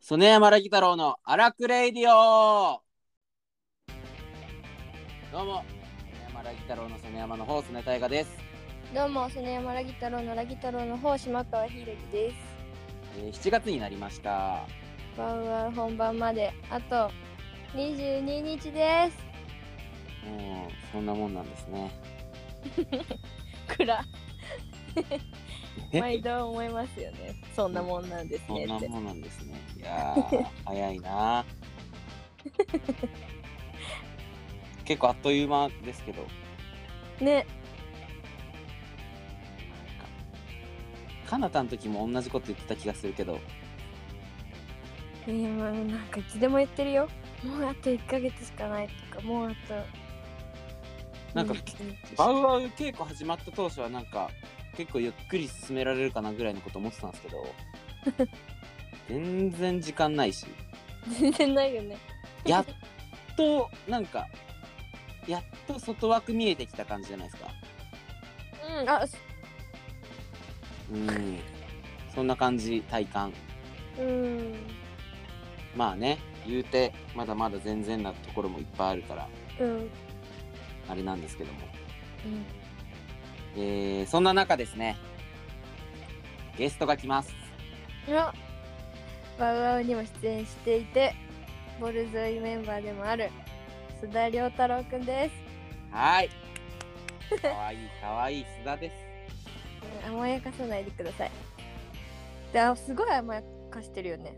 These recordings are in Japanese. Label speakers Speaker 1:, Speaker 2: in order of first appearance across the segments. Speaker 1: 曽根山ラギ太郎の荒くレイディオどうも、曽根山ラギ太郎の曽根山の方、曽根大河です。
Speaker 2: どうも、曽根山ラギ太郎のラギ太郎の方、島川ひるきです。
Speaker 1: えー7月になりました。
Speaker 2: ワウワウ本番まで、あと22日です。
Speaker 1: もう、そんなもんなんですね。
Speaker 2: く ら。毎度思いますよね。そんなもんなんです
Speaker 1: そ
Speaker 2: ね
Speaker 1: んな
Speaker 2: って。
Speaker 1: もんなんですね。いやー、早い な。結構あっという間ですけど、
Speaker 2: ね、
Speaker 1: かなたの時も同じこと言ってた気がするけど、
Speaker 2: 今なんかいつでも言ってるよ。もうあと1ヶ月しかないとか、もうあと。
Speaker 1: なんか
Speaker 2: 21日
Speaker 1: バウアウ稽古始まった当初はなんか結構ゆっくり進められるかなぐらいのこと思ってたんですけど全然時間ないし
Speaker 2: 全然ないよね。
Speaker 1: やっとなんかやっと外枠見えてきた感じじゃないですか
Speaker 2: うん、あ、
Speaker 1: うんそんな感じ体感
Speaker 2: うん。
Speaker 1: まあね言うてまだまだ全然なところもいっぱいあるから
Speaker 2: うん。
Speaker 1: あれなんですけども、えー、そんな中ですねゲストが来ます
Speaker 2: うん。あ、ワウワウにも出演していて、ボルゾイメンバーでもある、須田亮太郎くんです。
Speaker 1: はーいかわいいかわいい須田です
Speaker 2: うん甘やかさないでください。で、あすごい甘やかしてるよね。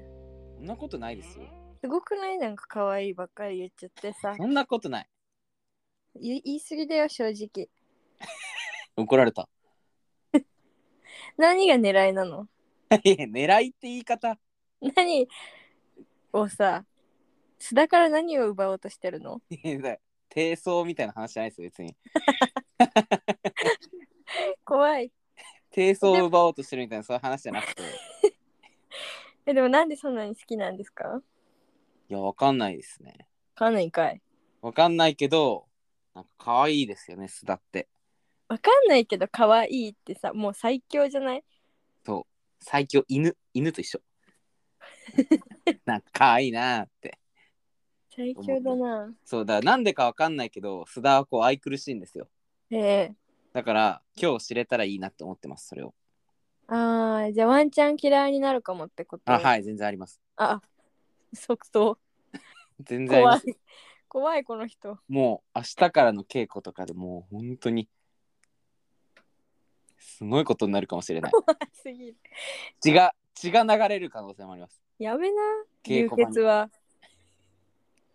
Speaker 1: そんなことないですよ。
Speaker 2: すごくないなんか可愛いばっかり言っちゃってさ。
Speaker 1: そんなことない。
Speaker 2: 言い言い過ぎだよ、正直。
Speaker 1: 怒られた。
Speaker 2: 何が狙いなの
Speaker 1: いや狙いって言い方。
Speaker 2: 何をさ、須田から何を奪おうとしてるの
Speaker 1: いやだから低層みたいな話じゃないですよ、別に。
Speaker 2: 怖い。
Speaker 1: 低層を奪おうとしてるみたいな、そういう話じゃなく て。
Speaker 2: え、でもなんでそんなに好きなんですか
Speaker 1: いや、わかんないですね。
Speaker 2: かんないんかい。
Speaker 1: わかんないけど、なんか可愛いですよね、須田って。
Speaker 2: わかんないけど可愛いってさ、もう最強じゃない
Speaker 1: 最強、犬。犬と一 緒。なんか可愛いなーって。
Speaker 2: 最強だな。
Speaker 1: そうだ、なんでかわかんないけど、須田はこう愛くるしいんですよ。
Speaker 2: ええ
Speaker 1: だから、今日知れたらいいなって思ってます、それを。
Speaker 2: ああ、じゃあワンチャン嫌いになるかもってこと。
Speaker 1: あ、はいい、全然あります。
Speaker 2: あ、即答。
Speaker 1: 全然ありま
Speaker 2: 怖
Speaker 1: す
Speaker 2: い。怖いこの人
Speaker 1: もう明日からの稽古とかでもう本当にすごいことになるかもしれない。
Speaker 2: 怖すぎる
Speaker 1: 血が血が流れる可能性もあります。
Speaker 2: やめな
Speaker 1: 稽
Speaker 2: 流
Speaker 1: 古場に
Speaker 2: 血は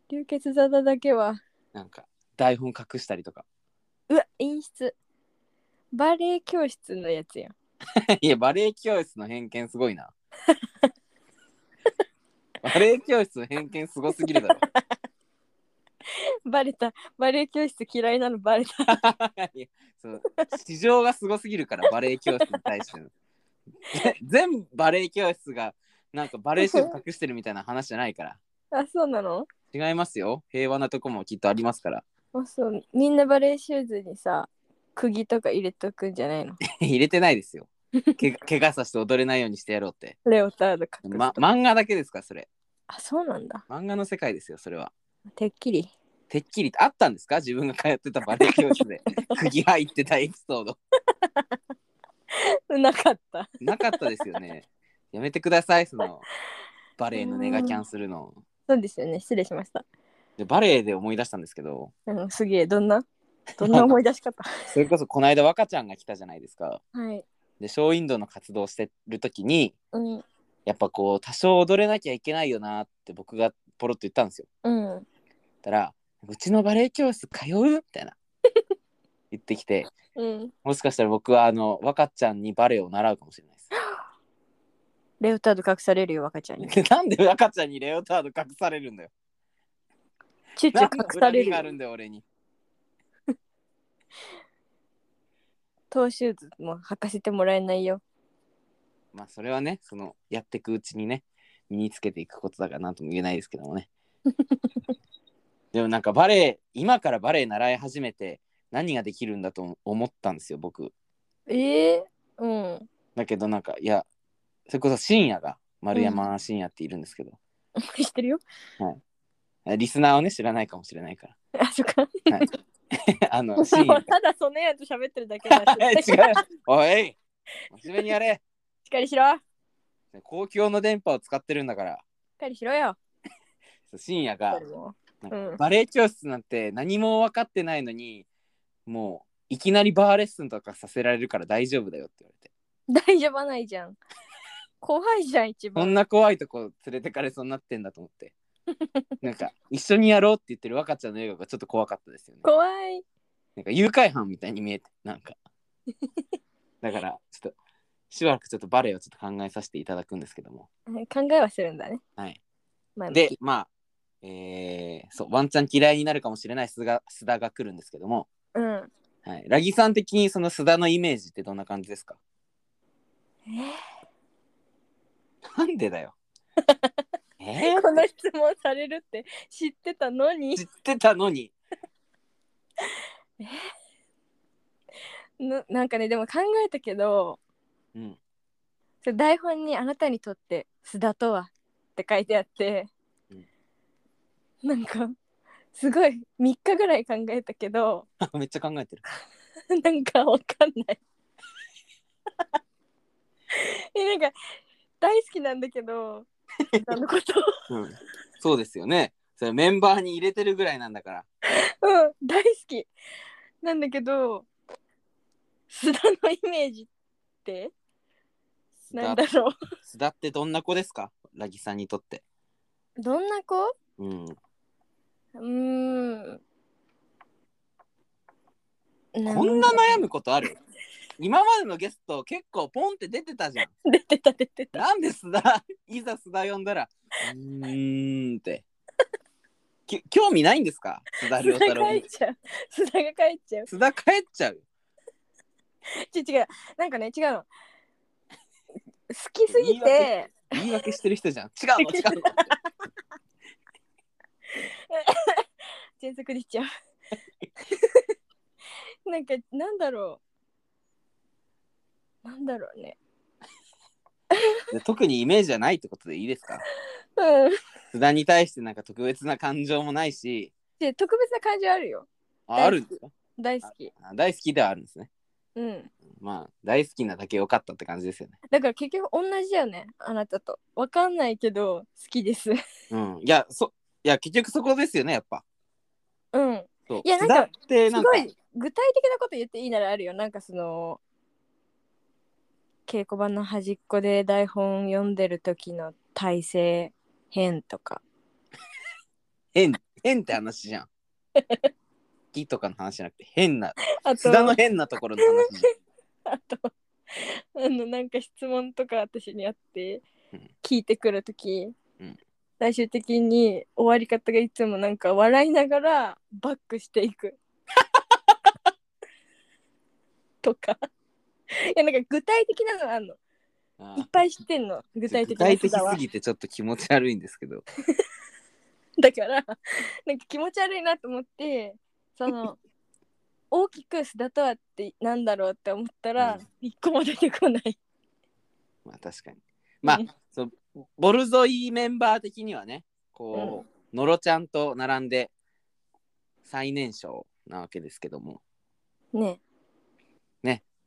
Speaker 2: 流血沙汰だけは
Speaker 1: なんか台本隠したりとか。
Speaker 2: うわ陰湿バレエ教室のやつやん
Speaker 1: いやバレエ教室の偏見すごいな。バレエ教室の偏見すごすぎるだろ。
Speaker 2: バレたバレエ教室嫌いなのバレた
Speaker 1: いやそう市場がすごすぎるからバレエ教室に対しての。ぜ全部バレエ教室がなんかバレエ師を隠してるみたいな話じゃないから。
Speaker 2: あそうなの
Speaker 1: 違いますよ。平和なとこもきっとありますから。
Speaker 2: あそうみんなバレエシューズにさ釘とか入れとくんじゃないの
Speaker 1: 入れてないですよ。け怪我させて踊れないようにしてやろうって。
Speaker 2: レオタード隠す、
Speaker 1: ま、漫画だけですか、それ。
Speaker 2: あそうなんだ
Speaker 1: 漫画の世界ですよ、それは。
Speaker 2: てっきり
Speaker 1: てっきりあったんですか自分が通ってたバレエ教室で釘入ってたエピソード。
Speaker 2: なかった
Speaker 1: なかったですよね。やめてください、そのバレエのネガキャンするの。
Speaker 2: そうですよね失礼しました
Speaker 1: でバレエで思い出したんですけど、
Speaker 2: うんすげえどんなどんな思い出し方
Speaker 1: それこそこの間若ちゃんが来たじゃないですか。
Speaker 2: はい
Speaker 1: で、ショーウィンドウの活動をしてる時に、
Speaker 2: うん
Speaker 1: やっぱこう、多少踊れなきゃいけないよなって僕がポロッと言ったんですよ。
Speaker 2: うん
Speaker 1: ったら「うちのバレエ教室通う?」み たいな言ってきて
Speaker 2: うん
Speaker 1: もしかしたら僕はあの若ちゃんにバレエを習うかもしれない
Speaker 2: レオタード隠されるよ赤ちゃんに
Speaker 1: です なんで若ちゃんにレオタード隠される んだよ
Speaker 2: チュチ
Speaker 1: 何
Speaker 2: ュ
Speaker 1: の
Speaker 2: 隠さ
Speaker 1: 恨
Speaker 2: れ
Speaker 1: みがある
Speaker 2: る
Speaker 1: んだよ俺に
Speaker 2: トーシューズも履かせてもらえないよ
Speaker 1: まあそれはねそのやっていくうちにね身につけていくことだからなんとも言えないですけども ねでもなんかバレエ今からバレエ習い始めて何ができるんだと思ったんですよ僕
Speaker 2: ええうん
Speaker 1: だけどなんかいやそれこそ深夜が丸山深夜っているんですけど、
Speaker 2: 知ってるよ。
Speaker 1: リスナーをね、知らないかもしれないか
Speaker 2: あ、そっか。
Speaker 1: ら。 あの、シーン。
Speaker 2: ただそのやつ喋ってるだけ だし。
Speaker 1: 違う。おい真面目にやれ
Speaker 2: しっかりしろ。しっ
Speaker 1: 公共の電波を使ってるんだから。
Speaker 2: かりしろよ。
Speaker 1: 深夜が
Speaker 2: んうん
Speaker 1: バレエ教室なんて何も分かってないのにもういきなりバーレッスンとかさせられるから大丈夫だよって言われて
Speaker 2: 大丈夫ないじゃん。怖いじゃん、一
Speaker 1: そん
Speaker 2: 番。
Speaker 1: な怖いとこ連れてかれそうになってんだと思ってなんか一緒にやろうって言ってる若ちゃんの笑顔がちょっと怖かったですよね
Speaker 2: 怖い。
Speaker 1: なんか誘拐犯みたいに見えてなんかだからちょっとしばらくちょっとバレエをちょっと考えさせていただくんですけども
Speaker 2: 考えはするんだね。
Speaker 1: はい
Speaker 2: 前向き
Speaker 1: でまあえー、そうワンチャン嫌いになるかもしれない須賀須田が来るんですけども
Speaker 2: うん。
Speaker 1: はい、ラギさん的にその須田のイメージってどんな感じですかなんでだよ。えー
Speaker 2: この質問されるって知ってたのに
Speaker 1: 知ってたのに。
Speaker 2: ななんかねでも考えたけど
Speaker 1: うん。
Speaker 2: それ台本に「あなたにとって須田とは」って書いてあって、
Speaker 1: うん
Speaker 2: なんかすごい3日ぐらい考えたけど
Speaker 1: めっちゃ考えてる。
Speaker 2: なんかわかん ない。えなんか大好きなんだけど須田のこと
Speaker 1: うん。そうですよね。それメンバーに入れてるぐらいなんだから。
Speaker 2: うん、大好きなんだけど須田のイメージってなんだろ
Speaker 1: 須田ってどんな子ですかラギさんにとって。
Speaker 2: うどんな子
Speaker 1: うん。
Speaker 2: うーん
Speaker 1: こんな悩むことある今までのゲスト結構ポンって出てたじゃん。
Speaker 2: 出てた出てた
Speaker 1: なんで須田 いざ須田呼んだらうーんって。き興味ないんですか須田
Speaker 2: 須
Speaker 1: 良
Speaker 2: 田
Speaker 1: 太郎
Speaker 2: が帰っ
Speaker 1: に。
Speaker 2: ちゃう須田が帰っちゃう
Speaker 1: 須田帰っちゃう。
Speaker 2: ち違うなんかね違うの好きすぎ
Speaker 1: 言い訳
Speaker 2: て
Speaker 1: 言い訳してる人じゃん。違うの 違うの。
Speaker 2: 喘息出 ちゃうなんかなんだろうなんだろうね
Speaker 1: で特にイメージはないってことでいいですか
Speaker 2: うん
Speaker 1: 津田に対してなんか特別な感情もないし
Speaker 2: で特別な感じあるよ
Speaker 1: あ
Speaker 2: 大
Speaker 1: あるんですか
Speaker 2: 大好き
Speaker 1: あ大好きではあるんですね
Speaker 2: うん
Speaker 1: まあ大好きなだけ良かったって感じですよね
Speaker 2: だから結局同じだよねあなたとわかんないけど好きです
Speaker 1: うんいやそいや結局そこですよねやっぱ
Speaker 2: うん
Speaker 1: そう
Speaker 2: いやな
Speaker 1: 津
Speaker 2: ん
Speaker 1: 田
Speaker 2: か
Speaker 1: って
Speaker 2: す
Speaker 1: なんか
Speaker 2: ごい具体的なこと言っていいならあるよなんかその稽古場の端っこで台本読んでる時の体勢変とか
Speaker 1: 変変って話じゃん 好きとかの話じゃなくて変な
Speaker 2: あと
Speaker 1: 津田の変なところの話じ
Speaker 2: あとあのなんか質問とか私にあって
Speaker 1: うん
Speaker 2: 聞いてくるとき、
Speaker 1: うん
Speaker 2: 最終的に終わり方がいつもなんか笑いながらバックしていく とかいやなんか具体的なのあんの
Speaker 1: ゃん
Speaker 2: いっ
Speaker 1: あ
Speaker 2: ぱい知ってんの具体的な
Speaker 1: 具体
Speaker 2: 人
Speaker 1: 的
Speaker 2: だわ
Speaker 1: すぎてちょっと気持ち悪いんですけど
Speaker 2: だからなんか気持ち悪いなと思ってそ の大きく須田とはってなんだろうって思ったら
Speaker 1: うん
Speaker 2: 一個も出てこない。
Speaker 1: まあ確かにまあ
Speaker 2: うん
Speaker 1: そうボルゾイメンバー的にはねこう、ノロちゃんと並んで最年少なわけですけども
Speaker 2: ね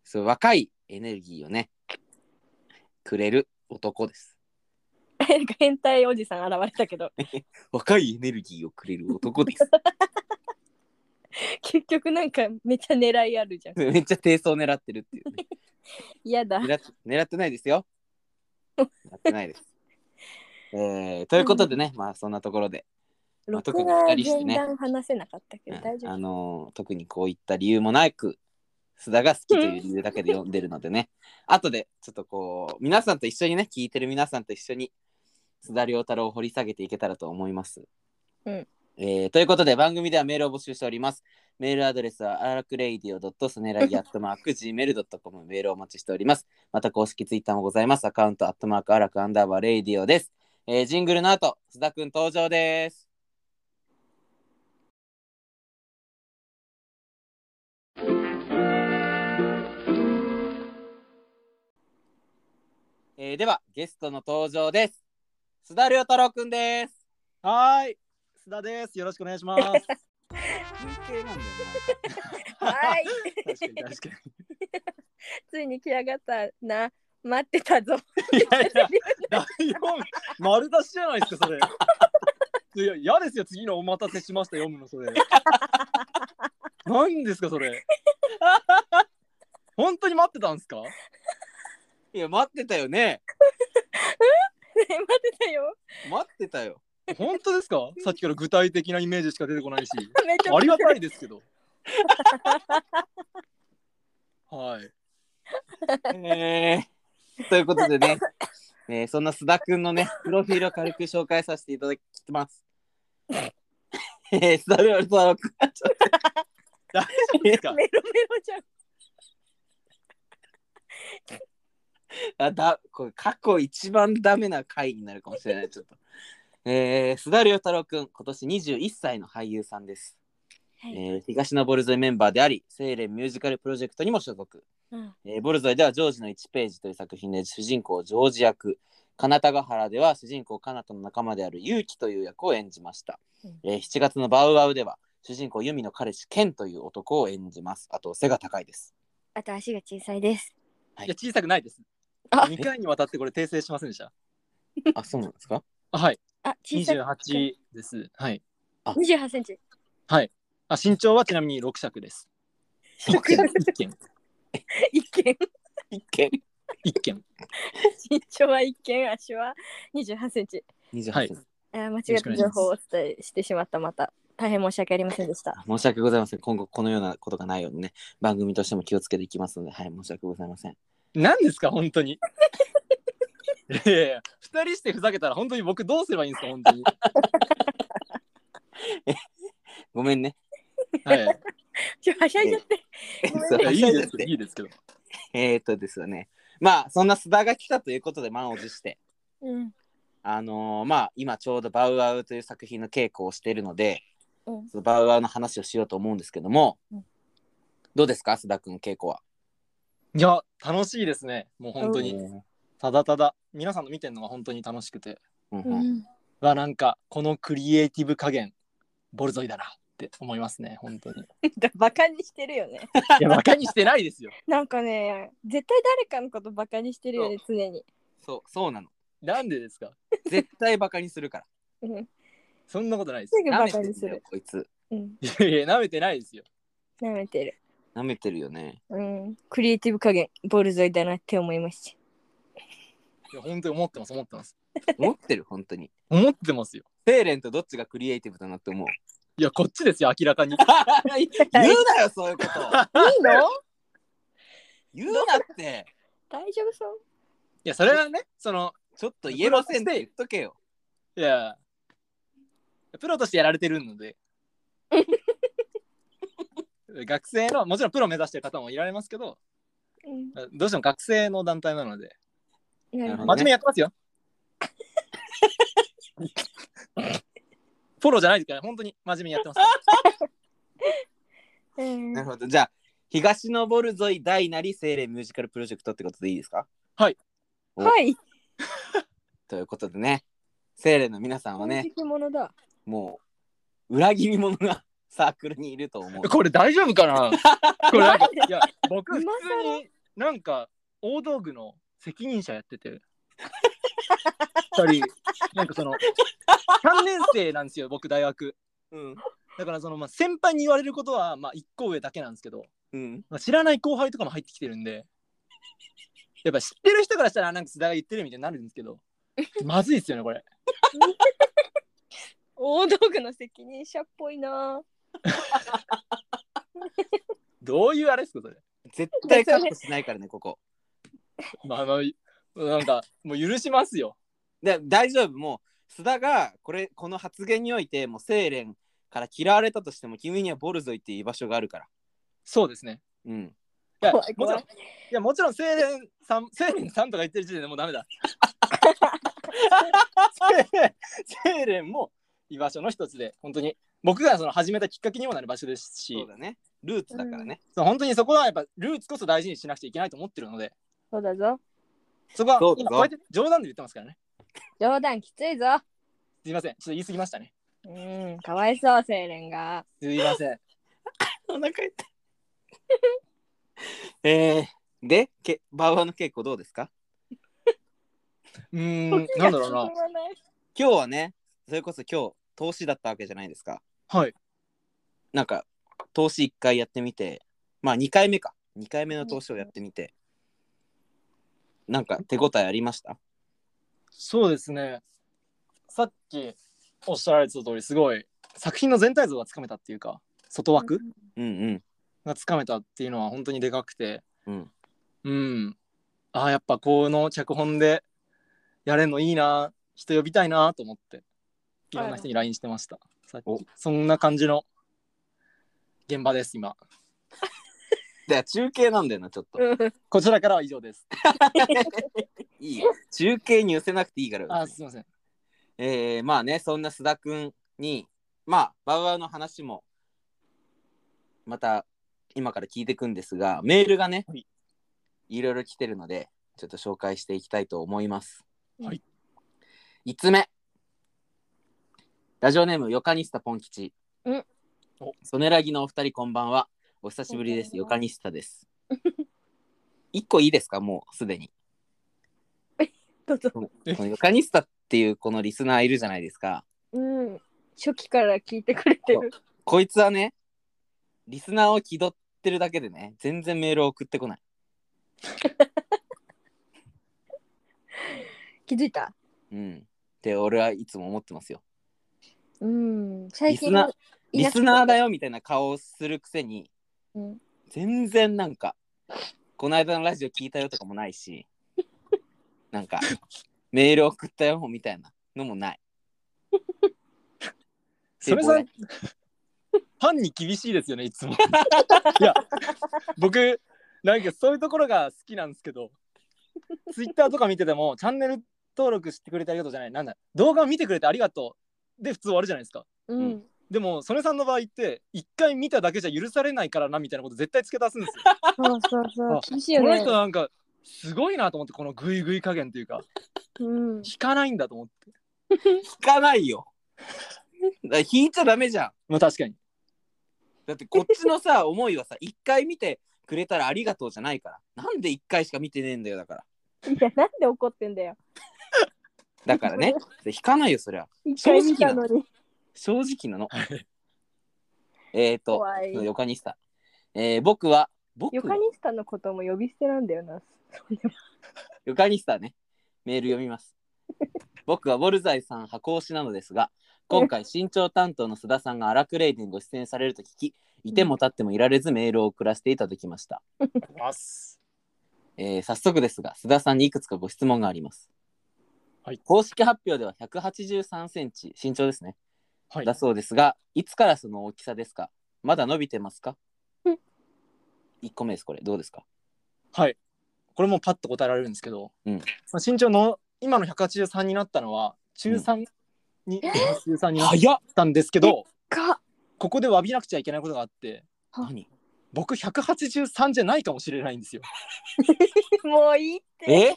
Speaker 1: そう若いエネルギーをねくれる男です
Speaker 2: なんか変態おじさん現れたけど
Speaker 1: 若いエネルギーをくれる男です
Speaker 2: 結局なんかめっちゃ狙いあるじゃん
Speaker 1: めっちゃ低層狙ってるっていう、ね、
Speaker 2: 嫌だ
Speaker 1: 狙っ狙ってないですよ狙ってないですえー、ということでね、まあそんなところで、まあ特に
Speaker 2: 録画
Speaker 1: 二人して
Speaker 2: 前
Speaker 1: ね
Speaker 2: 段話せなかったけ
Speaker 1: う
Speaker 2: ど
Speaker 1: ん
Speaker 2: 大丈
Speaker 1: あ
Speaker 2: 夫
Speaker 1: のー特にこういった理由もなく須田が好きという理由だけで読んでるので ね後でちょっとこう皆さんと一緒にね聞いてる皆さんと一緒に須田亮太郎を掘り下げていけたらと思います。
Speaker 2: うん
Speaker 1: えーということで番組ではメールを募集しております。メールアドレスはアラクレイディオドットスネラギアットマーク Gmail.com メールをお待ちしております。また公式ツイッターもございます。アカウントアットマークアラクアンダーバーレイディオです。えージングルの後、須田くん登場です。えーではゲストの登場です。須田亮太郎くんです。
Speaker 3: はーい。須田です。よろしくお願いします。確か
Speaker 1: 文系なんだよねなんか。
Speaker 2: はい
Speaker 3: に確か
Speaker 2: ついに来やがったな待ってたぞ
Speaker 3: に。いやいや、ライオン、丸出しじゃないですか、それ。いや、嫌ですよ、次のお待たせしました、読むの、それ。何ですか、それ。本当に待ってたんですか
Speaker 1: いや、待ってたよね。
Speaker 2: 待ってたよ
Speaker 1: 待ってたよ。
Speaker 3: 本当ですかさっきから具体的なイメージしか出てこないし。
Speaker 2: めっちゃ
Speaker 3: ありがたいですけど。はい。
Speaker 1: えーということで ね、えーそんな須田くんのね、プロフィールを軽く紹介させていただきます。えー、須田亮太郎くん。ちょっ
Speaker 3: 大丈夫です か
Speaker 2: メロメロじゃん
Speaker 1: とあだこれ過去一番ダメな回になるかもしれない。ちょっと。えー、須田亮太郎くん、今年21歳の俳優さんです。
Speaker 2: はい
Speaker 1: えー東のボルゾイメンバーであり、セイレンミュージカルプロジェクトにも所属。
Speaker 2: うん
Speaker 1: えーボルゾイではジョージの1ページという作品で主人公ジョージ役、カナタガハラでは主人公カナタの仲間であるユウキという役を演じました。
Speaker 2: うん
Speaker 1: えー7月のバウアウでは主人公ユミの彼氏ケンという男を演じます。あと背が高いです。
Speaker 2: あと足が小さいです
Speaker 3: いや、小さくないです。
Speaker 2: あ
Speaker 3: 2回にわたってこれ訂正しませんでした。
Speaker 1: あ、そうなんですか
Speaker 3: あはい。
Speaker 2: あ小さい
Speaker 3: 28です。はい。
Speaker 2: 28センチ
Speaker 3: あ身長はちなみに6尺です。
Speaker 1: 六
Speaker 3: 一
Speaker 1: 尺
Speaker 3: 軒。
Speaker 2: 一見
Speaker 1: 一見
Speaker 3: 一軒。
Speaker 2: 身長は一見足は28センチ
Speaker 1: 28、
Speaker 3: はい
Speaker 2: あー間違った情報をお伝えしてしまったまた大変申し訳ありませんでした
Speaker 1: 申し訳ございません。今後このようなことがないようにね、番組としても気をつけていきますので、はい、申し訳ございません。
Speaker 3: 何ですか、本当に。いやいやいや、2人してふざけたら本当に僕どうすればいいんですか、本当に。
Speaker 1: ごめんね。
Speaker 3: はい。
Speaker 2: ちょはしゃいじゃってごめんね
Speaker 3: いやいいですけど、いいですけど。
Speaker 1: えー、っとですよね。まあ、そんな須田が来たということで満を持して、
Speaker 2: うん
Speaker 1: あのーまあ、今ちょうどバウアウという作品の稽古をしているので、
Speaker 2: うん
Speaker 1: そのバウアウの話をしようと思うんですけども、
Speaker 2: うん
Speaker 1: どうですか、須田君、稽古は。
Speaker 3: いや、楽しいですね。もう本当に。
Speaker 1: う
Speaker 3: ただただ、皆さんの見てるのが本当に楽しくて。
Speaker 1: ん
Speaker 2: う
Speaker 1: うん
Speaker 2: ん
Speaker 3: はなんかこのクリエイティブ加減ボルゾイだなって思いますね本当にい
Speaker 2: バカにしてるよね
Speaker 3: やバカにしてないですよ
Speaker 2: なんかね絶対誰かのことバカにしてるよね常に
Speaker 1: そうそうなの。
Speaker 3: なんでですか
Speaker 1: 絶対バカにするから。
Speaker 2: うん
Speaker 3: そんなことないです
Speaker 2: すぐ
Speaker 1: 舐
Speaker 2: バ
Speaker 1: めて
Speaker 2: カ
Speaker 1: る
Speaker 2: に
Speaker 1: ん
Speaker 2: す
Speaker 1: だよ
Speaker 2: る、
Speaker 1: こいつ。
Speaker 2: うん
Speaker 3: いやいや舐めてないですよ
Speaker 2: 舐めてる
Speaker 1: 舐めてるよね。
Speaker 2: うんクリエイティブ加減ボルゾイだなって思いました
Speaker 3: いや本当に思ってます思ってます
Speaker 1: 思ってる、本当に。
Speaker 3: 思ってますよ
Speaker 1: セーレンとどっちがクリエイティブだな って思う。
Speaker 3: いやこっちですよ明らかに
Speaker 1: 言うなよ、そういうこと。
Speaker 2: いいの
Speaker 1: 言うなって。
Speaker 2: 大丈夫そう
Speaker 3: いやそれはねその
Speaker 1: ちょっと言えませんって言っとけよ。
Speaker 3: いやプロとしてやられてるので学生のもちろんプロ目指してる方もいられますけど
Speaker 2: うん
Speaker 3: どうしても学生の団体なので
Speaker 2: なるほ
Speaker 1: ま
Speaker 3: 真面目にやってますよ。フォローじゃないですから、本当に真面目にやってます。
Speaker 2: どうん
Speaker 1: なるほど。じゃあ、東のボルゾイ大なりセーレンミュージカルプロジェクトってことでいいですかお
Speaker 2: はい
Speaker 1: ということでね、セーレンの皆さんはね、
Speaker 2: 正直者だ
Speaker 1: もう裏切り者が サークルにいると思う。
Speaker 3: これ大丈夫 かなこれなんか、いや、僕、普通
Speaker 2: 今
Speaker 3: になんか、大道具の責任者やってて、二人、なんかその、3年生なんですよ、僕、大学。
Speaker 1: うん。
Speaker 3: だから、その、まあ、先輩に言われることは、まあ、1個上だけなんですけど、
Speaker 1: うん。
Speaker 3: まあ知らない後輩とかも入ってきてるんで、やっぱ知ってる人からしたら、なんか津田が言ってるみたいになるんですけど、まずいですよね、これ。
Speaker 2: 大道具の責任者っぽいな
Speaker 3: どういうあれですか、それ。
Speaker 1: 絶対カットしないからね、ここ。
Speaker 3: まあ、まあ、なんか、もう許しますよ。
Speaker 1: で大丈夫、もう、須田がこれこの発言において、もうセーレンから嫌われたとしても、君にはボルゾイっていう居場所があるから。
Speaker 3: そうですね。
Speaker 1: うん。
Speaker 3: いや、も
Speaker 2: 怖
Speaker 3: ち
Speaker 2: い
Speaker 3: ろ
Speaker 2: 怖
Speaker 3: ん、
Speaker 2: い
Speaker 3: いや、もちろん、青年さん、青年さんとか言ってる時点でもうダメだ。 青年も居場所の一つで、本当に、僕がその始めたきっかけにもなる場所ですし、
Speaker 1: そうだね。ルーツだからね。
Speaker 3: そう本当にそこはやっぱ、ルーツこそ大事にしなくちゃいけないと思ってるので、
Speaker 2: そうだぞ
Speaker 3: そこは
Speaker 1: そうだぞ
Speaker 3: 今こうやって冗談で言ってますからね。
Speaker 2: 冗談きついぞ。
Speaker 3: すいません。ちょっと言い過ぎましたね。
Speaker 2: うん、かわいそう、青年が。
Speaker 3: すいま せん。
Speaker 1: お腹痛い。 えー、で、けバウアーの稽古どうですか
Speaker 3: うーん、なんだろうな。
Speaker 1: 今日はね、それこそ今日、投資だったわけじゃないですか。
Speaker 3: はい。
Speaker 1: なんか、投資1回やってみて、まあ2回目か。2回目の投資をやってみて、なんか手応えありました
Speaker 3: そうですね。さっきおっしゃられてた通り、すごい作品の全体像がつかめたっていうか、外枠
Speaker 1: うんうん。
Speaker 3: がつかめたっていうのは本当にでかくて、
Speaker 1: うん。
Speaker 3: うん。ああ、やっぱこの脚本でやれるのいいな、人呼びたいなと思って、いろんな人に LINE してました。さっ
Speaker 1: お
Speaker 3: き。そんな感じの現場です、今。
Speaker 1: で、中継なんだよな、ちょっと。
Speaker 2: うん
Speaker 3: こちらからは以上です。
Speaker 1: いいよ中継に寄せなくていいから。
Speaker 3: あ、すいません。
Speaker 1: えー、まあねそんな須田くんにまあバウアウの話もまた今から聞いていくんですがメールがね、
Speaker 3: はい
Speaker 1: い、ろいろ来てるのでちょっと紹介していきたいと思います。
Speaker 3: はい、
Speaker 1: 5つ目ラジオネームヨカニスタポン吉
Speaker 2: うん
Speaker 3: お
Speaker 1: ソネラギのお二人こんばんはお久しぶりです
Speaker 2: こん
Speaker 1: ヨ
Speaker 2: ば
Speaker 1: カ
Speaker 2: んは
Speaker 1: ニスタです一個いいですかもうすでに
Speaker 2: どうぞ。
Speaker 3: え
Speaker 1: このヨカニスタっていうこのリスナーいるじゃないですか
Speaker 2: うん。初期から聞いてくれてる。
Speaker 1: こいつはね、リスナーを気取ってるだけでね、全然メールを送ってこない。
Speaker 2: 気づいた
Speaker 1: うん。って俺はいつも思ってますよ。
Speaker 2: うん。最
Speaker 1: リ
Speaker 2: 近
Speaker 1: スナー
Speaker 2: い
Speaker 1: リ
Speaker 2: なく
Speaker 1: スナーだよみたいな顔をするくせに、
Speaker 2: うん
Speaker 1: 全然なんか、この間のラジオ聞いたよとかもないし、なんか、メール送ったよみたいなのもない。
Speaker 3: それさ
Speaker 1: で
Speaker 3: ん、ファンに厳しいですよね、いつも。いや、僕、なんかそういうところが好きなんですけど、ツイッターとか見てても、チャンネル登録してくれてありがとうじゃない、なんだ、動画を見てくれてありがとうで普通終わるじゃないですか。
Speaker 2: うん。
Speaker 3: でも、それさんの場合って、一回見ただけじゃ許されないからなみたいなこと絶対付け足すんですよ。
Speaker 2: そうそうそう
Speaker 3: あ。
Speaker 2: 厳しいよ
Speaker 3: この
Speaker 2: ね
Speaker 3: 人。なんか、すごいなと思って、このグイグイ加減というか、
Speaker 2: うん。
Speaker 3: 引かないんだと思って。
Speaker 1: 聞かないよ。だから引いちゃダメじゃん。
Speaker 3: まあ確かに。
Speaker 1: だってこっちのさ、思いはさ、一回見てくれたらありがとうじゃないから。なんで一回しか見てねえんだよだから。
Speaker 2: いや、なんで怒ってんだよ。
Speaker 1: だからね、引かないよ、そりゃ。
Speaker 2: 一
Speaker 1: 正
Speaker 2: 回
Speaker 1: 直
Speaker 2: 見たのに。
Speaker 1: 正直なの。えっと、
Speaker 2: 怖い。
Speaker 1: ヨカニスタ。えー、僕は、僕
Speaker 2: ヨ
Speaker 1: は
Speaker 2: カニスタのことも呼び捨てなんだよな。
Speaker 1: ヨカニスタね、メール読みます。 僕はボルザイさん箱推しなのですが、今回身長担当の須田さんが荒くレイディにご出演されると聞き、いても立ってもいられずメールを送らせていただきました。
Speaker 3: ます。
Speaker 1: えー早速ですが、須田さんにいくつかご質問があります。
Speaker 3: はい
Speaker 1: 公式発表では183センチ、身長ですね。
Speaker 3: はい
Speaker 1: だ。そうですが、いつからその大きさですかまだ伸びてますか
Speaker 2: うん
Speaker 1: 1個目です、これ。どうですか
Speaker 3: はい。これもパッと答えられるんですけど、
Speaker 1: うん
Speaker 3: その身長の今の183になったのは中3に、中3になっ
Speaker 1: 早った
Speaker 3: んですけど、
Speaker 2: か。
Speaker 3: ここで詫びなくちゃいけないことがあって、
Speaker 1: 何
Speaker 3: 僕183じゃないかもしれないんですよ。
Speaker 2: もういいって。
Speaker 1: え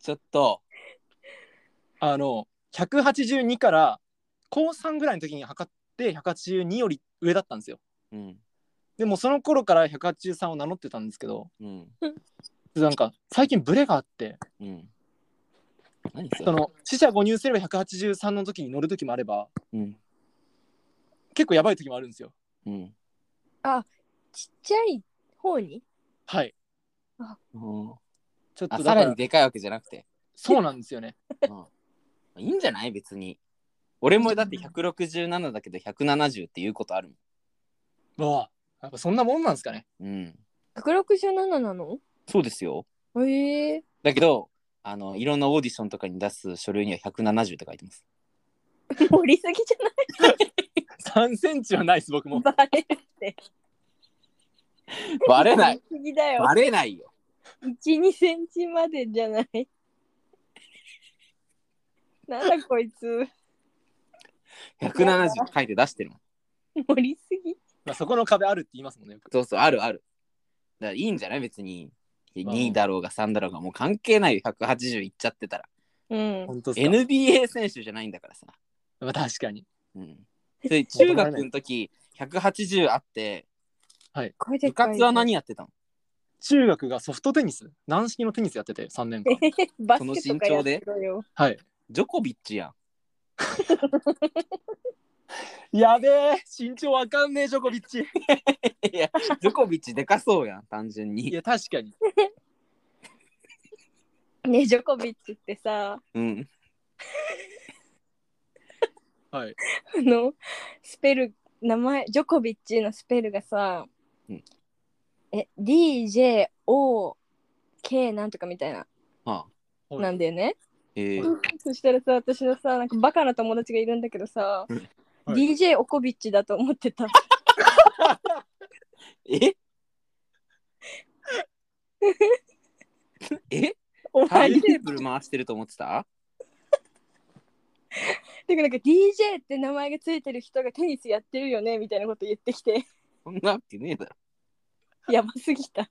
Speaker 1: ちょっと、
Speaker 3: あの、182から高3ぐらいの時に測って182より上だったんですよ。
Speaker 1: うん、
Speaker 3: でもその頃から183を名乗ってたんですけど、
Speaker 1: うん、
Speaker 3: なんか最近ブレがあって、
Speaker 1: うん。何それ
Speaker 3: その死者誤入すれば183の時に乗る時もあれば、
Speaker 1: うん、
Speaker 3: 結構やばい時もあるんですよ。
Speaker 1: うん。
Speaker 2: ちっちゃい方に
Speaker 3: はい。
Speaker 1: うん
Speaker 3: ちょっと
Speaker 1: あ、
Speaker 3: だ
Speaker 1: さ
Speaker 3: からら
Speaker 1: にでかいわけじゃなくて。
Speaker 3: そうなんですよね。
Speaker 1: うん、いいんじゃない別に。俺もだって167だけど170っていうことある
Speaker 3: わあ、やっぱそんなもんなんですかね。
Speaker 1: もん。うん。
Speaker 2: 167なの
Speaker 1: そうですよ。
Speaker 2: ええ
Speaker 1: だけど、あの、いろんなオーディションとかに出す書類には170って書いてます。
Speaker 2: 盛りすぎじゃ
Speaker 3: 3センチはないです、僕
Speaker 2: ない
Speaker 3: も。
Speaker 2: バレるって。
Speaker 1: バレ ない。
Speaker 2: 盛りすぎだよ。
Speaker 1: バレないよ。
Speaker 2: 1、2センチまでじゃない。なんだこいつ。
Speaker 1: 170書いて出してるもん。
Speaker 2: 盛りすぎ。
Speaker 3: まあ、そこの壁あるって言いますもんね。よく
Speaker 1: そうそう、あるある。だからいいんじゃない別に。
Speaker 3: まあ
Speaker 1: 2だろうが3だろうがもう関係ないよ、180いっちゃってたら。
Speaker 2: うん。
Speaker 3: 本当っすか
Speaker 1: NBA 選手じゃないんだからさ。
Speaker 3: まあ確かに。
Speaker 1: うん、で中学の時180あって
Speaker 2: これで
Speaker 1: 部
Speaker 2: かい
Speaker 1: 活は何やってたの
Speaker 3: 中学がソフトテニス、軟式のテニスやってて3年間。
Speaker 2: バスケとかやってろよ。
Speaker 3: はい。
Speaker 1: ジョコビッチやん。
Speaker 3: やべえ、身長わかんねえ、ジョコビッ チ。
Speaker 1: いやジョコビッチでかそうやん単純
Speaker 3: い
Speaker 1: に。
Speaker 3: や、確かに。
Speaker 2: ねえジョコビッチってさ、
Speaker 1: うん、
Speaker 3: はい。
Speaker 2: あの、スペル、名前、ジョコビッチのスペルがさ、
Speaker 1: うん
Speaker 2: え、DJOK なんとかみたいな、
Speaker 1: はあ
Speaker 3: はい
Speaker 2: なんだよね。
Speaker 1: えー
Speaker 3: うん、
Speaker 2: そしたらさ、私のさ、なんかバカな友達がいるんだけどさ、
Speaker 1: うん
Speaker 3: はい
Speaker 2: DJ オコビッチだと思ってた。
Speaker 1: ええ
Speaker 2: お
Speaker 1: タ
Speaker 2: 前
Speaker 1: イム
Speaker 2: で。
Speaker 1: テーブル回してると思ってた
Speaker 2: てかなんか DJ って名前がついてる人がテニスやってるよねみたいなこと言ってきて、
Speaker 1: そんなわけねえだろ。
Speaker 2: やばすぎた。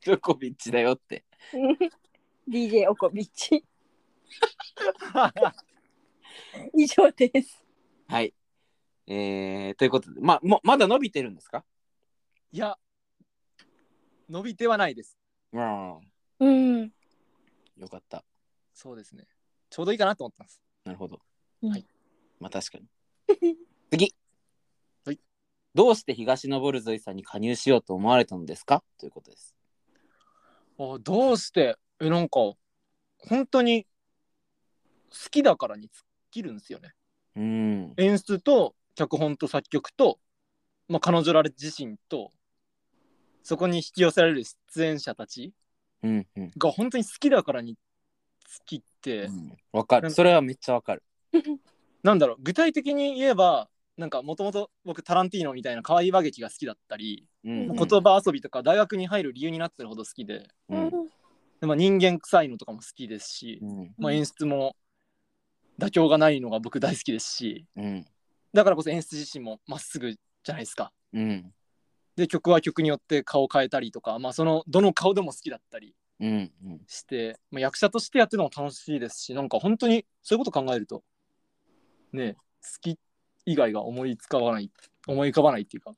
Speaker 1: ジョコビッチだよって。
Speaker 2: DJ オコビッチ。以上です。
Speaker 1: はい。えー、ということで、まもまだ伸びてるんですか
Speaker 3: いや、伸びてはないです。
Speaker 1: うん。
Speaker 2: うん。
Speaker 1: よかった。
Speaker 3: そうですね。ちょうどいいかなと思ったんです。
Speaker 1: なるほど。
Speaker 2: うん
Speaker 1: はい。まあ確か に。次。
Speaker 3: はい。
Speaker 1: どうして東のボルゾイさんに加入しようと思われたのですかということです。
Speaker 3: あどうしてえなんか本当に好きだからに尽きるんですよね
Speaker 1: うん。
Speaker 3: 演出と脚本と作曲と、まあ、彼女ら自身とそこに引き寄せられる出演者たち
Speaker 1: うんうん。
Speaker 3: が本当に好きだからに尽きて、
Speaker 1: うんわか
Speaker 3: な
Speaker 1: る。
Speaker 3: んか
Speaker 1: それはめっちゃわかる。
Speaker 3: なんだろう具体的に言えばなんかもともと僕タランティーノみたいな可愛い和劇が好きだったり、
Speaker 1: うんうん。
Speaker 3: 言葉遊びとか大学に入る理由になってるほど好きで
Speaker 1: うん。
Speaker 3: でまあ、人間臭いのとかも好きですし、
Speaker 1: うん。
Speaker 3: まあ、
Speaker 2: うん
Speaker 3: 演出も妥協がないのが僕大好きですし
Speaker 1: うん。
Speaker 3: だからこそ演出自身もまっすぐじゃないですか
Speaker 1: うん。
Speaker 3: で曲は曲によって顔を変えたりとか、まあ、そのどの顔でも好きだったり
Speaker 1: うん。うん。
Speaker 3: して、まあ、役者としてやってるのも楽しいですしなんか本当にそういうこと考えるとねえ好き以外が思いつかわない思い浮かばないっていうか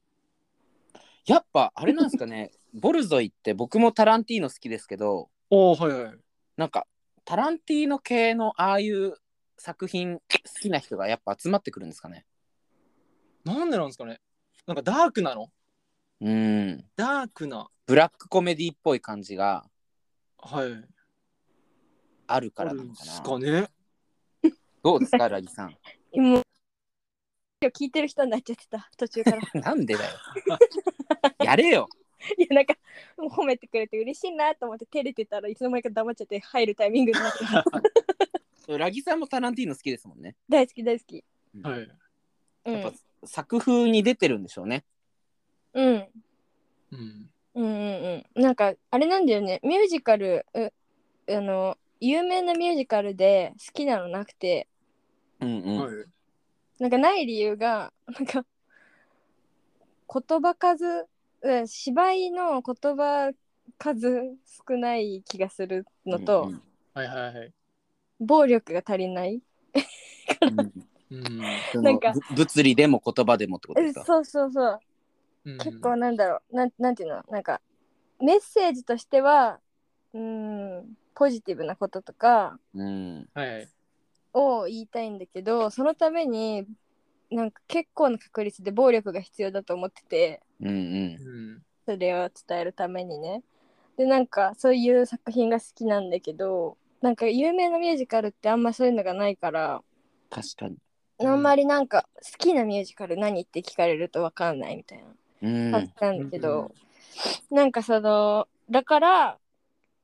Speaker 1: やっぱあれなんですかねボルゾイって僕もタランティーノ好きですけど
Speaker 3: おおはいはい
Speaker 1: なんかタランティーノ系のああいう作品好きな人がやっぱ集まってくるんですかね
Speaker 3: なんでなんですかねなんかダークなの
Speaker 1: うん
Speaker 3: ダークな
Speaker 1: ブラックコメディっぽい感じが
Speaker 3: はい
Speaker 1: あるか
Speaker 3: あ
Speaker 1: ら
Speaker 3: る
Speaker 1: なの
Speaker 3: んで
Speaker 1: か
Speaker 3: す
Speaker 1: な
Speaker 3: かね
Speaker 1: どうですかラギさん
Speaker 2: もう今日聞いてる人になっちゃってた途 中から。い
Speaker 1: なんでだよやれよ
Speaker 2: やなんかもう褒めてくれて嬉しいなと思って照れてたらいつの間にか黙っちゃって入るタイミングになって た
Speaker 1: ラギさんもタランティーノ好きですもんね
Speaker 2: 大好き大好き。
Speaker 3: はい
Speaker 2: うん
Speaker 1: やっぱ、作風に出てるんでしょうね
Speaker 2: うん
Speaker 3: うん
Speaker 2: うんうんうん、なんかあれなんだよねミュージカルうあの有名なミュージカルで好きなのなくて
Speaker 1: うんうん、
Speaker 3: はい
Speaker 2: なんかない理由がなんか言葉数うん芝居の言葉数少ない気がするのと、
Speaker 1: うん
Speaker 3: はいはいはい
Speaker 2: 暴力が足りない
Speaker 3: うん
Speaker 1: その
Speaker 2: なんか
Speaker 1: ぶ物理でも言葉でもってことで
Speaker 2: え
Speaker 1: すか
Speaker 2: そうそうそう
Speaker 3: うん
Speaker 2: 結構なんだろうなんなんていうのなんかメッセージとしてはうんポジティブなこととか
Speaker 1: うん
Speaker 3: はいはい
Speaker 2: を言いたいんだけどそのためになんか結構な確率で暴力が必要だと思ってて
Speaker 1: うんうん
Speaker 3: うん
Speaker 2: それを伝えるためにねでなんかそういう作品が好きなんだけどなんか有名なミュージカルってあんまそういうのがないから
Speaker 1: 確かに
Speaker 3: うん
Speaker 2: あんまりなんか好きなミュージカル何って聞かれるとわかんないみたいな
Speaker 1: うん
Speaker 2: 感じなんだけど、なんかそのだから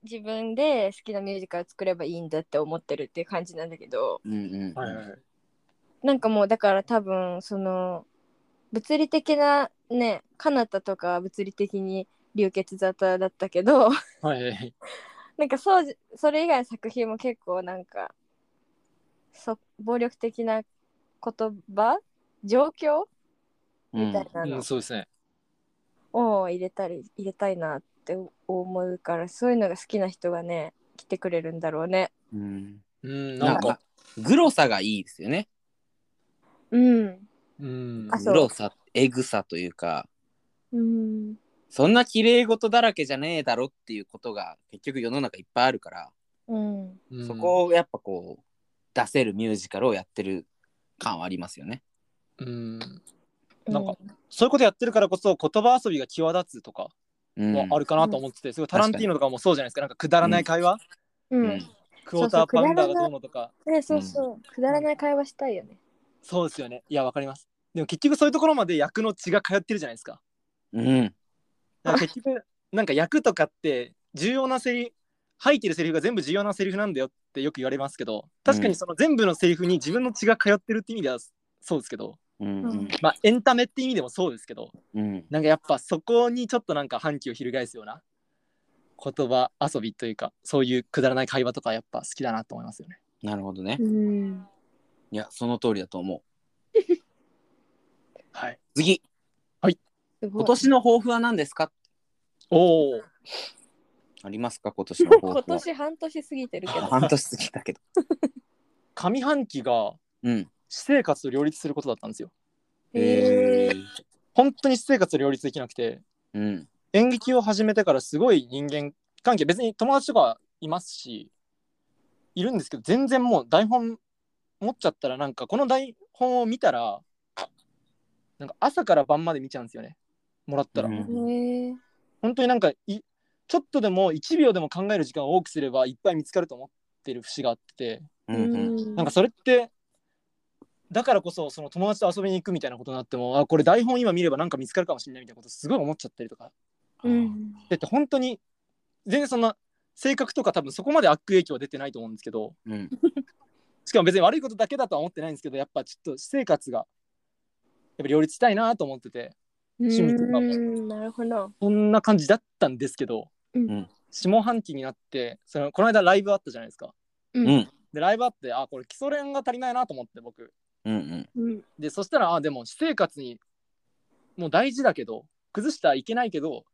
Speaker 2: 自分で好きなミュージカル作ればいいんだって思ってるっていう感じなんだけど、
Speaker 1: うんうん
Speaker 3: はいはいはい
Speaker 2: なんかもうだから多分その物理的なねかなたとかは物理的に流血沙汰だったけど
Speaker 3: はいはいはい。
Speaker 2: なんかそうじそれ以外の作品も結構なんかそ暴力的な言葉状況みたいな
Speaker 3: う
Speaker 2: の
Speaker 3: ん、そうですね。
Speaker 2: を入れたり入れたいなって思うからそういうのが好きな人がね来てくれるんだろうね。
Speaker 1: うん
Speaker 3: うん、なんか。
Speaker 1: グロさがいいですよね。
Speaker 2: うん。
Speaker 3: うん
Speaker 2: あそ
Speaker 1: グ
Speaker 2: う
Speaker 1: ロさ、エグさというか、
Speaker 2: うん。
Speaker 1: そんな綺麗事だらけじゃねえだろっていうことが結局世の中いっぱいあるから、
Speaker 2: うん。
Speaker 3: うん
Speaker 1: そこをやっぱこう、出せるミュージカルをやってる感はありますよね。
Speaker 3: うんなんかそういうことやってるからこそ言葉遊びが際立つとか
Speaker 1: うん。
Speaker 3: もあるかなと思ってて、すごいタランティーノとかもそうじゃないですかなんかくだらない会話、
Speaker 2: うん。
Speaker 1: うん
Speaker 3: クォーターパウンダーがどうのとか
Speaker 2: ね、そうそう、くだらない会話したいよね。
Speaker 3: そうですよねいやわかりますでも結局そういうところまで役の血が通ってるじゃないで すか
Speaker 1: うん。
Speaker 3: なんか結局なんか役とかって重要なセリフ吐いてるセリフが全部重要なセリフなんだよってよく言われますけど確かにその全部のセリフに自分の血が通ってるって意味ではそうですけど、
Speaker 1: うん。うん
Speaker 3: まあ、エンタメって意味でもそうですけど
Speaker 1: うん。
Speaker 3: なんかやっぱそこにちょっとなんか反旗を翻すような言葉遊びというかそういうくだらない会話とかやっぱ好きだなと思いますよね。
Speaker 1: なるほどね。
Speaker 2: うん。
Speaker 1: いや、その通りだと思う。
Speaker 3: はい、
Speaker 1: 次、
Speaker 2: すごい
Speaker 1: 今年の抱負は何ですか
Speaker 3: おお
Speaker 1: ありますか今年の抱負
Speaker 2: 今
Speaker 1: は。
Speaker 2: 年半年過ぎてるけど。
Speaker 1: 半年過ぎたけど。
Speaker 3: 上半期が
Speaker 1: うん。
Speaker 3: 私生活と両立することだったんですよ。
Speaker 2: へえ。
Speaker 1: ー
Speaker 3: 本当に私生活と両立できなくて
Speaker 1: うん。
Speaker 3: 演劇を始めてからすごい人間関係別に友達とかいますしいるんですけど全然もう台本持っちゃったらなんかこの台本を見たらなんか朝から晩まで見ちゃうんですよねもらったら。
Speaker 1: うん
Speaker 2: へえ。
Speaker 3: 本当になんかいちょっとでも1秒でも考える時間を多くすればいっぱい見つかると思ってる節があって
Speaker 1: う
Speaker 2: うん
Speaker 1: うん
Speaker 2: ん
Speaker 3: なんかそれってだからこそその友達と遊びに行くみたいなことになってもあこれ台本今見ればなんか見つかるかもしれないみたいなことすごい思っちゃったりとか
Speaker 2: うん。
Speaker 3: だって本当に全然そんな性格とか多分そこまで悪影響は出てないと思うんですけど
Speaker 1: うん。
Speaker 3: しかも別に悪いことだけだとは思ってないんですけどやっぱちょっと私生活がやっぱ両立したいなと思ってて趣味と
Speaker 2: う
Speaker 3: かも
Speaker 2: んなるほど。
Speaker 3: そんな感じだったんですけど、
Speaker 2: うん
Speaker 3: 下半期になってそのこの間ライブあったじゃないですか
Speaker 2: う
Speaker 1: うん。
Speaker 3: でライブあってあこれ基礎練が足りないなと思って僕
Speaker 1: うんうん。
Speaker 2: うん。
Speaker 3: でそしたらあでも私生活にもう大事だけど崩してはいけないけど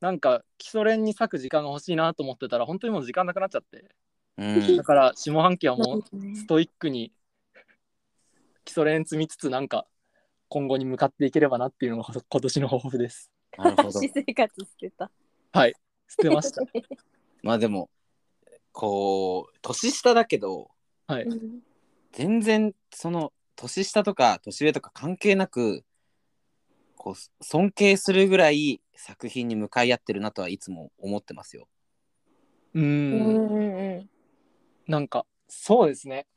Speaker 3: なんか基礎練に割く時間が欲しいなと思ってたら本当にもう時間なくなっちゃって
Speaker 1: うん
Speaker 3: だから下半期は
Speaker 2: な
Speaker 3: も
Speaker 2: る
Speaker 3: う
Speaker 2: ほどね
Speaker 3: ストイックに基礎練積みつつなんか今後に向かっていければなっていうのが今年の抱負です
Speaker 1: な るほど
Speaker 2: 私。生活してた。
Speaker 3: 捨てました
Speaker 1: まあでも、こう、年下だけど、
Speaker 3: はい
Speaker 2: うん
Speaker 1: 全然その年下とか年上とか関係なく、こう、尊敬するぐらい作品に向かい合ってるなとはいつも思ってますよ。
Speaker 3: う
Speaker 2: うんんうん
Speaker 3: なんかそうですね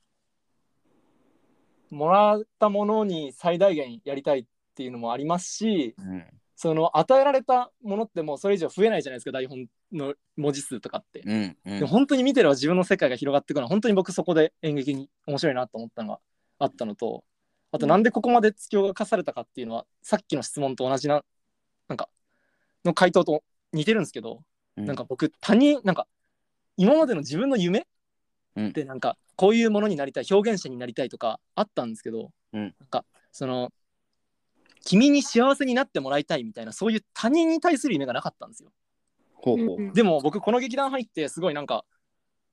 Speaker 3: もらったものに最大限やりたいっていうのもありますし
Speaker 1: うん。
Speaker 3: その与えられたものってもうそれ以上増えないじゃないですか台本の文字数とかって。
Speaker 1: うん。う
Speaker 3: でも
Speaker 1: ん。
Speaker 3: 本当に見てれば自分の世界が広がっていくのは本当に僕そこで演劇に面白いなと思ったのがあったのとあとなんでここまで突き動かされたかっていうのはさっきの質問と同じななんかの回答と似てるんですけど
Speaker 1: う
Speaker 3: なんか、僕他人なんか今までの自分の夢
Speaker 1: うん
Speaker 3: ってなんかこういうものになりたい表現者になりたいとかあったんですけど、
Speaker 1: うん
Speaker 3: なんかその君に幸せになってもらいたいみたいなそういう他人に対する夢がなかったんですよ
Speaker 1: ほう
Speaker 2: うん
Speaker 1: ほ
Speaker 2: う
Speaker 1: う。
Speaker 2: ん。
Speaker 3: でも僕この劇団入ってすごいなんか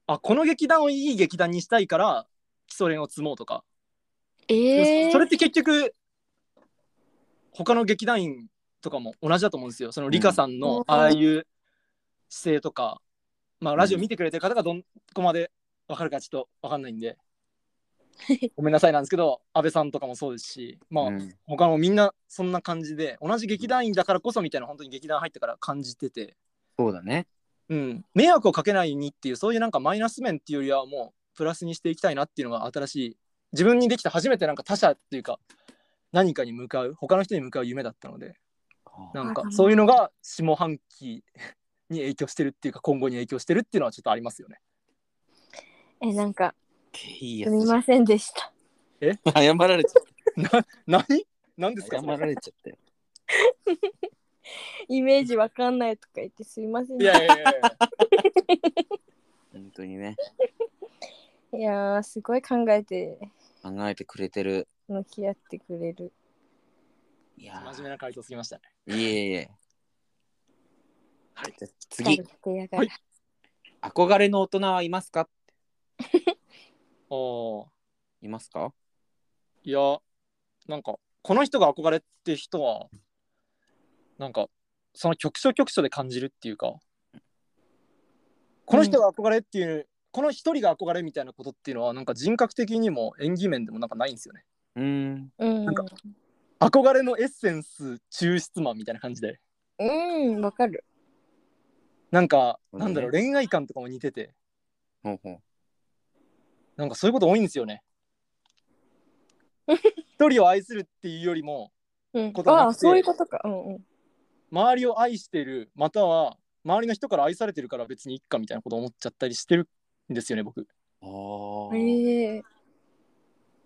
Speaker 3: あこの劇団をいい劇団にしたいから基礎練を積もうとか、
Speaker 2: ええ。
Speaker 3: それって結局他の劇団員とかも同じだと思うんですよその理香さん
Speaker 2: うん
Speaker 3: のああいう姿勢とか、まあラジオ見てくれてる方がどんこまでわかるかちょっとわかんない んでごめんなさいなんですけど安倍さんとかもそうですしまあ、
Speaker 1: うん
Speaker 3: 他もみんなそんな感じで同じ劇団員だからこそみたいな本当に劇団入ってから感じてて、
Speaker 1: そうだね。
Speaker 3: うん、迷惑をかけないにっていうそういうなんかマイナス面っていうよりはもうプラスにしていきたいなっていうのが新しい自分にできた初めてなんか他者っていうか何かに向かう他の人に向かう夢だったのでなんか
Speaker 2: あ
Speaker 3: そういうのが下半期に影響してるっていうか今後に影響してるっていうのはちょっとありますよね。
Speaker 2: えなんか
Speaker 1: いいや
Speaker 2: す
Speaker 1: つ
Speaker 2: み
Speaker 1: じゃん
Speaker 2: ませんでした。
Speaker 1: 謝られちゃっ
Speaker 3: 何何です
Speaker 1: た。謝
Speaker 3: かそれ
Speaker 1: られちゃったよ。
Speaker 2: イメージわかんないとか言ってすみません
Speaker 3: い
Speaker 2: でし
Speaker 3: やいやいやいや
Speaker 1: 本当にね。
Speaker 2: た。いやーすごい考えて
Speaker 1: 考えてくれてる。
Speaker 2: 向き合ってくれる。
Speaker 1: いや
Speaker 3: 真面目な回答すぎましたね。
Speaker 1: ーいえいえ。
Speaker 3: はい
Speaker 1: じゃあ次、
Speaker 2: やがる
Speaker 3: はい
Speaker 1: 憧れの大人はいますか
Speaker 3: お
Speaker 1: いますか
Speaker 3: いやなんかこの人が憧れって人はなんかその局所局所で感じるっていうかこの人が憧れっていう、この一人が憧れみたいなことっていうのはなんか人格的にも演技面でもなんかないんですよね
Speaker 1: うーん。
Speaker 2: うん
Speaker 3: なんか憧れのエッセンス抽出マンみたいな感じで
Speaker 2: うんわかる
Speaker 3: なんか、
Speaker 1: そうだ
Speaker 3: な
Speaker 1: ね
Speaker 3: んだろう恋愛観とかも似てて
Speaker 1: ほうほう。
Speaker 3: なんかそういうこと多いんですよね 一人を愛するっていうよりも
Speaker 2: うん
Speaker 3: ことなくて
Speaker 2: ああそういうことかうんうん
Speaker 3: 周りを愛してるまたは周りの人から愛されてるから別にいっかみたいなこと思っちゃったりしてるんですよね僕
Speaker 1: ああ。
Speaker 2: ええ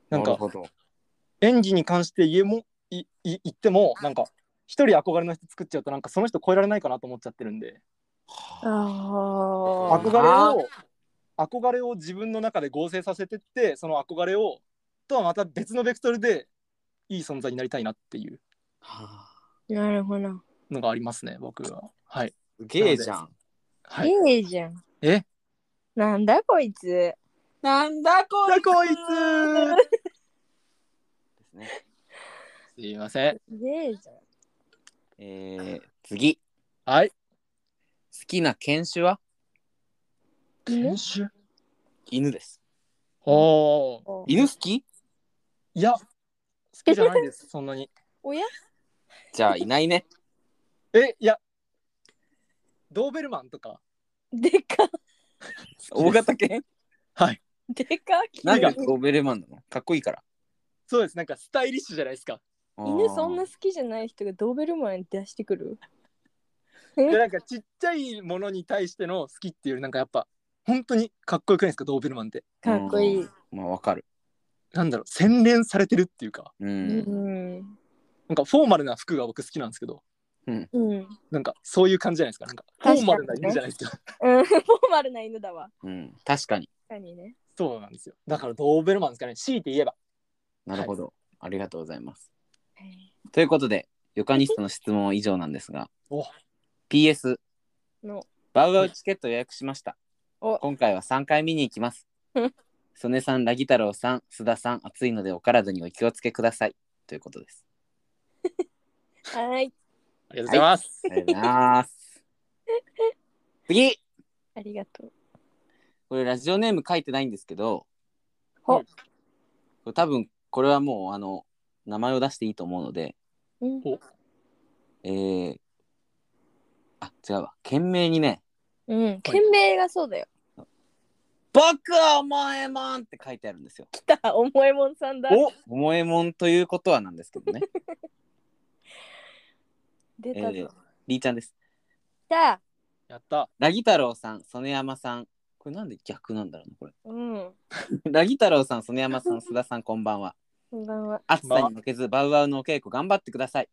Speaker 3: なん
Speaker 1: なる
Speaker 3: か
Speaker 1: ほど。
Speaker 3: 演技に関して言えもいい言ってもなんか一人憧れの人作っちゃうとなんかその人超えられないかなと思っちゃってるんで
Speaker 2: ああ
Speaker 3: 憧れを憧れを自分の中で合成させてってその憧れをとはまた別のベクトルでいい存在になりたいなっていう
Speaker 1: はあ
Speaker 2: なるほど
Speaker 3: のがありますね僕ははい
Speaker 1: すげえじゃん。
Speaker 3: はい
Speaker 2: いいじゃん
Speaker 3: え
Speaker 2: なんだこいつ
Speaker 1: なんだこ
Speaker 3: だこいつ
Speaker 1: ですね。
Speaker 3: すいません
Speaker 2: すげえじゃん
Speaker 1: えー、次。
Speaker 3: はい
Speaker 1: 好きな犬種は
Speaker 2: 犬
Speaker 3: 種
Speaker 1: 犬です。
Speaker 3: おー
Speaker 2: お
Speaker 1: 犬好き
Speaker 3: いや、好きじゃないです、そんなに。
Speaker 2: おや
Speaker 1: じゃあいないね。
Speaker 3: え、いや、ドーベルマンとか、
Speaker 2: でか
Speaker 1: 大型 犬
Speaker 2: でか
Speaker 1: なんでドーベルマンなのかっこいいから。
Speaker 3: そうです、なんかスタイリッシュじゃないですか。
Speaker 2: 犬そんな
Speaker 1: あー
Speaker 2: 好きじゃない人がドーベルマン出してくる
Speaker 3: で、なんかちっちゃいものに対しての好きっていうより、なんかやっぱ、本当にかっこよくないですか、ドーベルマンって。
Speaker 2: かっこいい。
Speaker 1: まあわかる。
Speaker 3: なんだろう、洗練されてるっていうか、
Speaker 1: う。
Speaker 2: うんん
Speaker 3: なんかフォーマルな服が僕好きなんですけど、
Speaker 2: うん
Speaker 3: なんかそういう感じじゃないですか、なんかフ
Speaker 2: 確かに
Speaker 3: ォーマルな犬じゃないですか。
Speaker 2: うんフォーマルな犬だわ
Speaker 1: うん。確かに。
Speaker 2: 確かにね
Speaker 3: そうなんですよ。だからドーベルマンですかね、強いて言えば。
Speaker 1: なるほど。ありがとうございます。ということで、ヨカニストの質問は以上なんですが
Speaker 3: お、
Speaker 1: PS、
Speaker 2: の
Speaker 1: バウバウチケット予約しました。
Speaker 2: お
Speaker 1: 今回は3回見に行きます
Speaker 2: うん。
Speaker 1: 曽根さん、ラギ太郎さん、須田さん、暑いのでお体にお気をつけください。ということです。
Speaker 2: はい
Speaker 3: ありがとうございます。
Speaker 1: ありがとうござい ます。次
Speaker 2: ありがとう
Speaker 1: これラジオネーム書いてないんですけど、
Speaker 2: ほ
Speaker 1: これ多分これはもうあの名前を出していいと思うので、
Speaker 2: うん
Speaker 1: えー、あ違うわ懸命にね
Speaker 2: うん懸命がそうだよ
Speaker 1: 「僕は思えもん!」って書いてあるんですよ。
Speaker 2: 来たおもえもんさんだ
Speaker 3: お
Speaker 1: 思えもんということはなんですけど ね。
Speaker 2: 出たぞ、
Speaker 1: えーりーちゃんです。
Speaker 2: 来た
Speaker 3: やった。
Speaker 1: ラギ太郎さん、曽根山さん。これなんで逆なんだろうな、こ
Speaker 2: うん
Speaker 1: れ。 ラギ太郎さん、曽根山さん、須田さん、こんばんは。
Speaker 2: こんばんは
Speaker 1: 暑さに負けず、バウアウのお稽古頑張ってください。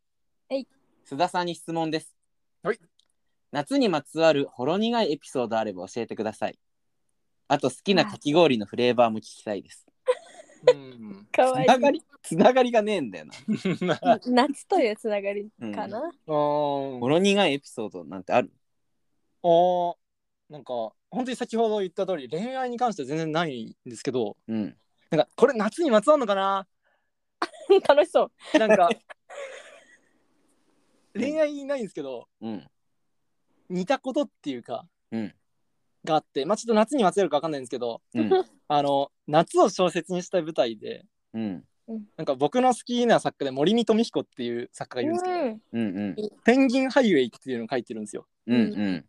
Speaker 2: はい。
Speaker 1: 須田さんに質問です。
Speaker 3: はい。
Speaker 1: 夏にまつわるほろ苦いエピソードあれば教えてください。あと好きなかき氷のフレーバーも聞きたいです。
Speaker 3: うん。
Speaker 2: か
Speaker 1: つ
Speaker 2: わい
Speaker 1: ながり、つながりがねえんだよな。
Speaker 2: い夏というつながりかな、
Speaker 3: あー
Speaker 1: ほろ苦いエピソードなんてある。
Speaker 3: ああ、なんか本当に先ほど言った通り恋愛に関しては全然ないんですけど
Speaker 1: うん。
Speaker 3: なんかこれ夏にまつわるのかな
Speaker 2: 楽しそう
Speaker 3: なんか恋愛ないんですけど
Speaker 1: うん。
Speaker 3: 似たことっていうか、
Speaker 1: うん
Speaker 3: があってまあちょっと夏にまつわるかわかんないんですけど
Speaker 1: うん。
Speaker 3: あの夏を小説にした舞台で
Speaker 1: うん。
Speaker 3: なんか僕の好きな作家で森見富彦っていう作家がいるんですけど、
Speaker 2: うん
Speaker 1: うん。うん。
Speaker 3: ペンギンハイウェイっていうのを書いてるんですよ
Speaker 1: うん。うん。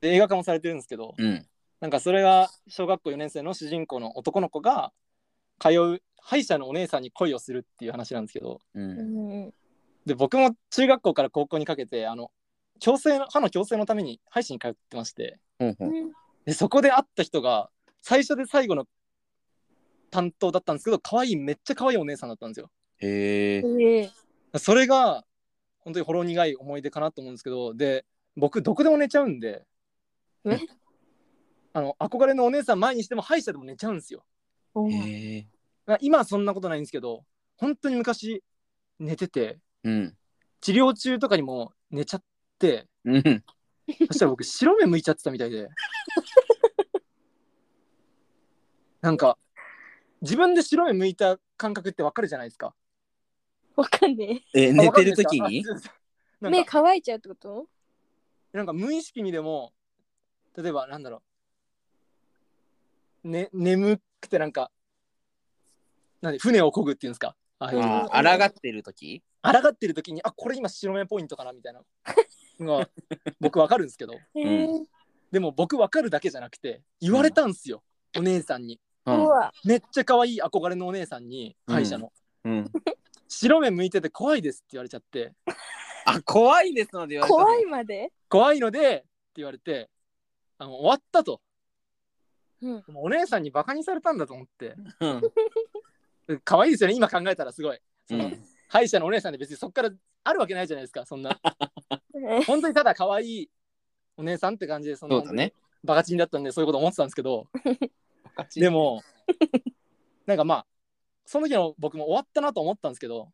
Speaker 3: で映画化もされてるんですけど、
Speaker 1: うん。
Speaker 3: なんかそれが小学校4年生の主人公の男の子が通う歯医者のお姉さんに恋をするっていう話なんですけど
Speaker 1: うん。
Speaker 2: う
Speaker 1: うん。
Speaker 2: ん
Speaker 3: で僕も中学校から高校にかけてあの矯正の歯の矯正のために歯医者に通ってまして
Speaker 1: ほうほ
Speaker 2: う
Speaker 1: うん
Speaker 3: でそこで会った人が最初で最後の担当だったんですけど可愛いめっちゃ可愛いお姉さんだったんですよ。
Speaker 1: へえ。
Speaker 2: ええ
Speaker 3: それが本当にほろ苦い思い出かなと思うんですけどで僕どこでも寝ちゃうんで
Speaker 2: え
Speaker 3: あの憧れのお姉さん前にしても歯医者でも寝ちゃうんですよ。
Speaker 2: お前
Speaker 1: へえ。
Speaker 3: まあ今はそんなことないんですけど本当に昔寝てて
Speaker 1: うん。
Speaker 3: 治療中とかにも寝ちゃって
Speaker 1: うん。
Speaker 3: そしたら僕白目向いちゃってたみたいで なんか自分で白目向いた感覚ってわかるじゃないですか。
Speaker 2: わかんね
Speaker 1: え
Speaker 3: あ
Speaker 1: 寝
Speaker 3: わか
Speaker 1: て
Speaker 3: んない
Speaker 1: る
Speaker 3: ですか
Speaker 1: 時に
Speaker 3: あそうです
Speaker 2: え。
Speaker 3: なんか
Speaker 2: 目乾いちゃうってこと
Speaker 3: なんか無意識にでも例えばなんだろう、ね、眠くてなんかなんで船を漕ぐっていうんですかああいう
Speaker 1: ああ抗ってる時
Speaker 3: 抗ってる時にあこれ今白目ポイントかなみたいな のが僕わかるんですけど
Speaker 2: へ
Speaker 1: う
Speaker 2: え。
Speaker 3: でも僕わかるだけじゃなくて言われたんすよ、お姉さんに
Speaker 2: う
Speaker 1: うん
Speaker 2: わ。
Speaker 3: めっちゃ可愛い憧れのお姉さんに会社の、
Speaker 1: うん
Speaker 3: 白目向いてて怖いですって言われちゃって
Speaker 1: あ怖いですので言われた
Speaker 2: 怖いまで
Speaker 3: 怖いのでって言われてあの終わったと
Speaker 2: うん。
Speaker 3: もうお姉さんにバカにされたんだと思って
Speaker 1: うん
Speaker 3: 可愛いですよね今考えたらすごいその、
Speaker 1: うん
Speaker 3: 歯医者のお姉さんで別にそっからあるわけないじゃないですかそんな
Speaker 2: え
Speaker 3: 本当にただ可愛いお姉さんって感じでその
Speaker 1: そうだね
Speaker 3: バカチンだったんでそういうこと思ってたんですけどで
Speaker 1: でも
Speaker 3: も なんかまあその時の僕も終わったなと思ったんですけど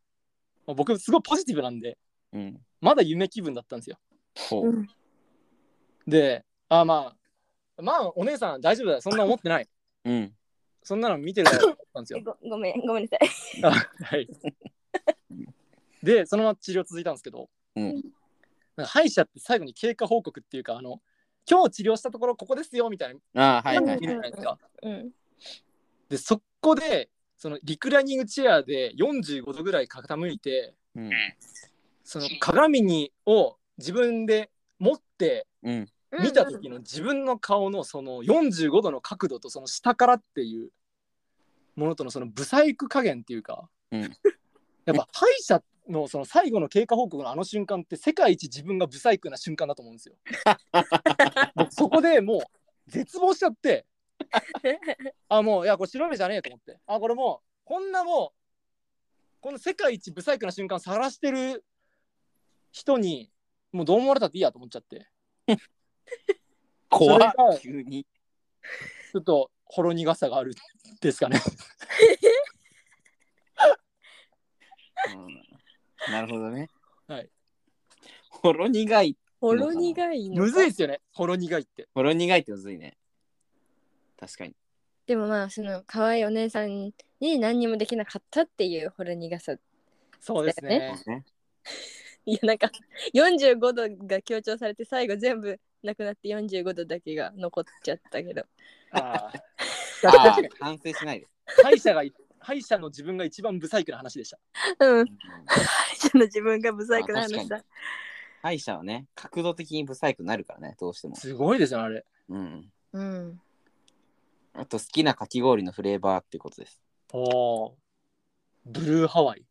Speaker 3: まあ僕すごいポジティブなんで
Speaker 1: うん
Speaker 3: まだ夢気分だったんですよ
Speaker 1: そううん
Speaker 3: であまあまあお姉さん大丈夫だよそんな思ってない
Speaker 1: うん
Speaker 3: そんなの見てるだろうと思ったん ですよ
Speaker 2: えごごめん、ごめんなさい。
Speaker 3: あはいでそのまま治療続いたんですけど
Speaker 1: うん
Speaker 3: なんか歯医者って最後に経過報告っていうかあの今日治療したところここですよみたいな
Speaker 1: あーはいはい
Speaker 3: 見るじゃないですか。
Speaker 2: うん。
Speaker 3: でそこでそのリクライニングチェアで45度ぐらい傾いて
Speaker 1: うん
Speaker 3: その鏡にを自分で持って
Speaker 1: うん
Speaker 3: 見た 時の自分の顔のその45度の角度とその下からっていうものとのそのブサイク加減っていうか、
Speaker 1: うん
Speaker 3: やっぱ歯医者のその最後の経過報告のあの瞬間って世界一自分がブサイクな瞬間だと思うんですよ。僕そこでもう絶望しちゃってあもういやこれ白目じゃねえと思ってあこれもうこんなもうこの世界一ブサイクな瞬間さらしてる人にもうどう思われたっていいやと思っちゃって
Speaker 1: 怖っ
Speaker 3: それが
Speaker 1: 急に
Speaker 3: ちょっとほろ苦さがあるで すかね。
Speaker 1: うんなるほどね
Speaker 3: はい
Speaker 1: ほろ苦い
Speaker 2: ほろ苦いのか。
Speaker 3: むずいですよね、ほろ苦いって。
Speaker 1: ほろ苦いってむずいね確かに
Speaker 2: でもまあ、その、可愛いお姉さんに何にもできなかったっていうほろ苦さ。
Speaker 3: そうですね。
Speaker 1: ね
Speaker 2: いや、なんか、45度が強調されて、最後全部なくなって45度だけが残っちゃったけど。
Speaker 3: あー
Speaker 1: あー反省しないで
Speaker 3: 歯医者が歯医者の自分が一番ブサイクな話でした。
Speaker 2: うん。
Speaker 1: す
Speaker 2: 歯医者の自分が不細工な
Speaker 1: あ
Speaker 2: 話
Speaker 1: 確か
Speaker 2: だ
Speaker 1: に。歯医者はね角度的に不細工になるからねどうしても
Speaker 3: すごいですよね、あれ。
Speaker 1: うん
Speaker 2: うん。
Speaker 1: あと好きなかき氷のフレーバーっていうことです
Speaker 3: おお。ブルーハワイ。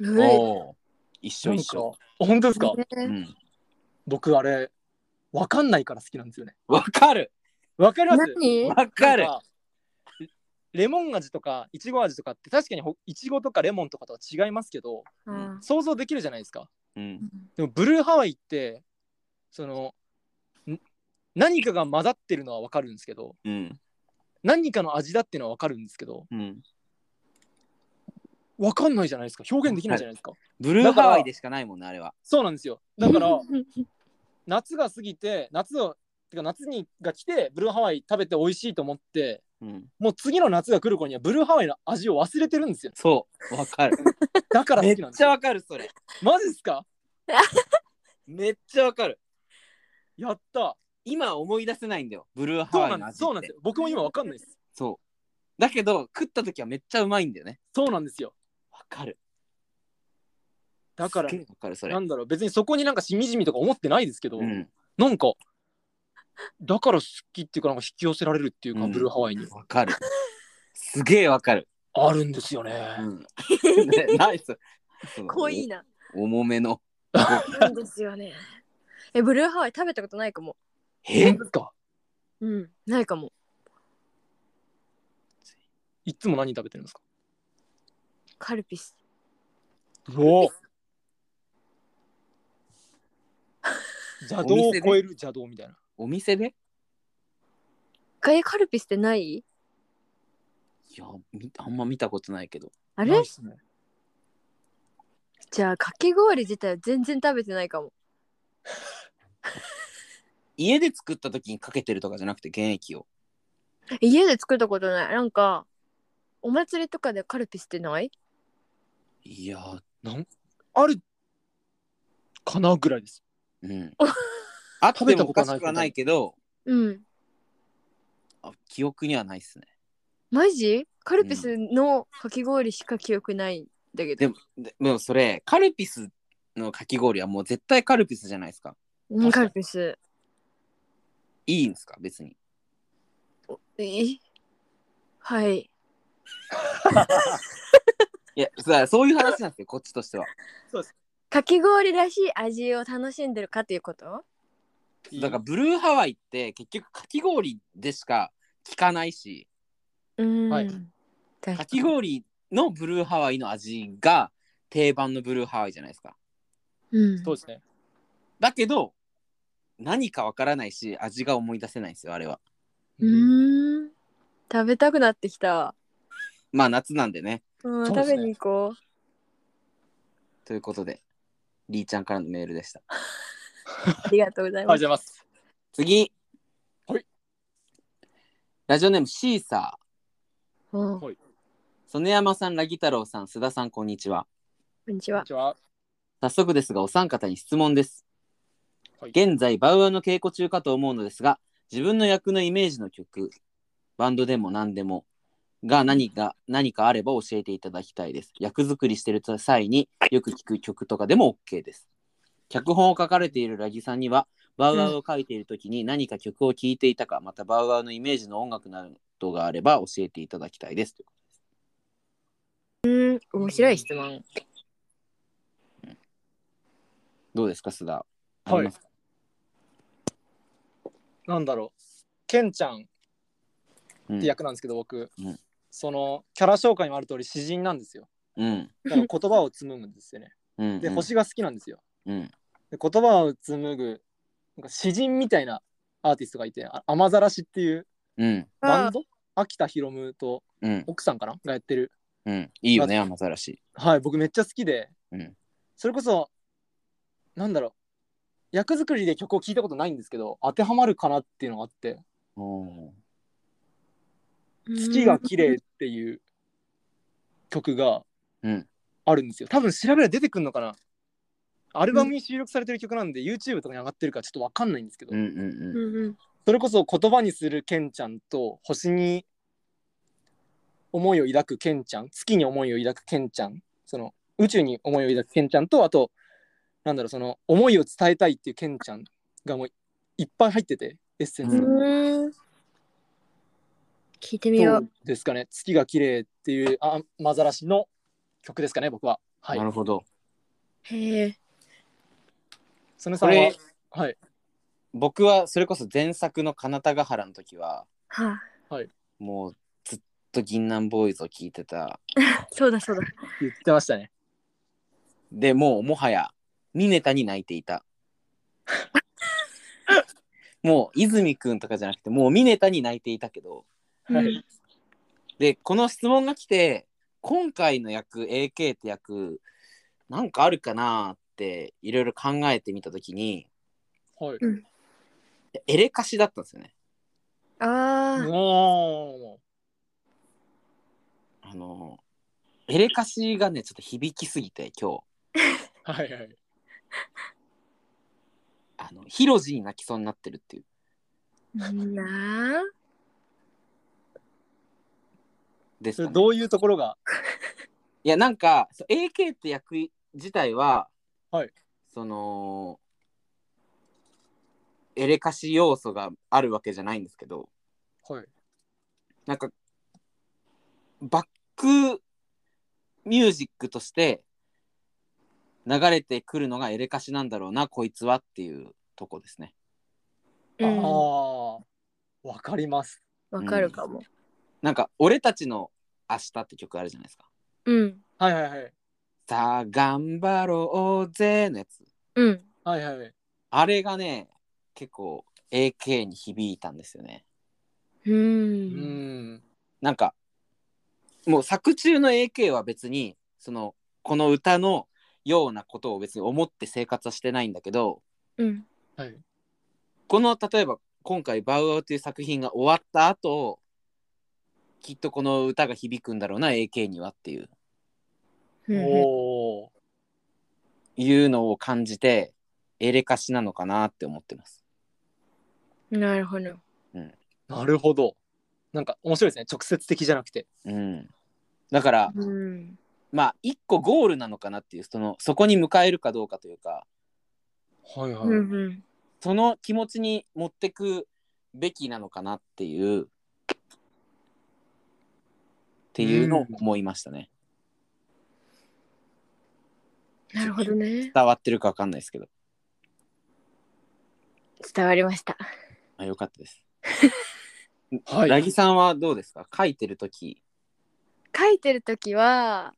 Speaker 2: うえ
Speaker 1: おお一緒一緒
Speaker 3: なんか本当ですか、
Speaker 1: う
Speaker 2: ね
Speaker 1: ん
Speaker 3: 僕あれ、わかんないから好きなんですよね。
Speaker 1: わかる
Speaker 3: わかります
Speaker 2: 何
Speaker 1: わかる
Speaker 3: なんレモン味とかいちご味とかって確かにほいちごとかレモンとかとは違いますけど
Speaker 2: うん
Speaker 3: 想像できるじゃないですか
Speaker 1: うん
Speaker 3: でもブルーハワイってそのん何かが混ざってるのは分かるんですけど
Speaker 1: うん
Speaker 3: 何かの味だっていうのは分かるんですけど
Speaker 1: うん
Speaker 3: 分かんないじゃないですか表現できないじゃないですか、
Speaker 1: ブルー
Speaker 3: だから
Speaker 1: ハワイでしかないもんねあれは
Speaker 3: そうなんですよだから
Speaker 2: うん
Speaker 3: 夏が過ぎて夏をてか夏にが来てブルーハワイ食べて美味しいと思って
Speaker 1: うん
Speaker 3: もう次の夏が来る子にはブルーハワイの味を忘れてるんですよ
Speaker 1: そうわかる
Speaker 3: だから
Speaker 1: め
Speaker 3: 好
Speaker 1: っ
Speaker 3: きなんです
Speaker 1: ちゃ
Speaker 3: よ
Speaker 1: わかるそれ
Speaker 3: マジっすか
Speaker 1: めっちゃわかる
Speaker 3: やった
Speaker 1: 今思い出せないんだよブルーハ
Speaker 3: そう
Speaker 1: ワ
Speaker 3: な
Speaker 1: イの
Speaker 3: んで
Speaker 1: 味っ
Speaker 3: す
Speaker 1: て
Speaker 3: そうなんですよ僕も今分かんないです
Speaker 1: そうだけど食った時はめっちゃうまいんだよね
Speaker 3: そうなんですよ
Speaker 1: わかる
Speaker 3: だから
Speaker 1: すっげえわかるそれ
Speaker 3: なんだろう別にそこになんかしみじみとか思ってないですけど、
Speaker 1: うん
Speaker 3: なんかだから好きっていうかなんか引き寄せられるっていうか、
Speaker 1: うん
Speaker 3: ブルーハワイに
Speaker 1: わかるすげえわかる
Speaker 3: あるんですよね、
Speaker 1: うんねナイス。そう
Speaker 2: 濃いな。
Speaker 1: 重めの。
Speaker 2: なんですよね。え、ブルーハワイ食べたことないかも。
Speaker 1: え
Speaker 3: 本当ですか
Speaker 2: うん。ないかも。
Speaker 3: いつも何食べてるんですか
Speaker 2: カルピス。
Speaker 3: お邪道
Speaker 1: お
Speaker 3: を
Speaker 1: 店で
Speaker 3: 超える邪道みたいな
Speaker 1: お店で
Speaker 2: え、カルピスってない
Speaker 1: いやみあんま見たことないけど。
Speaker 2: あ
Speaker 3: ない
Speaker 2: れ
Speaker 3: っすね
Speaker 2: じゃあ、かき氷自体は全然食べてないかも。
Speaker 1: 家で作った時にかけてるとかじゃなくて原液を。
Speaker 2: 家で作ったことない。なんか、お祭りとかでカルピスってない
Speaker 3: いやーなんあるかなぐらいです
Speaker 1: うん。あっ
Speaker 3: 食
Speaker 1: て
Speaker 3: べた
Speaker 1: も
Speaker 3: こ
Speaker 1: おか
Speaker 3: とはない
Speaker 1: しくはないけど、
Speaker 2: うん。
Speaker 1: あ記憶にはないっすね。
Speaker 2: マジカルピスのかき氷しか記憶ないんだけど。
Speaker 1: でも、ででもそれ、カルピスのかき氷はもう絶対カルピスじゃないですか。
Speaker 2: うんカルピス。
Speaker 1: いいんですか、別に。
Speaker 2: えはい。
Speaker 1: いや、さそういう話なんですよ、 こっちとしては。
Speaker 2: かき氷らしい味を楽しんでるかということ
Speaker 1: だから、ブルーハワイって結局かき氷でしか聞かないし、
Speaker 2: うん。
Speaker 3: はい
Speaker 2: 確
Speaker 1: か
Speaker 2: か
Speaker 1: き
Speaker 2: に。
Speaker 1: 氷のブルーハワイの味が定番のブルーハワイじゃないですか。
Speaker 2: うん
Speaker 3: そうですね
Speaker 1: だけど、何かわからないし、味が思い出せないんですよ、あれは。
Speaker 2: うーん。食べたくなってきた。
Speaker 1: まあ、夏なんでね。
Speaker 2: うん、
Speaker 3: そうで
Speaker 2: 食
Speaker 3: すね
Speaker 2: べに行こ
Speaker 1: ということで、りーちゃんからのメールでした。
Speaker 2: う。ありがとうござい
Speaker 3: ありがとう
Speaker 2: ま
Speaker 3: ご
Speaker 2: す。
Speaker 3: ざいます
Speaker 1: 次
Speaker 3: はい
Speaker 1: ラジオネームシーサー
Speaker 2: うん
Speaker 3: はい
Speaker 1: 曽根山さんラギ太郎さん須田さんこんにちは
Speaker 2: こんにち
Speaker 3: こん
Speaker 2: は
Speaker 3: に。ちは
Speaker 1: 早速ですがお三方に質問です
Speaker 3: はい
Speaker 1: 現在バウアーの稽古中かと思うのですが自分の役のイメージの曲バンドでも何でもが何が何かあれば教えていただきたいです役作りしてる際によく聞く曲とかでも OK です脚本を書かれているラギさんにはバウアーを書いている時に何か曲を聴いていたか、またバウアーのイメージの音楽などがあれば教えていただきたいです
Speaker 2: うん、面白い質問。
Speaker 1: どうですか須田
Speaker 3: はい
Speaker 1: ありますか
Speaker 3: なんだろうケンちゃんっ
Speaker 1: うん
Speaker 3: て役なんですけど、僕、
Speaker 1: うん
Speaker 3: そのキャラ紹介にもある通り詩人なんですよ
Speaker 1: うん
Speaker 3: だから言葉を紡むんですよね
Speaker 1: うん
Speaker 3: で
Speaker 1: うん
Speaker 3: 星が好きなんですよ
Speaker 1: うん
Speaker 3: で言葉を紡ぐなんか詩人みたいなアーティストがいてあ雨ざらしっていう
Speaker 1: うん
Speaker 3: バンド秋田ひろむと
Speaker 1: うん
Speaker 3: 奥さんかながやってる
Speaker 1: うんいいよね雨ざらし
Speaker 3: はい僕めっちゃ好きで、
Speaker 1: うん
Speaker 3: それこそなんだろう役作りで曲を聴いたことないんですけど当てはまるかなっていうのがあって
Speaker 1: おー
Speaker 3: 「月が綺麗っていう曲が
Speaker 1: うん
Speaker 3: あるんですよ多分調べれば出てくるのかなアルバムに収録されてる曲なんで、YouTube とかに上がってるからちょっとわかんないんですけど、
Speaker 1: うんうん
Speaker 2: う
Speaker 1: うん
Speaker 2: んうん。
Speaker 3: それこそ言葉にするケンちゃんと星に思いを抱くケンちゃん月に思いを抱くケンちゃんその宇宙に思いを抱くケンちゃんとあとなんだろうその思いを伝えたいっていうケンちゃんがもういっぱい入っててエッセンスが、
Speaker 2: うん。聞いてみよ
Speaker 3: どうですかね月が綺麗っていうあまざらしの曲ですかね僕ははい
Speaker 1: なるほど
Speaker 2: う。へえ。
Speaker 3: そのさ
Speaker 1: こ
Speaker 3: んは
Speaker 1: れ
Speaker 3: はい
Speaker 1: 僕はそれこそ前作の金田ヶ原の時は
Speaker 2: はあ。
Speaker 1: もうずっと銀杏ボーイズを聴いてた
Speaker 2: そうだそうだ。
Speaker 3: 言ってましたね
Speaker 1: でもうもはやミネタに泣いてい たもう泉くんとかじゃなくてもうミネタに泣いていたけど
Speaker 3: はい、
Speaker 2: うん
Speaker 1: でこの質問が来て今回の役 AK って役なんかあるかなっていろいろ考えてみた時に
Speaker 3: はい
Speaker 2: うん
Speaker 1: エレカシだったんですよね
Speaker 2: ああ。
Speaker 3: お
Speaker 1: あのエレカシがねちょっと響きすぎて今日
Speaker 3: ーはいはい
Speaker 1: あのヒロジに泣きそうになってるっていう
Speaker 2: なあ。
Speaker 1: です
Speaker 3: そ
Speaker 1: か
Speaker 3: れ
Speaker 1: ね
Speaker 3: どういうところが
Speaker 1: いやなんかそう AK って役自体は、
Speaker 3: はい
Speaker 1: そのエレカシ要素があるわけじゃないんですけど
Speaker 3: はい
Speaker 1: なんかバックミュージックとして流れてくるのがエレカシなんだろうなこいつはっていうとこですね。
Speaker 3: あ
Speaker 2: うん
Speaker 3: あ、わかります。
Speaker 2: わかるかも。
Speaker 1: なんか俺たちの明日って曲あるじゃないですか。
Speaker 2: うん。
Speaker 3: はいはいはい。
Speaker 1: さあ頑張ろうぜのやつ。
Speaker 2: うん。
Speaker 3: はいはいはい。
Speaker 1: あれがね、結構 AK に響いたんですよね。
Speaker 2: う。
Speaker 3: うんん。
Speaker 1: なんか、もう作中の AK は別に、その、この歌のようなことを別に思って生活はしてないんだけど、
Speaker 2: うん。
Speaker 3: はい。
Speaker 1: この、例えば今回バウアウという作品が終わった後、きっとこの歌が響くんだろうな AK にはっていう
Speaker 2: うん
Speaker 3: おお
Speaker 1: いうのを感じてエレカシなのかなって思ってます。
Speaker 2: なるほど。
Speaker 3: なるほどなんか面白いですね直接的じゃなくて
Speaker 1: うん、だから
Speaker 2: うん。
Speaker 1: まあ一個ゴールなのかなっていうそのそこに向かえるかどうかというか
Speaker 3: はいは
Speaker 2: うんうん。
Speaker 1: その気持ちに持ってくべきなのかなっていうっていうのを思いましたね。
Speaker 2: なるほどね。
Speaker 1: 伝わってるかわかんないですけど、
Speaker 2: 伝わりました。
Speaker 1: あ、よかったです。
Speaker 3: は
Speaker 1: ラギさんはどうですか書いてる時
Speaker 2: 書いてる時は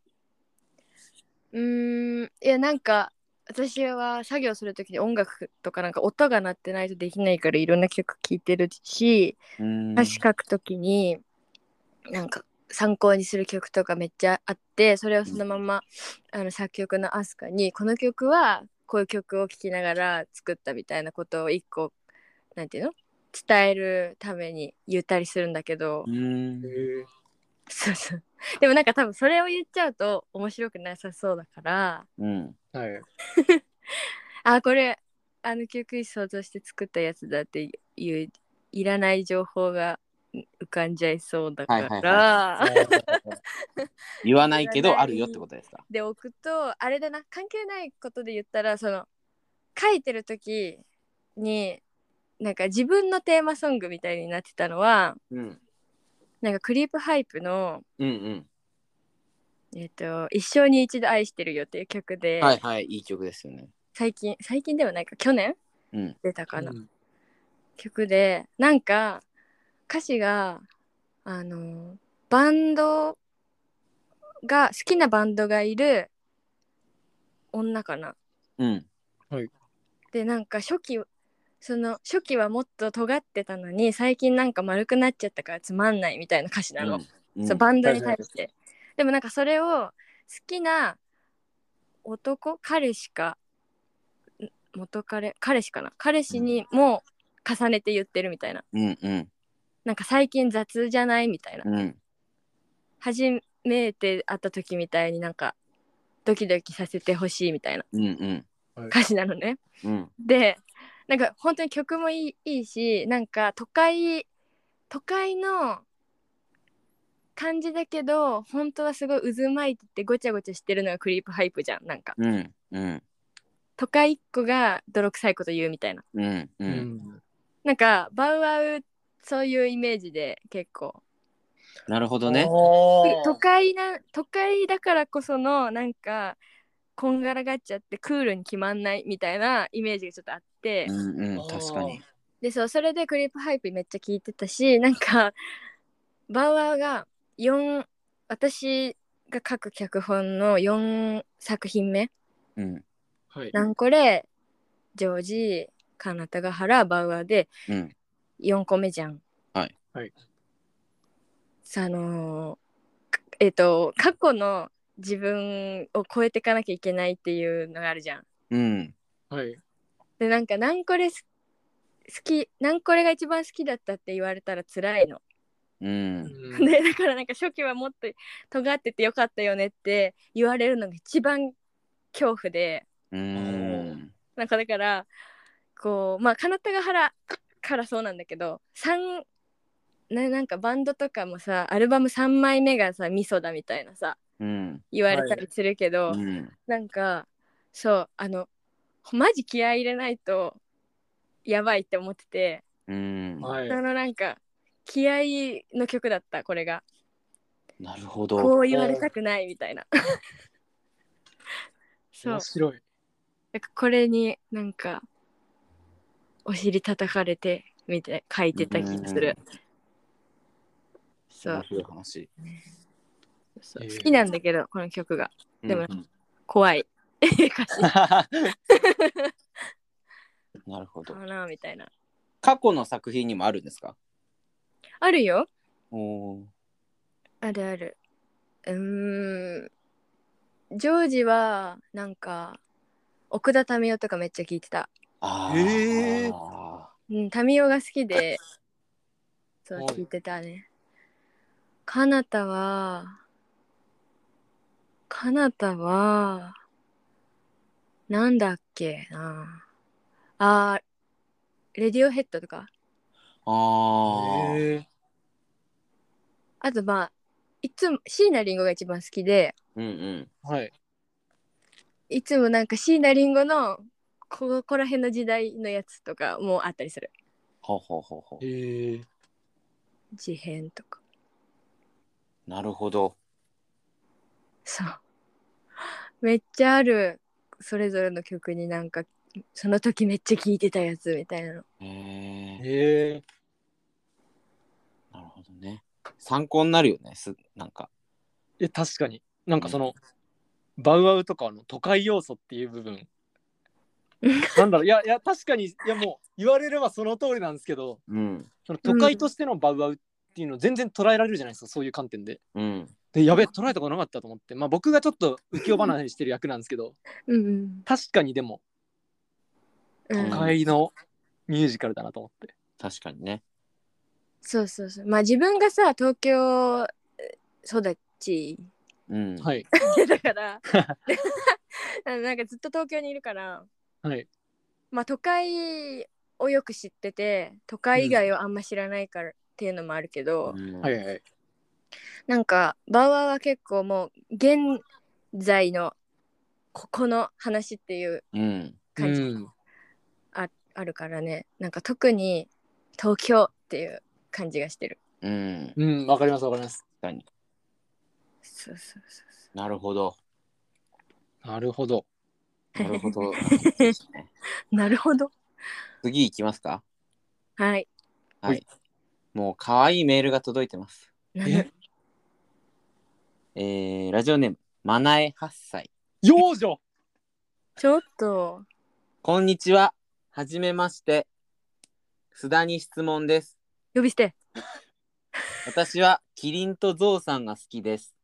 Speaker 2: うーんいやなんか私は作業する時に音楽とかなんか音が鳴ってないとできないからいろんな曲聴いてるし
Speaker 1: うん
Speaker 2: 歌詞書く時になんか参考にする曲とかめっちゃあってそれをそのままあの作曲のアスカにこの曲はこういう曲を聴きながら作ったみたいなことを一個なんていうの伝えるために言ったりするんだけど、
Speaker 1: うん
Speaker 3: へー
Speaker 2: そうそう。でもなんか多分それを言っちゃうと面白くなさそうだから、
Speaker 1: うん
Speaker 3: はい
Speaker 2: あ、これ、あの救急医想像して作ったやつだっていう、いらない情報が浮かんじゃいそうだから、
Speaker 1: はいは言わないけ
Speaker 2: 言
Speaker 1: ど
Speaker 2: わない
Speaker 1: あるよってことですか
Speaker 2: で置くと、あれだな、関係ないことで言ったら、その、書いてる時に、なんか自分のテーマソングみたいになってたのは、
Speaker 1: うん
Speaker 2: なんかクリープハイプの、
Speaker 1: うん
Speaker 2: えっ、と、一生に一度愛してるよっていう曲
Speaker 1: う
Speaker 2: で、
Speaker 1: んはいはいいい曲ですよね
Speaker 2: 最近最近ではないか去年
Speaker 1: うん
Speaker 2: 出たかな、
Speaker 3: うん
Speaker 2: 曲でなんか歌詞があのバンドが好きなバンドがいる女かな
Speaker 1: うん
Speaker 2: でなんか初期その初期はもっと尖ってたのに最近なんか丸くなっちゃったからつまんないみたいな歌詞なの、
Speaker 1: うん
Speaker 2: そうバンドに対して、でもなんかそれを好きな男彼しかん元彼彼氏かな彼氏にも重ねて言ってるみたいな、
Speaker 1: うんうん
Speaker 2: なんか最近雑じゃないみたいな、
Speaker 1: うん
Speaker 2: 初めて会った時みたいになんかドキドキさせてほしいみたいな
Speaker 1: うんうん
Speaker 2: 歌詞なのね
Speaker 1: うん
Speaker 2: でなんか本当に曲もいいいいしなんか都会都会の感じだけど本当はすごい渦巻いててごちゃごちゃしてるのがクリープハイプじゃんなんか
Speaker 1: うんうん
Speaker 2: 都会一個が泥臭いこと言うみたいな
Speaker 1: うんう
Speaker 3: うんん
Speaker 2: なんかバウアウそういうイメージで結構
Speaker 1: なるほどね
Speaker 3: おー
Speaker 2: 都会な都会だからこそのなんかこんがらがっちゃってクールに決まんないみたいなイメージがちょっとあって、
Speaker 1: うんうん確かに
Speaker 2: でそうそれでクリープハイプめっちゃ聞いてたし なんかバウアーが4私が書く脚本の4作品目
Speaker 1: うん
Speaker 3: はい
Speaker 2: ランコレジョージカナタガハラバウアーで
Speaker 1: うん
Speaker 2: 4個目じゃん。
Speaker 1: はい
Speaker 3: はい
Speaker 2: さあのーかえっ、と過去の自分を超えていかなきゃいけないっていうのがあるじゃん。
Speaker 1: うん
Speaker 3: はい
Speaker 2: でなんか何これす好き何これが一番好きだったって言われたら辛いの。
Speaker 1: うん
Speaker 3: うん
Speaker 2: でだからなんか初期はもっと尖っててよかったよねって言われるのが一番恐怖で
Speaker 1: うん
Speaker 2: なんかだからこうまあ金田ヶ原からそうなんだけど3ななんかバンドとかもさアルバム3枚目がさミソだみたいなさ
Speaker 1: うん
Speaker 2: 言われたりするけど、
Speaker 1: うん
Speaker 2: なんかそうあのマジ気合い入れないとやばいって思ってて、
Speaker 1: うん
Speaker 3: はい
Speaker 2: そのなんか気合いの曲だったこれが。
Speaker 1: なるほ
Speaker 2: こ
Speaker 1: ど
Speaker 2: う言われたくないみた いな。そう
Speaker 3: 面。白い
Speaker 2: なんかこれになんかお尻叩かれてみたいな書いてた気がする。そう
Speaker 1: 面白い話
Speaker 2: そう
Speaker 3: えー
Speaker 2: 好きなんだけどこの曲がでも
Speaker 1: うんうん
Speaker 2: 怖い歌詞
Speaker 1: なるほど
Speaker 2: かなみたいな。
Speaker 1: 過去の作品にもあるんですか
Speaker 2: あるよ。
Speaker 1: おー
Speaker 2: あるある。うーん。ジョージはなんか奥田民生とかめっちゃ聞いてた。
Speaker 1: あ
Speaker 3: へー
Speaker 1: あ
Speaker 2: うん、民生が好きでそう
Speaker 3: はい
Speaker 2: 聞いてたね。かなたは、かなたは、なんだっけな。あー、レディオヘッドとか。
Speaker 1: あー
Speaker 3: へー
Speaker 2: あとまあ、いつも椎名林檎が一番好きで、
Speaker 1: うんうん
Speaker 3: はい。
Speaker 2: いつもなんか椎名林檎のここら辺の時代のやつとかもあったりする。
Speaker 1: ほうほうほうほ
Speaker 3: へー
Speaker 2: 事変とか。
Speaker 1: うなるほど
Speaker 2: そう。めっちゃある、それぞれの曲になんか、その時めっちゃ聴いてたやつみたいなの。
Speaker 1: へえ
Speaker 3: へえ。
Speaker 1: なるほどね参考になるよねすなんか
Speaker 3: え、確かに。なんかその、バウアウとかの都会要素っていう部分。なんだろういやいや確かにいやもう言われればその通りなんですけど
Speaker 1: うん
Speaker 3: その都会としてのバウアウっていうのを全然捉えられるじゃないですかそういう観点で。
Speaker 1: うん
Speaker 3: でやべえ捉えたことなかったと思ってまあ僕がちょっと浮世離れしてる役なんですけど
Speaker 2: うんうん。
Speaker 3: 確かにでも
Speaker 2: う
Speaker 3: 都
Speaker 2: ん
Speaker 3: 会のミュージカルだなと思って。
Speaker 1: 確かにね
Speaker 2: そうそうそうまあ自分がさ東京え育ち
Speaker 1: うん、い、
Speaker 3: はい
Speaker 2: だから なんかずっと東京にいるから
Speaker 3: はい
Speaker 2: まあ都会をよく知ってて都会以外をあんま知らないからっていうのもあるけど、
Speaker 1: うん
Speaker 3: はいはいはい。
Speaker 2: なんかバウアーは結構もう現在のここの話っていう
Speaker 1: うん
Speaker 2: 感じが
Speaker 3: うん
Speaker 2: あ,、あるからねなんか特に東京っていう感じがしてる
Speaker 1: うん
Speaker 3: うん、わかりますわかります。
Speaker 1: 確かに
Speaker 2: そうそうそうそ
Speaker 1: なるほど
Speaker 3: なるほど。
Speaker 1: なるほど
Speaker 2: うなるほど
Speaker 1: 次行きますか
Speaker 2: はい
Speaker 1: は
Speaker 3: はいい
Speaker 1: もう可愛いメールが届いてます
Speaker 2: なんだ
Speaker 3: え、
Speaker 1: えー、ラジオネームまなえ8歳
Speaker 3: 幼女
Speaker 2: ちょっと
Speaker 1: こんにちははじめまして須田に質問です
Speaker 2: 呼び捨て
Speaker 1: 私はキリンとゾウさんが好きです。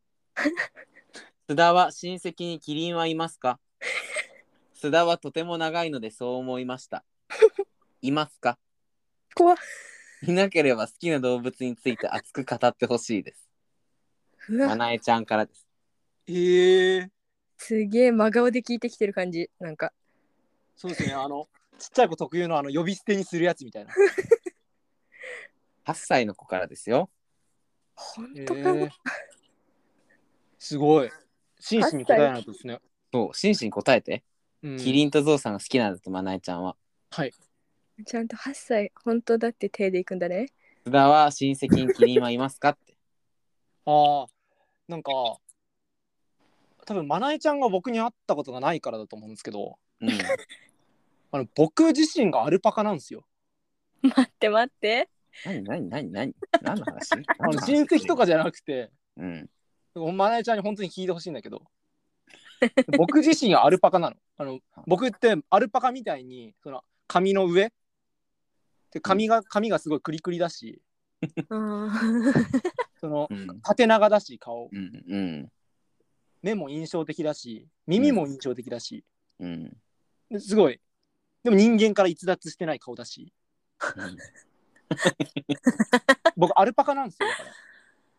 Speaker 1: 須田は親戚にキリンはいますか須田はとても長いのでそう思いました。いますか
Speaker 2: 怖っ
Speaker 1: いなければ好きな動物について熱く語ってほしいです。
Speaker 2: う
Speaker 1: ま
Speaker 2: わ
Speaker 1: なえちゃんからです。
Speaker 3: ええ
Speaker 2: すげえ真顔で聞いてきてる感じなんか
Speaker 3: そうですね。あの、ちっちゃい子特有のあの呼び捨てにするやつみたいな。
Speaker 1: 8歳の子からですよ。
Speaker 2: 本
Speaker 3: え
Speaker 2: 当かな、
Speaker 3: ーすごい。真摯に答えないとですね。
Speaker 1: そう、真摯に答えて。
Speaker 3: うん、
Speaker 1: キリンとゾウさんが好きなんだって、まなえちゃんは。
Speaker 3: はい。
Speaker 2: ちゃんと8歳本当だって手でいくんだね
Speaker 1: 須田は親戚にキリンはいますかって。
Speaker 3: ああ、なんか、多分まなえちゃんが僕に会ったことがないからだと思うんですけど、
Speaker 1: うん。
Speaker 3: あの僕自身がアルパカなんですよ。
Speaker 2: 待って待って
Speaker 1: 何何何何何の話
Speaker 3: あの親戚と。かじゃなくて、
Speaker 1: うん。
Speaker 3: まなえちゃんに本当に聞いてほしいんだけ ど、僕自身がアルパカなの。あの僕ってアルパカみたいにその髪の上で髪が髪がすごいクリクリだし、
Speaker 2: うん
Speaker 3: その
Speaker 1: うん。
Speaker 3: 縦長だし顔
Speaker 1: うん。うん。
Speaker 3: 目も印象的だし耳も印象的だし、
Speaker 1: うん。
Speaker 3: ですごいでも人間から逸脱してない顔だし僕アルパカなんですよだから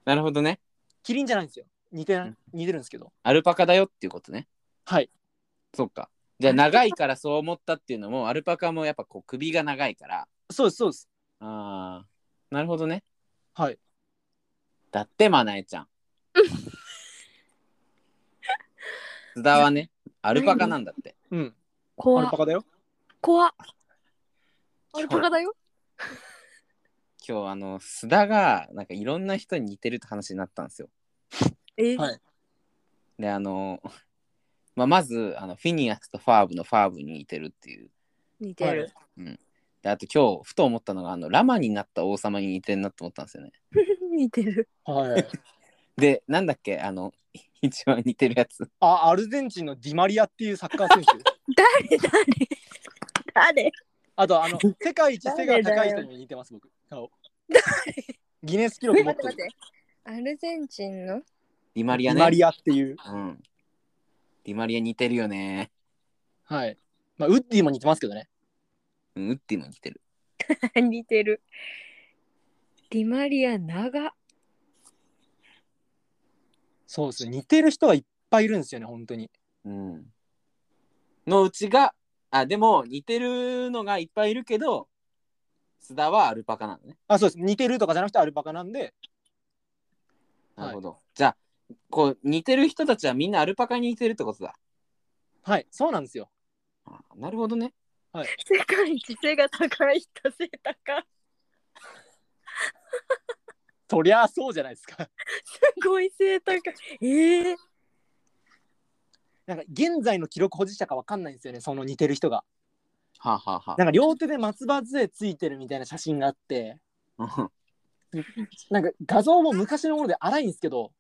Speaker 1: なるほどね。
Speaker 3: キリンじゃないんですよ似て
Speaker 1: う
Speaker 3: なん似てるんですけど
Speaker 1: アルパカだよっていうことね。
Speaker 3: はい
Speaker 1: そうか。じゃあ長いからそう思ったっていうのもアルパカもやっぱこう首が長いから。
Speaker 3: そうですそうです
Speaker 1: あーなるほどね。
Speaker 3: はい
Speaker 1: だってまなえ ちゃん。津田はね、アルパカなんだって。
Speaker 3: うん ア
Speaker 2: 怖
Speaker 3: ル
Speaker 2: っ
Speaker 3: パカだよ
Speaker 2: 怖っアルパカだよ
Speaker 1: 今日あの須田がなんかいろんな人に似てるって話になったんですよ。
Speaker 2: えー
Speaker 3: はい
Speaker 1: であの、まあ、まずあのフィニアスとファーブのファーブに似てるっていう
Speaker 2: 似てる、
Speaker 1: であと今日ふと思ったのがあのラマになった王様に似てんなと思ったんですよね。
Speaker 2: 似てる
Speaker 3: はい
Speaker 1: でなんだっけあの 一番似てるやつ
Speaker 3: あアルゼンチンのディマリアっていうサッカー選手
Speaker 2: 誰誰誰
Speaker 3: あとあの世界一背が高い人にも似てます僕顔ギネス記録持っ
Speaker 2: 待って待
Speaker 3: て
Speaker 2: っ
Speaker 3: る
Speaker 2: てアルゼンチンの
Speaker 1: ディマリア
Speaker 3: ディ
Speaker 1: ね。
Speaker 3: マリアっていう
Speaker 1: うん、ディマリア似てるよね。
Speaker 3: はいまあウッディも似てますけどね
Speaker 1: うん、ウッディも似てる。
Speaker 2: 似てるディマリア長
Speaker 3: そうですね似てる人はいっぱいいるんですよね本当に
Speaker 1: うん、のうちがあでも似てるのがいっぱいいるけど須田はアルパカなのね。
Speaker 3: あそうです似てるとかじゃなくてアルパカなんで
Speaker 1: なるほど。じゃあこう似てる人たちはみんなアルパカに似てるってことだ。
Speaker 3: はいそうなんですよ
Speaker 1: あなるほどね。
Speaker 2: 世界一背が高い人背高
Speaker 3: そりゃあそうじゃないですか
Speaker 2: すごい背高いええ
Speaker 3: なんか現在の記録保持者かわかんないんですよねその似てる人が
Speaker 1: はあ、はあ
Speaker 3: なんか両手で松葉杖ついてるみたいな写真があって
Speaker 1: は あ、
Speaker 3: なんか画像も昔のもので荒いんですけど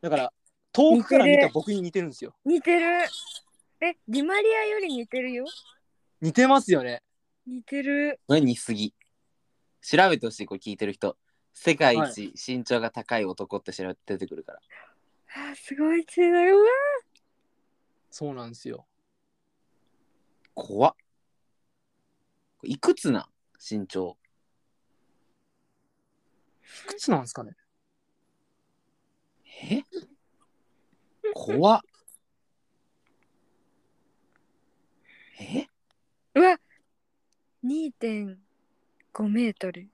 Speaker 3: だから遠くから見た僕に似てるんですよ
Speaker 2: 似てるえディマリアより似てるよ
Speaker 3: 似てますよね
Speaker 2: 似てる
Speaker 1: それ似すぎ。調べてほしいこれ聞いてる人。世界
Speaker 3: は
Speaker 1: 一身長が高い男って調べて出てくるから。
Speaker 2: あすごい背高いうわ
Speaker 3: そうなんですよ
Speaker 1: 怖っ。いくつなん身長。
Speaker 3: いくつなんですかね
Speaker 1: え怖っ。え
Speaker 2: うわ2.5メートル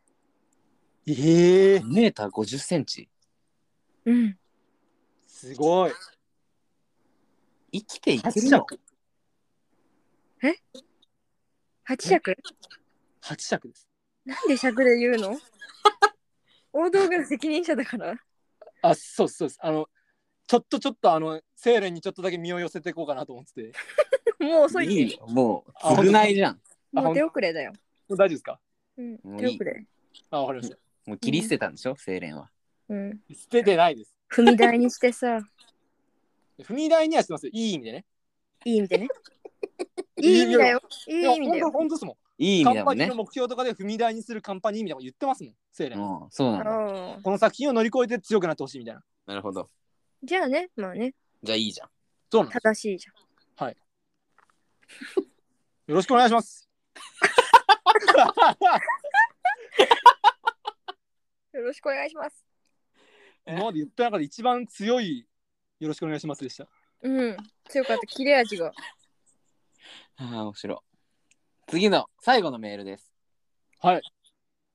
Speaker 3: ええ
Speaker 1: 2メーター50センチ
Speaker 2: うん
Speaker 3: すごい
Speaker 1: 生きていけ
Speaker 3: 八
Speaker 1: るの
Speaker 3: 尺
Speaker 2: 8尺
Speaker 3: 八尺です
Speaker 2: なんで尺で言うの大道具の責任者だ から
Speaker 3: あそうですそうですあのちょっとちょっとあのセーレンにちょっとだけ身を寄せていこうかなと思ってて
Speaker 2: もう遅い
Speaker 1: いいよもう
Speaker 3: あ
Speaker 1: 償いじゃん
Speaker 3: 当
Speaker 2: もう手遅れだよ、
Speaker 3: 大丈夫ですか
Speaker 2: うん、
Speaker 1: もう
Speaker 2: 手
Speaker 1: いい
Speaker 2: 遅れ
Speaker 3: あわかりました
Speaker 1: もう切り捨てたんでしょ清廉は
Speaker 2: うん
Speaker 3: 捨ててないです
Speaker 2: 踏み台にしてさ
Speaker 3: 踏み台にはしてますよいい意味でね
Speaker 2: いい意味でね。 いい意味だよ。いい
Speaker 3: い
Speaker 2: 意味だ
Speaker 3: や
Speaker 2: よ。
Speaker 3: 本当本当ですもん
Speaker 1: いい意
Speaker 3: カ
Speaker 1: 味だも
Speaker 3: ンパ
Speaker 1: ん
Speaker 3: ニー
Speaker 1: ね
Speaker 3: の目標とかで踏み台にするカンパニーみたいなこと言ってますもんセーレン
Speaker 1: うんそうなんだ
Speaker 2: うん
Speaker 3: この作品を乗り越えて強くなってほしいみたいな
Speaker 1: なるほど
Speaker 2: じゃあね、まあね、
Speaker 1: じゃあいいじゃん
Speaker 3: そうなんです
Speaker 2: 正しいじ
Speaker 3: よろしくお願いします。
Speaker 2: ゃん。よろしくお願いします。
Speaker 3: 今まで言った中で一番強いよろしくお願いしますでした。
Speaker 2: うん、強かった。切れ味が。
Speaker 1: ああ面白い次の最後のメールです
Speaker 3: はい。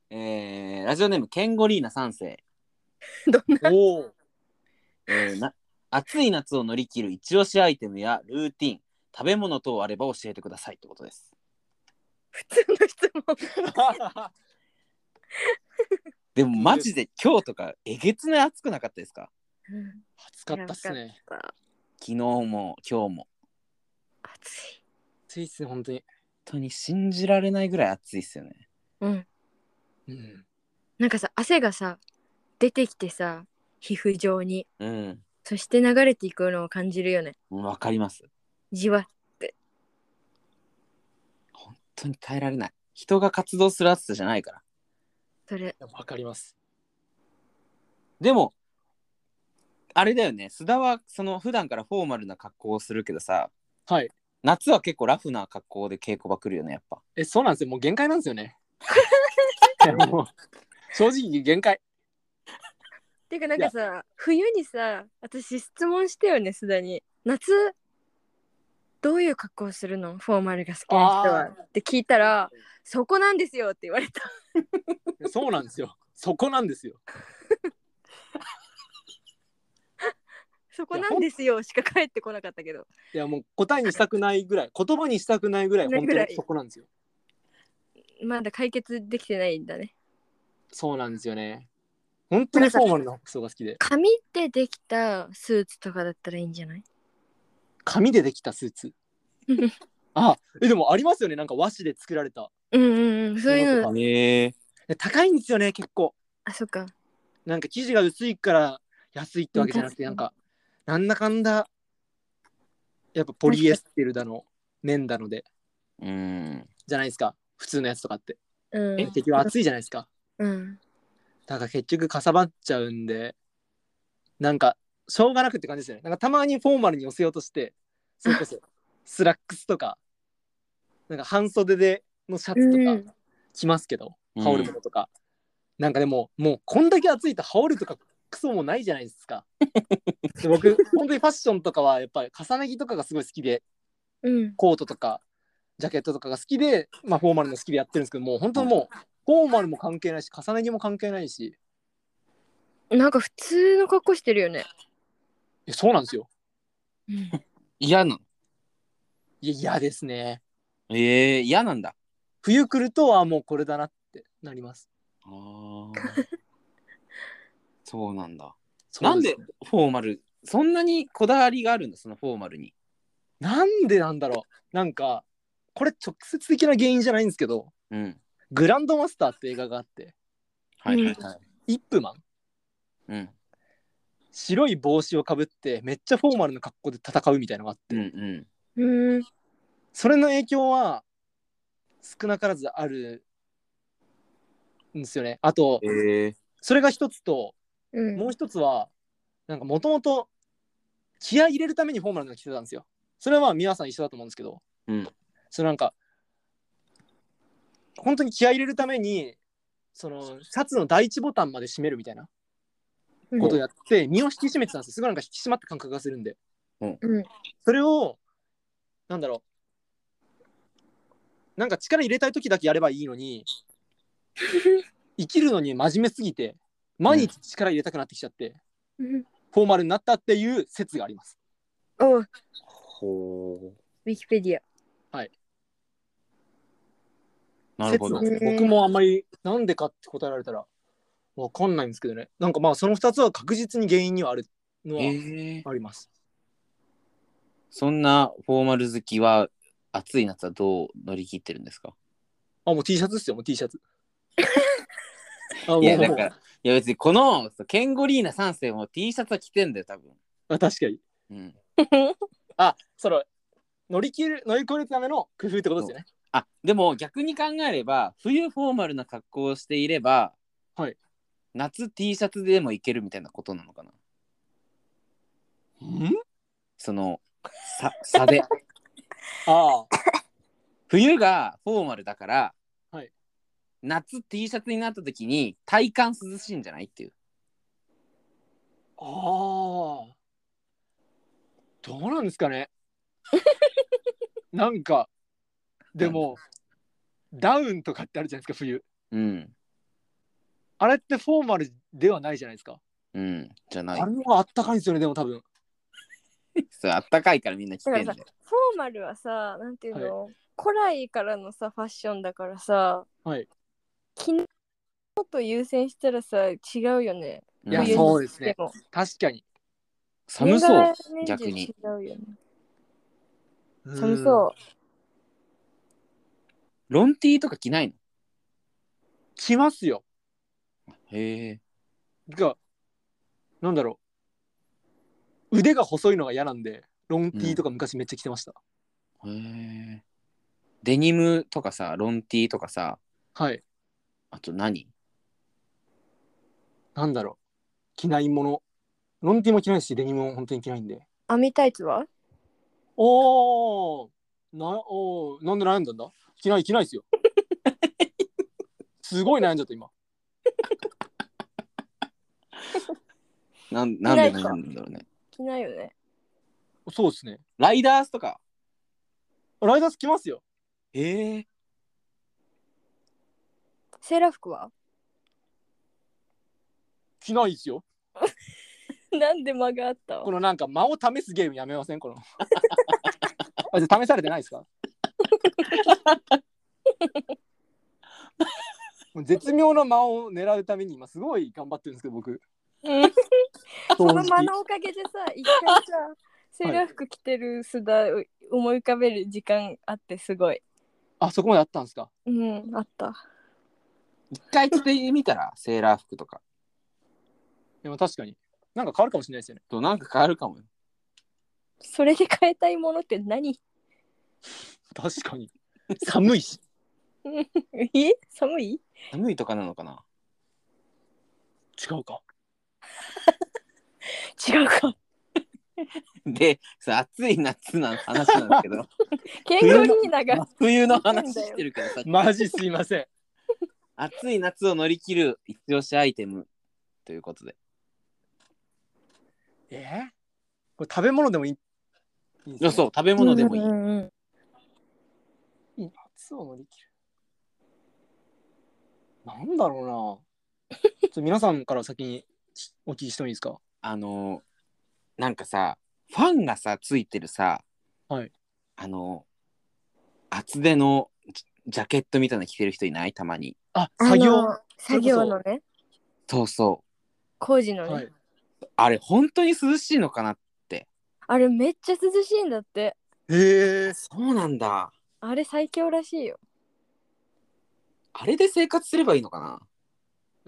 Speaker 1: えー、ラジオネームケンゴリーナ3世、
Speaker 2: どんな。
Speaker 3: おお。
Speaker 1: えー、な暑い夏を乗り切る一押しアイテムやルーティン食べ物等あれば教えてくださいってことです
Speaker 2: 普通の質問。
Speaker 1: でもマジで今日とかえげつない暑くなかったですか
Speaker 2: うん
Speaker 3: 暑かったっすね。
Speaker 1: 昨日も今日も
Speaker 2: 熱い。
Speaker 3: 暑いっすね、本当に。
Speaker 1: 本当に信じられないぐらい暑いっすよね
Speaker 2: うん。
Speaker 3: うん。
Speaker 2: なんかさ、汗がさ、出てきてさ、皮膚上に、
Speaker 1: うん
Speaker 2: そして流れていくのを感じるよね。
Speaker 1: わかります。
Speaker 2: じわ。
Speaker 1: 本当に耐えられない。人が活動する暑さじゃないから。
Speaker 2: それ。
Speaker 3: わかります。
Speaker 1: でも、あれだよね、須田はその普段からフォーマルな格好をするけどさ、
Speaker 3: はい。
Speaker 1: 夏は結構ラフな格好で稽古場来るよね、やっぱ。
Speaker 3: え、そうなんですよ。もう限界なんですよね。 いやもう正直限界。
Speaker 2: てか、なんかさ、冬にさ、私質問したよね、すでに。夏。どういう格好をするのフォーマルが好きな人はって聞いたら「そこなんですよ」って言われた
Speaker 3: そうなんですよ。そこなんですよ。
Speaker 2: そこなんですよしか帰ってこなかったけど。
Speaker 3: いやもう答えにしたくないぐらい、言葉にしたくないぐらい、
Speaker 2: ない
Speaker 3: 本
Speaker 2: ぐ
Speaker 3: 当
Speaker 2: らい
Speaker 3: にそこなんですよ。
Speaker 2: まだ解決できてないんだね。
Speaker 3: そうなんですよね。本当にフォーマルな服装が好きで。
Speaker 2: 紙でできたスーツとかだったらいいんじゃない
Speaker 3: 紙でできたス ーツ
Speaker 2: うん。
Speaker 3: あえでもありますよねなんか和紙で作られた
Speaker 2: うんうんうん。そういうの。
Speaker 1: へえ。
Speaker 3: で高いんですよね結構
Speaker 2: あ、そっか。
Speaker 3: なんか生地が薄いから安いってわけじゃなくて
Speaker 2: う
Speaker 3: なんんかなんだかんだやっぱポリエステルだの綿だので
Speaker 1: うん。
Speaker 3: じゃないですか普通のやつとかって
Speaker 2: うん。
Speaker 3: 結局暑いじゃないですか
Speaker 2: うん。
Speaker 3: だから結局かさばっちゃうんでなんかしょうがなくって感じですよねなんかたまにフォーマルに寄せようとしてそれ こそスラックスとかなんか半袖でのシャツとか、
Speaker 2: うん
Speaker 3: 着ますけど
Speaker 1: うん
Speaker 3: 羽織るものとか、なんかでももうこんだけ暑いと羽織るとかクソもないじゃないですか。で僕、本当にファッションとかはやっぱり重ね着とかがすごい好きで、
Speaker 2: うん
Speaker 3: コートとかジャケットとかが好きで、まあ、フォーマルも好きでやってるんですけどもう本当にもうフォーマルも関係ないし重ね着も関係ないし
Speaker 2: なんか普通の格好してるよね。
Speaker 3: えそうなんですよ
Speaker 2: うん
Speaker 1: 嫌なの
Speaker 3: いや嫌ですね
Speaker 1: ええ嫌なんだ。
Speaker 3: 冬来るとはもうこれだなってなります
Speaker 1: あー そうなんだ。
Speaker 3: そう
Speaker 1: なんでフォーマル、そんなにこだわりがあるんだ、そのフォーマルに。
Speaker 3: なんでなんだろうなんかこれ直接的な原因じゃないんですけど
Speaker 1: うん。
Speaker 3: 「グランドマスター」って映画があって
Speaker 1: はいはいはい。
Speaker 3: イップマン
Speaker 1: うん。
Speaker 3: 白い帽子をかぶってめっちゃフォーマルな格好で戦うみたいなのがあって、
Speaker 1: うんうん。
Speaker 2: うん
Speaker 3: それの影響は少なからずあるんですよねあと、
Speaker 1: ええ
Speaker 3: それが一つと、
Speaker 2: うん
Speaker 3: もう一つは、なんかもともと気合い入れるためにフォーマルなの着てたんですよ。それはまあ皆さん一緒だと思うんですけど、
Speaker 1: うん
Speaker 3: そのなんか、本当に気合い入れるために、そのシャツの第一ボタンまで締めるみたいなことをやって、身を引き締めてたんですよ。すごいなんか引き締まった感覚がするんで。
Speaker 2: うん
Speaker 3: それを、なんだろう、なんか力入れたい時だけやればいいのに、生きるのに真面目すぎて、毎日力入れたくなってきちゃって。
Speaker 2: うん
Speaker 3: フォーマルになったっていう説があります。
Speaker 2: おう
Speaker 1: ほ
Speaker 2: ウィキペディア。
Speaker 1: う。なるほど。
Speaker 3: 説
Speaker 2: へー
Speaker 3: 僕もあんまりなんでかって答えられたらわかんないんですけどね。なんかまあその2つは確実に原因にはあるの
Speaker 1: え
Speaker 3: は
Speaker 1: え
Speaker 3: あります。
Speaker 1: そんなフォーマル好きは暑い夏はどう乗り切ってるんですか
Speaker 3: あ、もう T シャツっすよ、もう T シ ャツ。あ、もう
Speaker 1: いや、なん
Speaker 3: もう
Speaker 1: か、いや別にこのケンゴリーナ3世も T シャツは着てんだよ、多分。
Speaker 3: あ確かに。
Speaker 1: うん。
Speaker 3: あ、その乗り切る、乗り越えるための工夫ってことですよね。
Speaker 1: あ、でも逆に考えれば、冬フォーマルな格好をしていれば、
Speaker 3: はい。
Speaker 1: 夏 T シャツでもいけるみたいなことなのかな
Speaker 3: うん
Speaker 1: その、さ、差で。
Speaker 3: ああ、
Speaker 1: 冬がフォーマルだから、
Speaker 3: はい
Speaker 1: 夏 T シャツになった時に体感涼しいんじゃないっていう。
Speaker 3: ああ。どうなんです かねなんか、でも、ダウンとかってあるじゃないですか、冬。
Speaker 1: うん。
Speaker 3: あれってフォーマルではないじゃないですか。
Speaker 1: うん。じゃない
Speaker 3: あ。れの方があったかいんですよね、でも多分。
Speaker 1: そうあったかいからみんな着てんだよ。
Speaker 2: フォーマルはさ、なんていうの、古来からのさ、ファッションだからさ、
Speaker 3: はい。
Speaker 2: 昨日と優先したらさ、違うよね。
Speaker 1: い
Speaker 3: いや、
Speaker 2: 冬に
Speaker 3: そうです
Speaker 2: で
Speaker 3: ね。
Speaker 2: も
Speaker 3: 確かに。。。
Speaker 1: 寒そう。
Speaker 2: 年がら年中
Speaker 1: 逆に
Speaker 2: 違うよね。寒そううん
Speaker 1: ロン T とか着ないの
Speaker 3: 来ますよ。
Speaker 1: へえ。
Speaker 3: が、なんだろう。腕が細いのが嫌なんで、ロン T とか昔めっちゃ着てました。
Speaker 1: へえ。デニムとかさ、ロン T とかさ、
Speaker 3: はい。
Speaker 1: あと何
Speaker 3: なんだろう。着ないもの。ロン T も着ないし、デニムも本当に着ないんで。
Speaker 2: 網タイツは
Speaker 3: おーなおーなんで悩んだんだ着ない着ないです よ。すごい悩んじゃった今。
Speaker 1: なんなんで
Speaker 2: 着ないか
Speaker 1: 悩んでんだろうね。
Speaker 2: 着ないよね。
Speaker 3: そうですね。
Speaker 1: ライダースとか。
Speaker 3: ライダース着ますよ。
Speaker 1: へえ。
Speaker 2: セーラー服は
Speaker 3: 着ないですよ。
Speaker 2: なんで間があった
Speaker 3: このなんか間を試すゲームやめませんこの。あじゃあ試されてないですかもう絶妙な間を狙うために今すごい頑張ってるんですけど僕。
Speaker 2: うん
Speaker 3: 正
Speaker 2: その間
Speaker 3: 直
Speaker 2: のおかげでさ、一回さ、セーラー服着てる須田を思い浮かべる時間あってすごい。
Speaker 3: あそこまであったんですか
Speaker 2: うん、あった。
Speaker 1: 一回着てみたら、セーラー服とか。
Speaker 3: でも確かに。なんか変わるかもしれないですよね。
Speaker 1: となんか変わるかもよ。
Speaker 2: それで変えたいものって何
Speaker 3: 確かに。寒いし。
Speaker 2: え寒い
Speaker 1: 寒いとかなのかな
Speaker 3: 違うか。
Speaker 2: 違うか。
Speaker 1: で、さ暑い夏の話なんですけど、
Speaker 2: ケンゴリーナが。
Speaker 1: 冬の話してる からさ、
Speaker 3: マジすいません。
Speaker 1: 暑い夏を乗り切る一押しアイテムということで。
Speaker 3: えこれ食べ物でもいいいいん
Speaker 1: いやそうう食べ物でもいい、
Speaker 2: うんうんうん
Speaker 3: いい夏を乗り切るなんだろうな ちょっと皆さんから先にしお聞きしてもいいですか
Speaker 1: あのなんかさファンがさついてるさ、
Speaker 3: はい、
Speaker 1: あの厚手のジジャケットみたいなの着てる人いないたまに
Speaker 3: あ
Speaker 2: あの
Speaker 3: 作業
Speaker 2: 作業のね
Speaker 1: そうそ
Speaker 2: 工事のね、
Speaker 3: はい、
Speaker 1: うあれ本当に涼しいのかな
Speaker 2: あれめっちゃ涼しいんだって
Speaker 3: ええ
Speaker 1: そうなんだ
Speaker 2: あれ最強らしいよ
Speaker 1: あれで生活すればいいのかな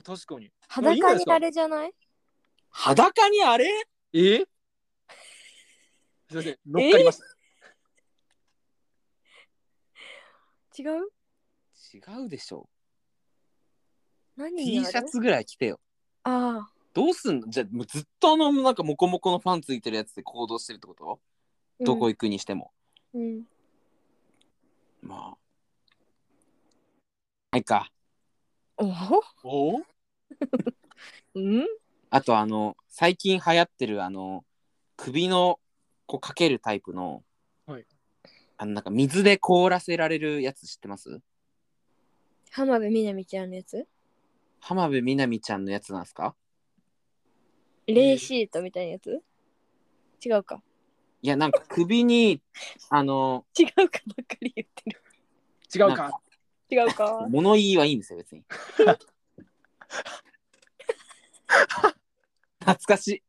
Speaker 3: 確かにいいんじゃな
Speaker 2: 裸
Speaker 3: いで
Speaker 2: に
Speaker 3: すか
Speaker 2: あれじゃない
Speaker 1: 裸にあれ
Speaker 3: えー、すいません乗っかりました、
Speaker 2: 違う
Speaker 1: 違うでしょ
Speaker 2: 何に
Speaker 1: T
Speaker 2: あ
Speaker 1: シ
Speaker 2: る
Speaker 1: ャツぐらい着てよ
Speaker 2: ああ
Speaker 1: どうすんのじゃあもうずっとあのなんかモコモコのファンついてるやつで行動してるってこと、どこ
Speaker 2: 行
Speaker 1: 行くにしても
Speaker 2: うん、うん
Speaker 1: まあないか
Speaker 2: おほ
Speaker 3: おお
Speaker 2: うん
Speaker 1: あとあの最近流行ってるあの首のこうかけるタイプの、
Speaker 3: はい
Speaker 1: あのなんか水で凍らせられるやつ知ってます
Speaker 2: 浜辺美波ちゃんのやつ
Speaker 1: 浜辺美波ちゃんのやつなんですか
Speaker 2: レーシートみたいなやつ違うか
Speaker 1: いやなんか首にあの
Speaker 2: 違うかばっかり言ってる
Speaker 3: 違う
Speaker 1: なん
Speaker 3: か
Speaker 2: 違うか
Speaker 1: 物言いはいいんですよ別 に懐かしい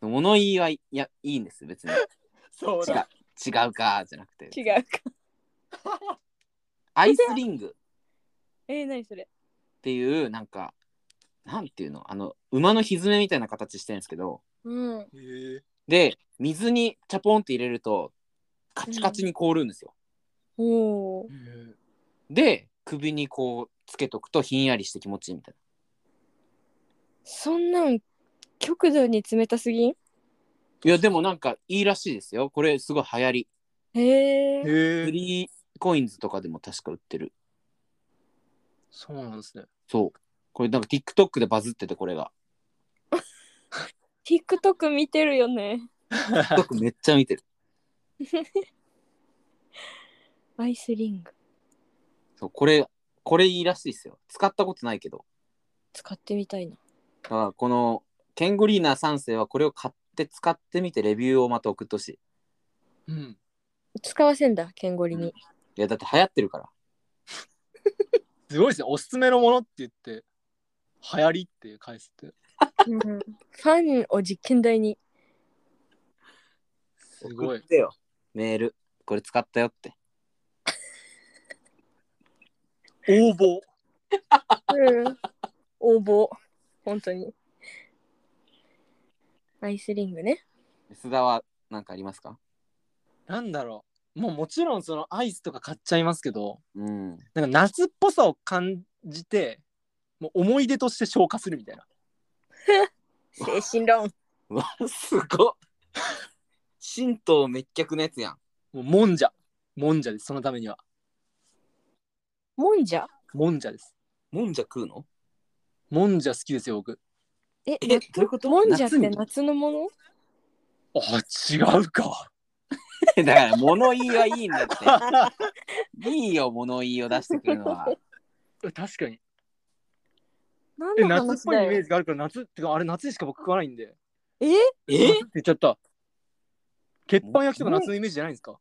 Speaker 1: 物言いはいいやいいんです別に
Speaker 3: そうだ
Speaker 1: 違うかじゃなくて
Speaker 2: 違うか
Speaker 1: アイスリング
Speaker 2: えー、何それ
Speaker 1: っていうなんかなんていうのあの馬のひづめみたいな形してるんですけど
Speaker 2: うん
Speaker 3: えー、
Speaker 1: で水にチャポンって入れるとカチカチに凍るんですよ、
Speaker 2: おお
Speaker 3: えー、
Speaker 1: で首にこうつけとくとひんやりして気持ちいいみたい
Speaker 2: そんなん極度に冷たすぎん
Speaker 1: ないやでもなんかいいらしいですよこれすごい流行り
Speaker 2: へえ
Speaker 1: フ
Speaker 3: えー、
Speaker 1: リーコインズとかでも確か売ってる
Speaker 3: そうなんですね
Speaker 1: そうこれなんか TikTok でバズっててこれが
Speaker 2: TikTok 見てるよね
Speaker 1: TikTok めっちゃ見てる
Speaker 2: アイスリング
Speaker 1: そうこれこれいいらしいですよ使ったことないけど
Speaker 2: 使ってみたいな
Speaker 1: だからこのケンゴリーナ3世はこれを買って使ってみてレビューをまた送ってほしい
Speaker 3: うん
Speaker 2: 使わせんだケンゴリに、
Speaker 1: いやだって流行ってるから
Speaker 3: すごいですねおすすめのものって言って流行りって返すって
Speaker 2: うん、ファンを実験台に
Speaker 3: すごい
Speaker 1: 送ってよメールこれ使ったよって
Speaker 3: 応募
Speaker 2: うん応募本当にアイスリングね
Speaker 1: 須田は何かありますか
Speaker 3: なんだろうもうもちろんそのアイスとか買っちゃいますけど
Speaker 1: うん
Speaker 3: なんか夏っぽさを感じてもう思い出として消化するみたいな
Speaker 2: 精神論
Speaker 1: うわすごっ神道滅却のやつやん
Speaker 3: もうもんじゃもんじゃですそのためには
Speaker 2: もんじゃ
Speaker 3: もんじゃです
Speaker 1: もんじゃ食うの
Speaker 3: もんじゃ好きですよ僕
Speaker 2: え
Speaker 1: えどういうこと
Speaker 2: もんじゃって
Speaker 1: 夏に
Speaker 2: 夏のもの
Speaker 3: あ違うか
Speaker 1: だから物言いはいいんだっていいよ物言いを出してくるのは
Speaker 3: 確かにえ
Speaker 2: 何の
Speaker 3: 夏っ
Speaker 2: 話
Speaker 3: ぽい
Speaker 2: だ
Speaker 3: イメー
Speaker 2: よ
Speaker 3: ジがあるから夏ってかあれ夏にしか僕食わないんで
Speaker 2: え
Speaker 1: え
Speaker 3: 夏って言っちゃった鉄板焼きとか夏のイメージじゃないんですか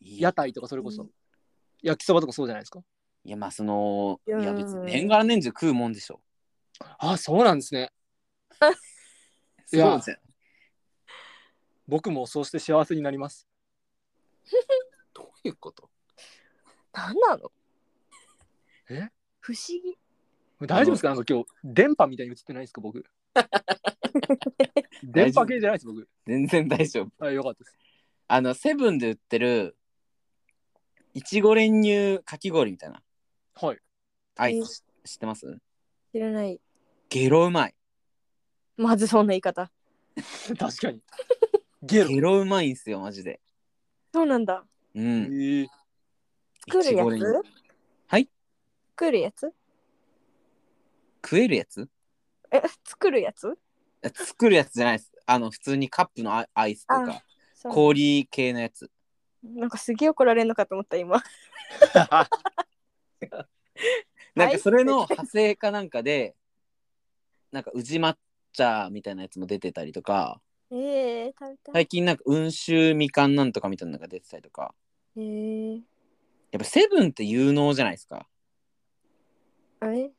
Speaker 1: い
Speaker 3: 屋
Speaker 1: や
Speaker 3: 台とかそれこ
Speaker 2: う
Speaker 3: そ
Speaker 2: ん
Speaker 3: 焼きそばとかそうじゃないですか
Speaker 1: いやまあそのいや
Speaker 2: うん
Speaker 1: 別に年がら年中食うもんでしょ
Speaker 3: あそうなんですねいや
Speaker 1: そうじゃん
Speaker 3: 僕もそうして幸せになります
Speaker 1: どういうこと
Speaker 2: 何なの
Speaker 3: え
Speaker 2: 不思議
Speaker 3: 大丈夫ですかなんか今日電波みたいに映ってないですか 僕電波系じゃないです僕
Speaker 1: 全然大丈夫
Speaker 3: あよかったです
Speaker 1: あのセブンで売ってるいちご練乳かき氷みたいな
Speaker 3: はい
Speaker 1: アイス知ってます
Speaker 2: 知らない
Speaker 1: ゲロうまい
Speaker 2: まずそんな言い方
Speaker 3: 確かに。ゲロ。
Speaker 1: ゲロうまいんすよマジで
Speaker 2: そうなんだ
Speaker 1: う
Speaker 3: え
Speaker 1: ん
Speaker 3: ー
Speaker 2: 作るや
Speaker 1: いちご練乳
Speaker 2: つ
Speaker 1: はい
Speaker 2: 作るやつ
Speaker 1: 食えるやつ
Speaker 2: え作るやつ
Speaker 1: あ作るやつじゃないですあの普通にカップのアアイスとか
Speaker 2: そう
Speaker 1: 氷系のやつ
Speaker 2: なんかすげえ怒られるのかと思った今
Speaker 1: なんかそれの派生かなんかでなんか宇治抹茶みたいなやつも出てたりとか
Speaker 2: ええ食べたい、
Speaker 1: 最近なんか温州みかんなんとかみたいなのが出てたりとか
Speaker 2: ええ
Speaker 1: やっぱセブンって有能じゃないですか
Speaker 2: あれ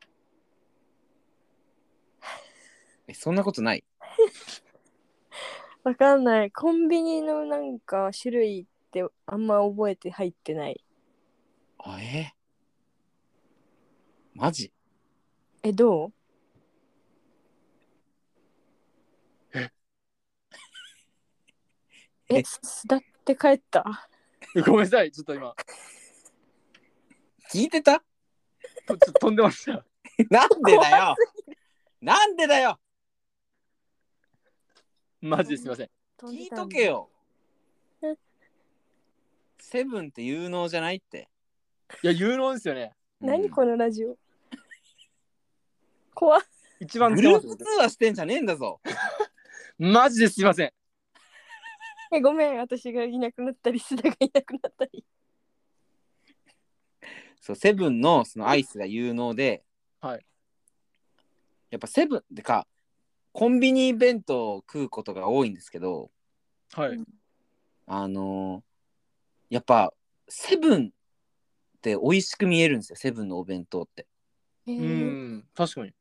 Speaker 1: えそんなことない
Speaker 2: わかんないコンビニのなんか種類ってあんま覚えて入ってない
Speaker 1: あえマジ
Speaker 2: えどうえ
Speaker 1: え
Speaker 2: すだって帰った
Speaker 3: ごめんなさい、ちょっと今、
Speaker 1: 聞いてた
Speaker 3: とちょっと飛んでました。
Speaker 1: なんでだよなんでだよ
Speaker 3: マジですいません。
Speaker 2: 聞
Speaker 1: 聞いとけよセブンって有能じゃないって
Speaker 3: いや、有能ですよね。
Speaker 2: 何こ
Speaker 1: れ、
Speaker 2: のラジオ 怖っ
Speaker 3: 一
Speaker 1: う
Speaker 3: 番
Speaker 1: ん
Speaker 3: つ
Speaker 1: グ
Speaker 3: け
Speaker 1: ル
Speaker 3: ま
Speaker 1: ー
Speaker 3: す
Speaker 1: プ
Speaker 3: よ。
Speaker 1: 通話してんじゃねえんだぞ
Speaker 3: マジですいません。
Speaker 2: えごめん私がいなくなったり須田がいなくなったり
Speaker 1: そうセブンのそのアイスが有能で、
Speaker 3: はい、
Speaker 1: やっぱセブンってかコンビニ弁当を食うことが多いんですけど
Speaker 3: はい。
Speaker 1: あのーやっぱセブンって美味しく見えるんですよセブンのお弁当って
Speaker 2: え
Speaker 3: う
Speaker 2: ー、
Speaker 3: ん、確かに。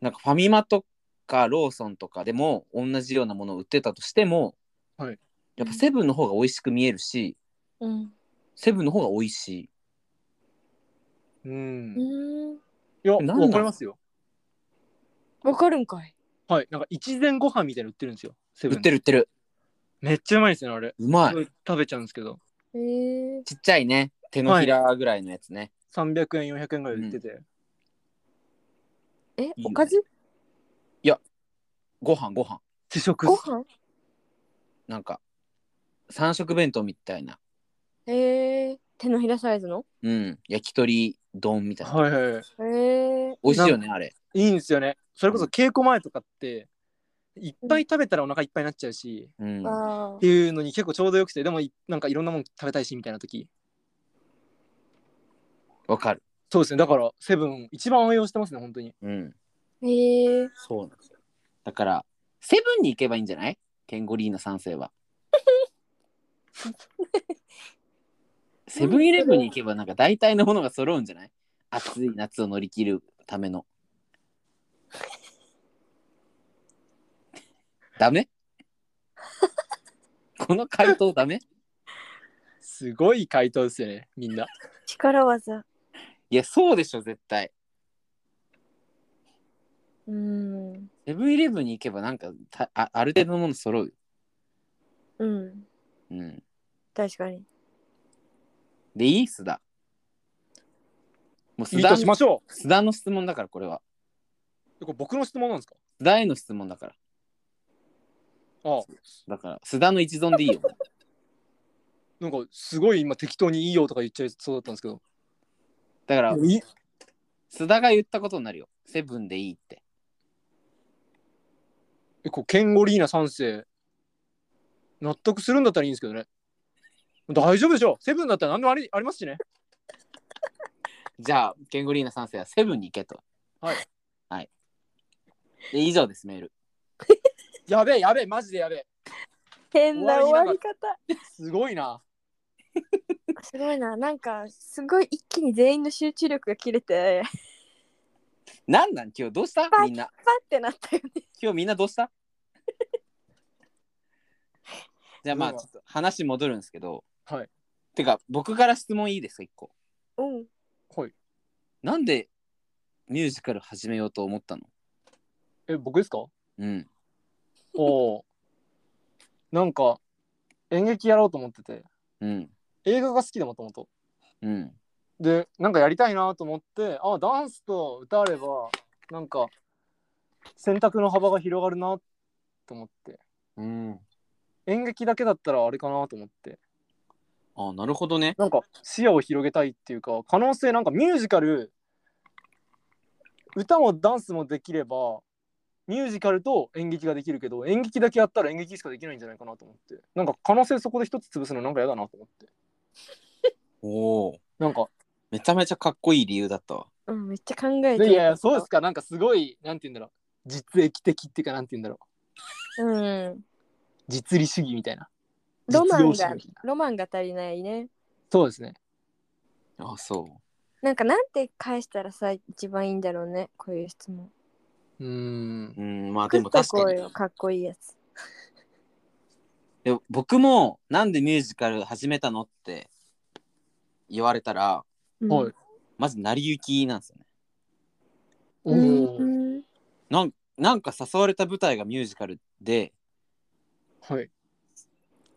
Speaker 1: なんかファミマとかローソンとかでも同じようなものを売ってたとしても、
Speaker 3: はい、
Speaker 1: やっぱセブンの方が美味しく見えるし
Speaker 2: うん
Speaker 1: セブンの方が美味しい
Speaker 3: うん。い
Speaker 2: うん
Speaker 3: や、
Speaker 1: なん
Speaker 3: わ
Speaker 1: なん
Speaker 3: かりますよ。
Speaker 2: わかるんかい
Speaker 3: はい。なんか、一膳ご飯みたいなの売ってるんですよ。セ
Speaker 1: 売
Speaker 3: ブン
Speaker 1: ってる売ってる
Speaker 3: めっちゃうまいですよね、あれ。
Speaker 1: うまい
Speaker 3: これ食べちゃうんですけど、
Speaker 2: えー、
Speaker 1: ちっちゃいね手のひらぐらいのやつね、
Speaker 3: 300円、400円ぐらいで売ってて。
Speaker 2: え
Speaker 1: ね
Speaker 2: おかず
Speaker 1: ご飯ご飯
Speaker 3: 試食っ
Speaker 2: ご
Speaker 3: す
Speaker 2: 飯
Speaker 1: なんか三色弁当みたいな、
Speaker 2: えー、手のひらサイズの
Speaker 1: うん、焼き鳥丼みたいな、
Speaker 3: はいはいはい。
Speaker 2: えー、
Speaker 1: 美味しいよねあれ
Speaker 3: いいんですよね。それこそ稽古前とかって、いっぱい食べたらお腹いっぱいになっちゃうし、
Speaker 1: うん
Speaker 2: あ
Speaker 3: っ
Speaker 2: ー
Speaker 3: ていうのに結構ちょうどよくて、でもいなんかいろんなもん食べたいしみたいな時。
Speaker 1: わかる
Speaker 3: そうですね、だからセブン一番応用してますね、本当に。
Speaker 1: うん
Speaker 2: えー、
Speaker 1: そうなんですよだからセブンに行けばいいんじゃないケンゴリーナ三世 はセブンイレブンに行けばなんか大体のものが揃うんじゃない暑い夏を乗り切るためのダメこの回答ダメ
Speaker 3: すごい回答ですよね、みん な。
Speaker 2: 力技
Speaker 1: いやそうでしょ絶対
Speaker 2: うん
Speaker 1: セブンイレブンに行けばなんかたあある程度のもの揃うよ、
Speaker 2: うん
Speaker 1: うん、
Speaker 2: 確かに
Speaker 1: でいい須田もう
Speaker 3: い
Speaker 1: 須
Speaker 3: い
Speaker 1: 田
Speaker 3: としましょ
Speaker 1: 須田の質問だからこれは
Speaker 3: う。これ僕の質問なんですか
Speaker 1: 須田への質問だから
Speaker 3: ああ、
Speaker 1: だから須田の一存でいいよ
Speaker 3: なんかすごい今適当にいいよとか言っちゃいそうだったんですけど。
Speaker 1: だから
Speaker 3: い
Speaker 1: 須田が言ったことになるよセブンでいいって
Speaker 3: えこうケンゴリーナ3世、納得するんだったらいいんですけどね。大丈夫でしょう。セブンだったら何でもありありますしね。
Speaker 1: じゃあケンゴリーナ3世はセブンに行けと
Speaker 3: はい
Speaker 1: はいで以上ですメール
Speaker 3: やべえ、やべえ、マジでやべえ。
Speaker 2: 変な終わり方
Speaker 3: すごいな。
Speaker 2: すごいななんかすごい一気に全員の集中力が切れて
Speaker 1: なんなん今日どうしたみんな
Speaker 2: パッてなったよね
Speaker 1: 今日みんなどうした じゃあまあちょっと話戻るんですけど
Speaker 3: はい
Speaker 1: てか僕から質問いいですか一個
Speaker 2: うん
Speaker 3: はい。
Speaker 1: なんでミュージカル始めようと思ったの
Speaker 3: え、僕ですか
Speaker 1: うん
Speaker 3: おお。なんか、演劇やろうと思ってて、
Speaker 1: うん
Speaker 3: 映画が好きだもともと。
Speaker 1: うん
Speaker 3: で、なんかやりたいなと思って、あ、ダンスと歌あれば、なんか、選択の幅が広がるなと思って。
Speaker 1: うん
Speaker 3: 演劇だけだったらあれかなと思って。
Speaker 1: あなるほどね
Speaker 3: なんか、視野を広げたいっていうか、可能性、なんかミュージカル、歌もダンスもできれば、ミュージカルと演劇ができるけど演劇だけやったら演劇しかできないんじゃないかなと思ってなんか可能性そこで一つ潰すのなんか嫌だなと思って
Speaker 1: おお。
Speaker 3: なんか
Speaker 1: めちゃめちゃかっこいい理由だったわ。
Speaker 2: うん、めっちゃ考えて。
Speaker 3: でいやいやそうですすかなんかすごいなんて言うんだろう実益的っていうかなんて言うんだろう
Speaker 2: うん。
Speaker 3: 実利主義みたいな
Speaker 2: ロマンが
Speaker 3: 実用主義みたいな
Speaker 2: ロマンが足りないね。
Speaker 3: そうですね
Speaker 1: あ、そ
Speaker 2: なんかなんて返したらさ一番いいんだろうねこういう質問。
Speaker 3: うー
Speaker 1: う。
Speaker 3: ん
Speaker 1: うん、まあでも確かに。
Speaker 2: 声をかっこいいやつ。
Speaker 1: でも僕もなんでミュージカル始めたのって言われたら、
Speaker 2: うん
Speaker 3: はい
Speaker 1: まず成り行きなんですよね。
Speaker 3: おお、
Speaker 2: うん
Speaker 1: なんなんか誘われた舞台がミュージカルで、
Speaker 3: はい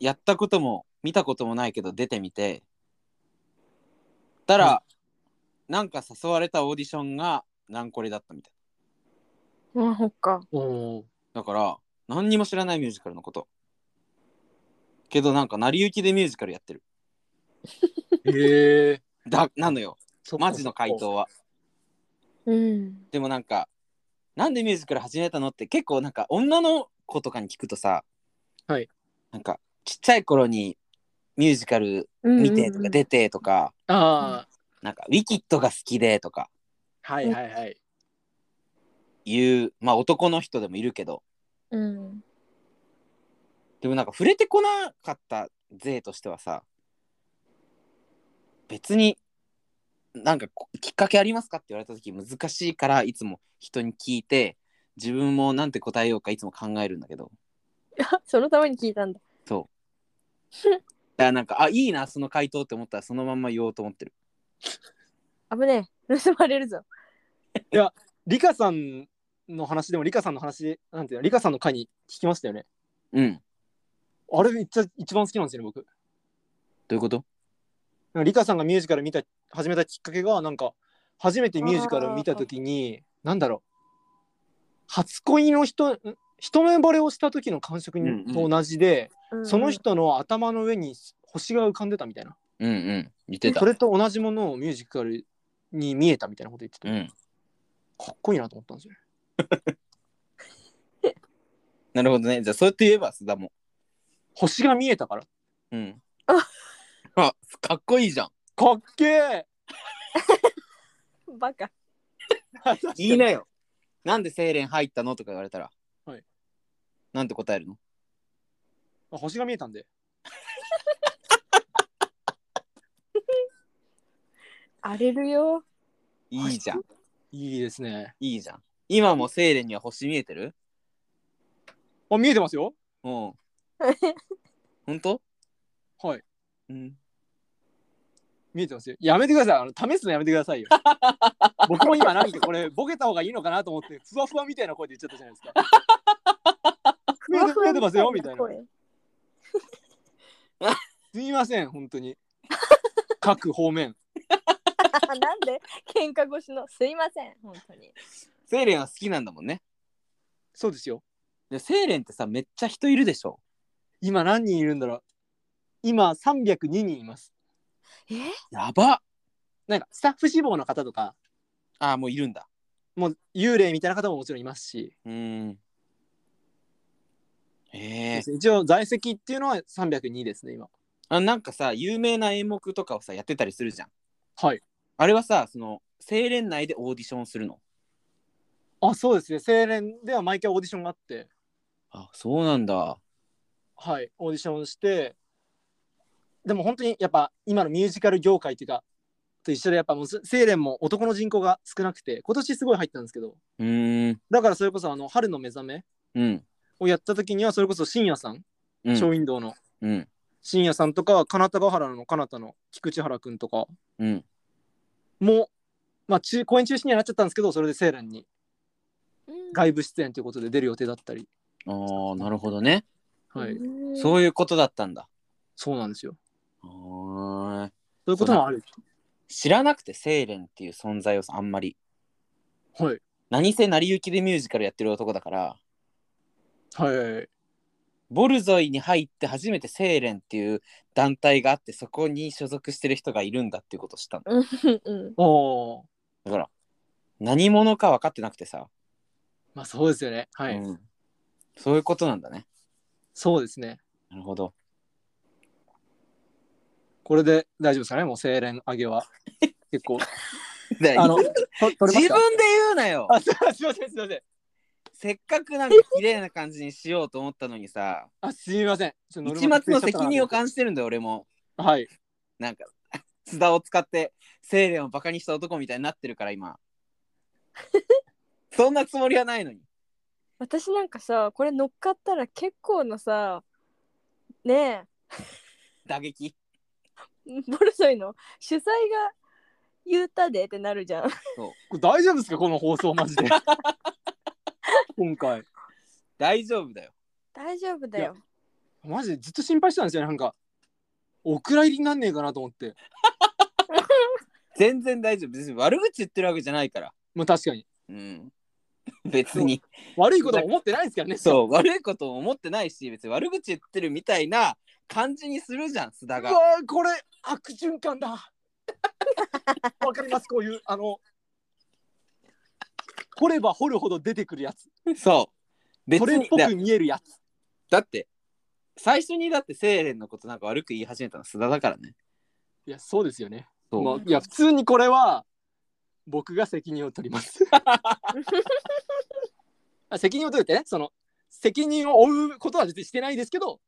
Speaker 1: やったことも見たこともないけど出てみてたら、
Speaker 3: は
Speaker 1: なんか誘われたオーディションがナンコレだったみたい
Speaker 2: うん、あほっか。
Speaker 3: おお
Speaker 1: だから何にも知らないミュージカルのことけどなんか成り行きでミュージカルやってる
Speaker 3: ーへ え
Speaker 1: だなのよ
Speaker 3: そっか
Speaker 1: マジの回答は
Speaker 2: うん。
Speaker 1: でもなんかなんでミュージカル始めたのって結構なんか女の子とかに聞くとさ
Speaker 3: はい
Speaker 1: なんかちっちゃい頃にミュージカル見てとか出てとか、
Speaker 3: あ
Speaker 1: なんかウィキッドが好きでとか
Speaker 3: あはいはいはい
Speaker 1: いう、まあ、男の人でもいるけど
Speaker 2: うんうん
Speaker 1: でもなんか触れてこなかった税としてはさ別になんかこきっかけありますかって言われた時難しいからいつも人に聞いて自分もなんて答えようかいつも考えるんだけど
Speaker 2: あそのために聞いたんだ。
Speaker 1: だからなんかあいいなその回答って思ったらそのまんま言おうと思ってる
Speaker 2: 危ねえ。盗まれるぞ。
Speaker 3: リカさんの話でもリカさんの話なんていうのリカさんの回に聞きましたよね
Speaker 1: うんど
Speaker 3: あれめっちゃ一番好きなんですよね僕
Speaker 1: ういうこと
Speaker 3: なんかリカさんがミュージカル見た始めたきっかけがなんか初めてミュージカルを見た時になんだろう初恋の人ん一目惚れをした時の感触
Speaker 1: うんうん
Speaker 3: にと同じで、
Speaker 2: うん
Speaker 3: その。人の頭の上に星が浮かんでたみたいな
Speaker 1: うんうん言ってた
Speaker 3: それと同じものをミュージカルに見えたみたいなこと言ってて、
Speaker 1: うん
Speaker 3: かっこいいなと思ったんですよね
Speaker 1: なるほどねじゃあそうやって言えば須田も
Speaker 3: 星が見えたから
Speaker 1: うん
Speaker 2: あ
Speaker 1: あかっこいいじゃん
Speaker 3: かっけえ
Speaker 2: バカ。
Speaker 1: 言いなよ。なんでセイレン入ったのとか言われたら。
Speaker 3: はい。
Speaker 1: なんて答えるの
Speaker 3: あ 星が見えたんで
Speaker 2: 荒れる よ。
Speaker 1: いいじゃん。
Speaker 3: いいですね
Speaker 1: いいじゃん。今もセイレンには星見えてる
Speaker 3: あ見えてますよ
Speaker 1: うん。ほんと
Speaker 3: はい
Speaker 1: うん。
Speaker 3: 見えてますよやめてくださいあの試すのやめてくださ いよ僕も今なんかこれボケた方がいいのかなと思ってふわふわみたいな声で言っちゃったじゃないですか見えて見えてますよみたいな
Speaker 2: 声
Speaker 3: すみません本当に各方面
Speaker 2: なんで喧嘩越しのすいません本当に。
Speaker 1: セイレンは好きなんだもんね。
Speaker 3: そうですよ
Speaker 1: で、セイレンってさ、めっちゃ人いるでしょ。
Speaker 3: 今何人いるんだろう今302人います
Speaker 2: え？
Speaker 1: やば
Speaker 3: なんかスタッフ志望の方とか
Speaker 1: あー、もういるんだ。
Speaker 3: もう幽霊みたいな方ももちろんいますし、
Speaker 1: うーん。ええ
Speaker 3: 一応在籍っていうのは302ですね今
Speaker 1: あなんかさ有名な演目とかをさやってたりするじゃん
Speaker 3: はい
Speaker 1: あれはさそのセイレン内でオーディションするの
Speaker 3: あそうですね青年では毎回オーディションがあって
Speaker 1: あそうなんだ
Speaker 3: はいオーディションしてでも本当にやっぱ今のミュージカル業界っていうかと一緒でやっぱもうす青年も男の人口が少なくて今年すごい入ったんですけど
Speaker 1: うーん
Speaker 3: だからそれこそあの春の目覚め
Speaker 1: うん。
Speaker 3: をやった時にはそれこそ深夜さん
Speaker 1: う
Speaker 3: ショー
Speaker 1: ん。
Speaker 3: ウィンドウの
Speaker 1: うん。
Speaker 3: 深夜さんとか金田ヶ原の金田の菊池原くんとか
Speaker 1: うん。
Speaker 3: もまあ中公演中止にはなっちゃったんですけどそれで青年に外部出演ということで出る予定だったり、
Speaker 1: ああ、なるほどね。
Speaker 3: はい
Speaker 2: うん
Speaker 1: そういうことだったんだ。
Speaker 3: そうなんですよ
Speaker 1: はーい
Speaker 3: そういうこともある
Speaker 1: 知らなくて、セイレンっていう存在をさあんまり。
Speaker 3: はい
Speaker 1: 何せ成り行きでミュージカルやってる男だから、
Speaker 3: はいはいはい
Speaker 1: ボルゾイに入って初めてセイレンっていう団体があって、そこに所属してる人がいるんだっていうことを知ったの。
Speaker 2: うんうん
Speaker 3: おー
Speaker 1: だから、何者か分かってなくてさ、
Speaker 3: まあそうですよね。はい。
Speaker 1: うんそういうことなんだね。
Speaker 3: そうですね。
Speaker 1: なるほど。
Speaker 3: これで大丈夫ですかねもう精錬上 げは。結構。 あ
Speaker 1: あ
Speaker 3: の、
Speaker 1: の
Speaker 3: と取れま
Speaker 1: 自
Speaker 3: した
Speaker 1: 分で言うなよ
Speaker 3: あ、すいません、すいません、すいません。
Speaker 1: せっかくなんか綺麗な感じにしようと思ったのにさ、
Speaker 3: あ、すみません。ちょっとノル
Speaker 1: 一
Speaker 3: マ
Speaker 1: 末の責任を
Speaker 3: 達成しちゃった
Speaker 1: 感じてるんだよ、俺も。
Speaker 3: なはい。
Speaker 1: なんか、 津田を使って、セイレンをバカにした男みたいになってるから、 今。そんなつもりはないのに。
Speaker 2: 私なんかさこれ乗っかったら結構なさね
Speaker 1: 打撃。
Speaker 2: え ボルソイの主催が言うたでってなるじゃん
Speaker 3: これ大丈夫ですかこの放送マジで。 今回。
Speaker 1: 大丈夫だよ。
Speaker 2: 大丈夫だよ
Speaker 3: マジでずっと心配してたんですよね。なんか、お蔵入りになんねえかなと思って。
Speaker 1: 全然大丈夫。別に悪口言ってるわけじゃないから。
Speaker 3: まあ確かに。
Speaker 1: うん。 別に。
Speaker 3: 悪いことは思ってないですからね。う。
Speaker 1: そう、悪いことを思ってないし、別に悪口言ってるみたいな感じにするじゃん、須田
Speaker 3: う
Speaker 1: が
Speaker 3: わ。ーこれ、悪循環だ。 わかりますこういう、あの、掘れば掘るほど出てくるやつ。
Speaker 1: そう。別
Speaker 3: それっ
Speaker 1: に
Speaker 3: ぽ
Speaker 1: だ
Speaker 3: く見えるやつ。
Speaker 1: だって、最初にだってセイレンのことなんか悪く言い始めたの須田だからね。
Speaker 3: いや、そうですよね。
Speaker 1: そう。
Speaker 3: まあ、いや、普通にこれは、僕が責任を取り ます。あ責任を取るってね、その、責任を負うことは別にしてないですけど、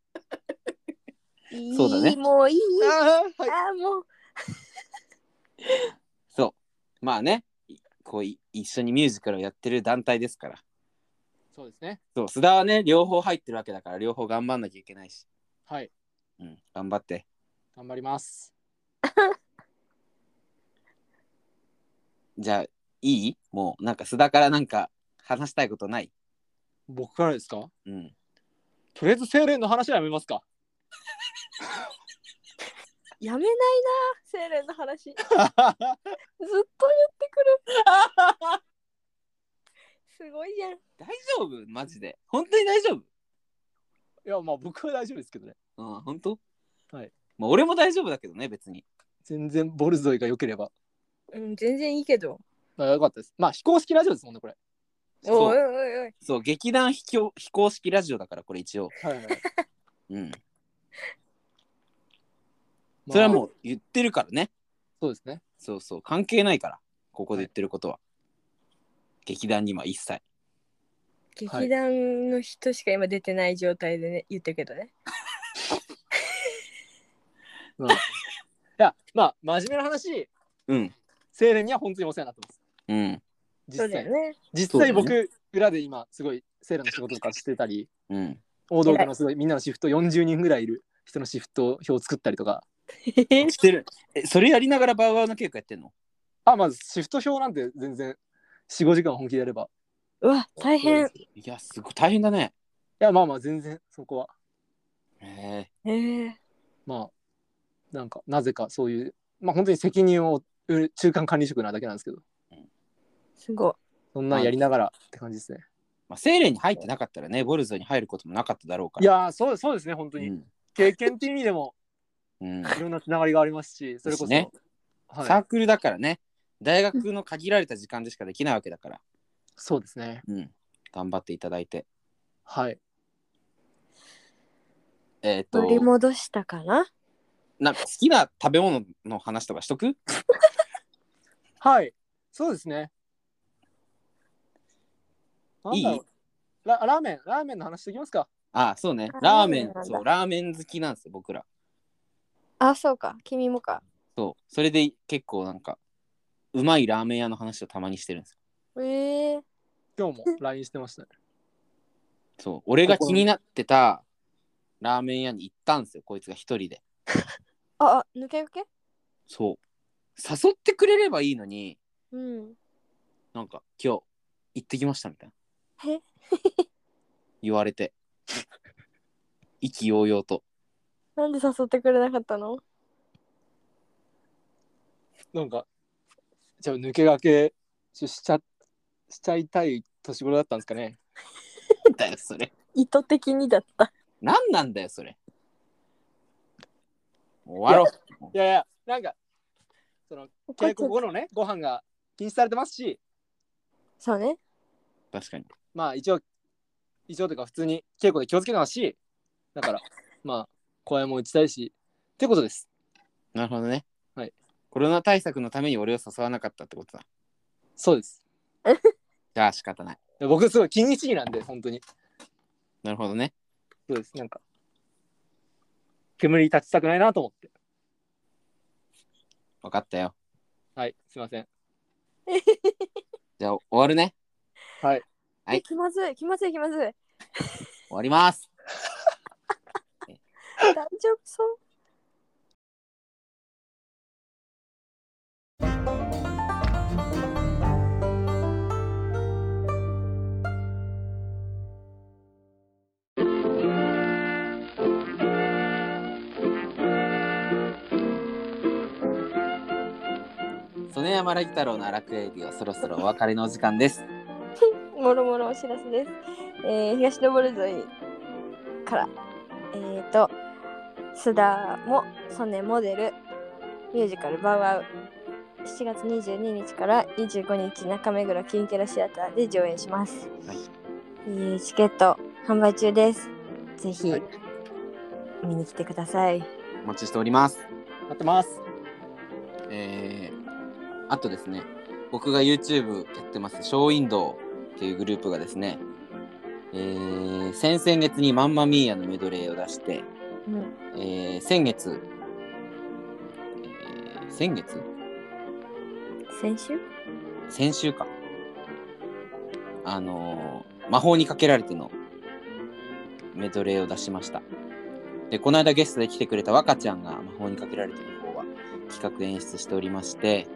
Speaker 2: いい
Speaker 1: そうだね
Speaker 2: もういい
Speaker 3: あーはい
Speaker 2: ああもう
Speaker 1: そう。まあね、いこうい一緒にミュージカルをやってる団体ですから。
Speaker 3: そうですね。
Speaker 1: そう、須田はね、両方入ってるわけだから、両方頑張んなきゃいけないし。
Speaker 3: はい、
Speaker 1: うん、頑張って。
Speaker 3: 頑張ります。
Speaker 1: じゃあ、いいもう、なんか須田からなんか話したいことない。
Speaker 3: 僕からですか
Speaker 1: うん。
Speaker 3: とりあえず、セイレンの話はやめます か。
Speaker 2: やめないなセイレンの話ずっと言ってくるすごいじゃん
Speaker 1: 大丈夫マジで。本当に大丈夫
Speaker 3: いや、まあ、僕は大丈夫ですけどね。
Speaker 1: うん、本当
Speaker 3: はい。
Speaker 1: まあ、俺も大丈夫だけどね、別に。
Speaker 3: 全然、ボルゾイが良ければ。
Speaker 2: うん全然いいけど
Speaker 3: あよかったです。まあ、非公式ラジオですもんね、これ。
Speaker 2: お
Speaker 1: そ、
Speaker 2: いうおいおい
Speaker 1: そう劇団非公非公式ラジオだから、これ一応。
Speaker 3: はい はいはい
Speaker 1: うん。
Speaker 3: まあ
Speaker 1: それはもう言ってるからね。
Speaker 3: そうですね。
Speaker 1: そうそう、関係ないから、ここで言ってることは。劇団には一切。
Speaker 3: はい
Speaker 2: 劇団の人しか今出てない状態でね言ってるけどね
Speaker 3: うんいや、まあ、真面目な話、
Speaker 1: うん。
Speaker 3: セイレンには本当にお世話になってます。
Speaker 1: うん。
Speaker 2: そう
Speaker 3: 実
Speaker 2: だ
Speaker 3: 際、
Speaker 2: よね
Speaker 3: 実際
Speaker 1: そう
Speaker 3: 僕、
Speaker 1: だ
Speaker 3: 裏で今、すごいセイレンの仕事とかしてたり、
Speaker 1: うん。
Speaker 3: 大道具のすごいみんなのシフト40人ぐらいいる人のシフト表を作ったりとか、
Speaker 1: してる。え、それやりながらバウアーの稽古やってんの
Speaker 3: あ、まあ、シフト表なんて全然4、5時間本気でやれば。
Speaker 2: うわ大変
Speaker 3: い
Speaker 1: いや、すごい大変だね。
Speaker 3: や、まあまあ、全然そこは。
Speaker 1: へ
Speaker 2: へえ
Speaker 3: まあ、なんか、なぜかそういう、まあ、本当に責任を負う中間管理職なだけなんですけど、
Speaker 2: すご
Speaker 3: そんなんやりながらって感じですね。
Speaker 1: まあ、セイレンに入ってなかったらね、ボルゾに入ることもなかっただろうから。
Speaker 3: いやーそう、そうですね、本当
Speaker 1: う
Speaker 3: に。
Speaker 1: ん。
Speaker 3: 経験っていう意味でも、
Speaker 1: うん。
Speaker 3: いろんなつながりがありますし、それこそ。
Speaker 1: ですねサ
Speaker 3: は
Speaker 1: ー
Speaker 3: い、
Speaker 1: クルだからね、大学の限られた時間でしかできないわけだから。
Speaker 3: そうですね。
Speaker 1: うん。頑張っていただいて。
Speaker 3: はい。
Speaker 1: えーっ、
Speaker 2: 取り
Speaker 1: と、
Speaker 2: 戻したかな
Speaker 1: なんか好きな食べ物の話とかしとく
Speaker 3: はい。そうですね。なんだろ
Speaker 1: い
Speaker 3: う
Speaker 1: い
Speaker 3: ララーメン、ラーメンの話してきますか。
Speaker 1: ああ、そうね。ラ
Speaker 2: ラ
Speaker 1: ー
Speaker 2: ー
Speaker 1: メ
Speaker 2: メン
Speaker 1: ン
Speaker 2: なん、だ
Speaker 1: そう、ラーメン好きなんですよ、僕ら。
Speaker 2: あそうか君もか
Speaker 1: そう。それで結構なんか、うまいラーメン屋の話をたまにしてるんですよ。
Speaker 2: ええ
Speaker 3: 今日も LINE してましたね。
Speaker 1: そう。俺が気になってたラーメン屋に行ったんですよ、こいつが一人で。
Speaker 2: ああ抜け抜け
Speaker 1: そう。誘ってくれればいいのに、
Speaker 2: うん
Speaker 1: なんか、今日、行ってきましたみたいな。
Speaker 2: え
Speaker 1: 言われて。意気揚々 と。
Speaker 2: なんで誘ってくれなかったの
Speaker 3: なんか、じゃあ抜け駆けしちゃしちゃいたい年頃だったんですかね。
Speaker 1: なんだよ、それ。
Speaker 2: 意図的にだった
Speaker 1: なんなんだよ、それ。終わろ
Speaker 3: いやいや、なんか、その
Speaker 2: 怒っ
Speaker 3: 稽
Speaker 2: ちゃった
Speaker 3: 古後のね、ご飯が禁止されてますし、
Speaker 2: そうね
Speaker 1: う。確かに。
Speaker 3: まあ一応一応というか普通に稽古で気をつけてますしだからまあ声も打ちたいしってことです
Speaker 1: なるほどね。
Speaker 3: はい。
Speaker 1: コロナ対策のために俺を誘わなかったってことだ。
Speaker 3: そうです
Speaker 1: じゃあ仕方ない。
Speaker 3: いや僕すごい気にしいなんで本当に
Speaker 1: なるほどね。
Speaker 3: そうですなんか煙立ちたくないなと思って
Speaker 1: 分かったよ。
Speaker 3: はいすいません
Speaker 1: じゃあ終わるね。はい
Speaker 2: え気まずい気まずい気まずい大
Speaker 1: 終わります。
Speaker 2: 丈夫そう
Speaker 1: 曽根山ラギ太郎の荒くエビはそろそろお別れのお時間です。
Speaker 2: もろもろお知らせです。えー、東登沿いから、えー、と、須田もソネモデルミュージカルバウアウ7月22日から25日中目黒キンケラシアターで上演します。
Speaker 1: はい
Speaker 2: えーチケット販売中です。ぜひ、
Speaker 1: はい
Speaker 2: 見に来てください。
Speaker 1: お待ちしております。
Speaker 3: 待ってます
Speaker 1: えー、あとですね、僕が YouTube やってます、ショーウィンドウっていうグループがですね、えー、先々月にマンマミーヤのメドレーを出して、
Speaker 2: うん、
Speaker 1: えー、先月、えー、先月
Speaker 2: 先週
Speaker 1: 先週か。あのー魔法にかけられてのメドレーを出しました。で、この間ゲストで来てくれた若ちゃんが魔法にかけられての方は企画演出しておりまして、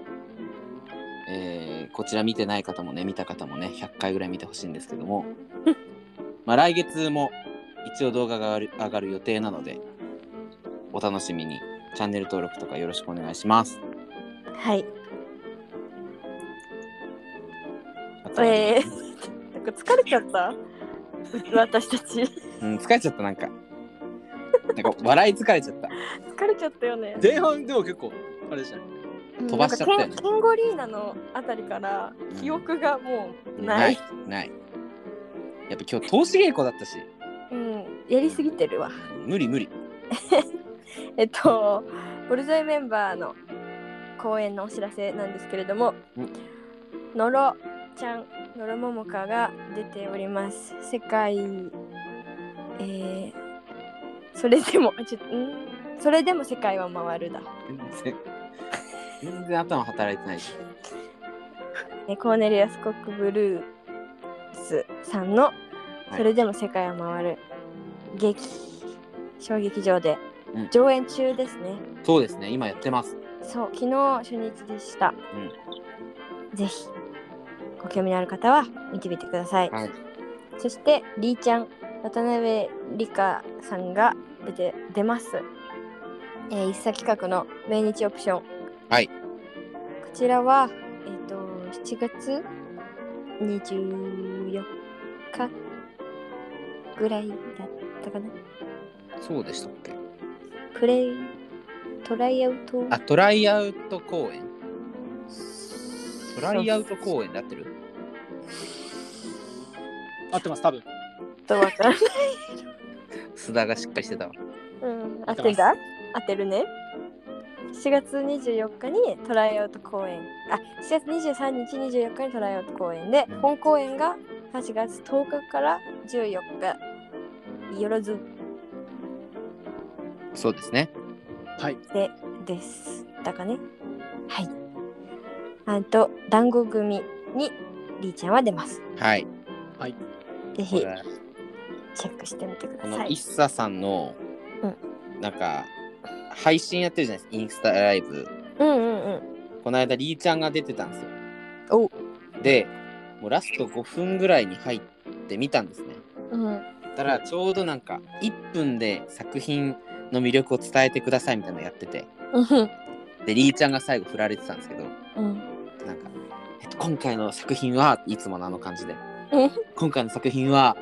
Speaker 1: えーこちら見てない方もね、見た方もね、100回ぐらい見てほしいんですけど も、まあ来月も一応動画が上がる上がる予定なので、お楽しみに。チャンネル登録とかよろしくお願いします。
Speaker 2: はい。
Speaker 1: あとはね
Speaker 2: えー、なんか疲れちゃった私たち。
Speaker 1: うん、疲れちゃった、なんか。なんか、笑い疲れちゃった。
Speaker 2: 疲れちゃったよね。
Speaker 3: 前半でも結構あれでしたね
Speaker 2: うん
Speaker 1: 飛ばしちゃったよね
Speaker 2: なんかケンケンゴリーナのあたりから記憶がもうな
Speaker 1: ないい。。ないやっぱ今日、投資稽古だったし、
Speaker 2: うん、やりすぎてるわ。
Speaker 1: 無理無理。
Speaker 2: えっと、ボルゾイメンバーの公演のお知らせなんですけれども
Speaker 1: うん、
Speaker 2: のろちゃん、のろももかが出ております。世界、えー、それでも、あちょっと、んそれでも世界は回るだ。
Speaker 1: 全然、全然頭働いてないし。
Speaker 2: ねコーネリアス・コックブルースさんの「
Speaker 1: い
Speaker 2: それでも世界は回る」劇小劇場で
Speaker 1: うん
Speaker 2: 上演中ですね、
Speaker 1: そうですね、今やってます。
Speaker 2: そう昨日初日でした、ぜひご興味のある方は見てみてください、
Speaker 1: はい
Speaker 2: そしてりーちゃん渡辺理香さんが出て出ます、えー、一作企画の「命日オプション」
Speaker 1: はい
Speaker 2: こちらはえっ、と7月24日ぐらいだったかな
Speaker 1: そうでしたっけ。
Speaker 2: プレイトライアウト
Speaker 1: あ、トライアウト公演。トライアウト
Speaker 2: 演
Speaker 1: 公演で合ってる
Speaker 3: 合ってます多分
Speaker 2: とわかんない
Speaker 1: 須田がしっかりしてたわ。
Speaker 2: うん、
Speaker 3: 合
Speaker 2: 合
Speaker 3: っ
Speaker 2: ってて
Speaker 3: ます
Speaker 2: んだ合ってるね。7月24日にトライアウト公演、あ、7月23日、24日にトライアウト公演で
Speaker 1: うん、
Speaker 2: 本公演が8月10日から14日、よろず
Speaker 1: そうですね。
Speaker 3: はい
Speaker 2: でです。だかね。はい。あと、団子組にりーちゃんは出ます。
Speaker 1: はい。
Speaker 2: ぜ
Speaker 1: こ
Speaker 2: ひ
Speaker 1: れ
Speaker 2: チェックしてみてくだ
Speaker 1: この
Speaker 2: さい。
Speaker 1: 一茶さんの、なんか、配信やってるじゃないですか、インスタライブ。
Speaker 2: うんうんうん。
Speaker 1: この間リーちゃんが出てたんですよ
Speaker 2: おう
Speaker 1: でもうラスト5分ぐらいに入ってみたんですね
Speaker 2: うん、
Speaker 1: だからちょうどなんか1分で作品の魅力を伝えてくださいみたいなのやってて
Speaker 2: うん、
Speaker 1: でリーちゃんが最後振られてたんですけどな
Speaker 2: うん、
Speaker 1: んか、えっと、今回の作品はいつものあの感じで
Speaker 2: うん
Speaker 1: 今回の作品は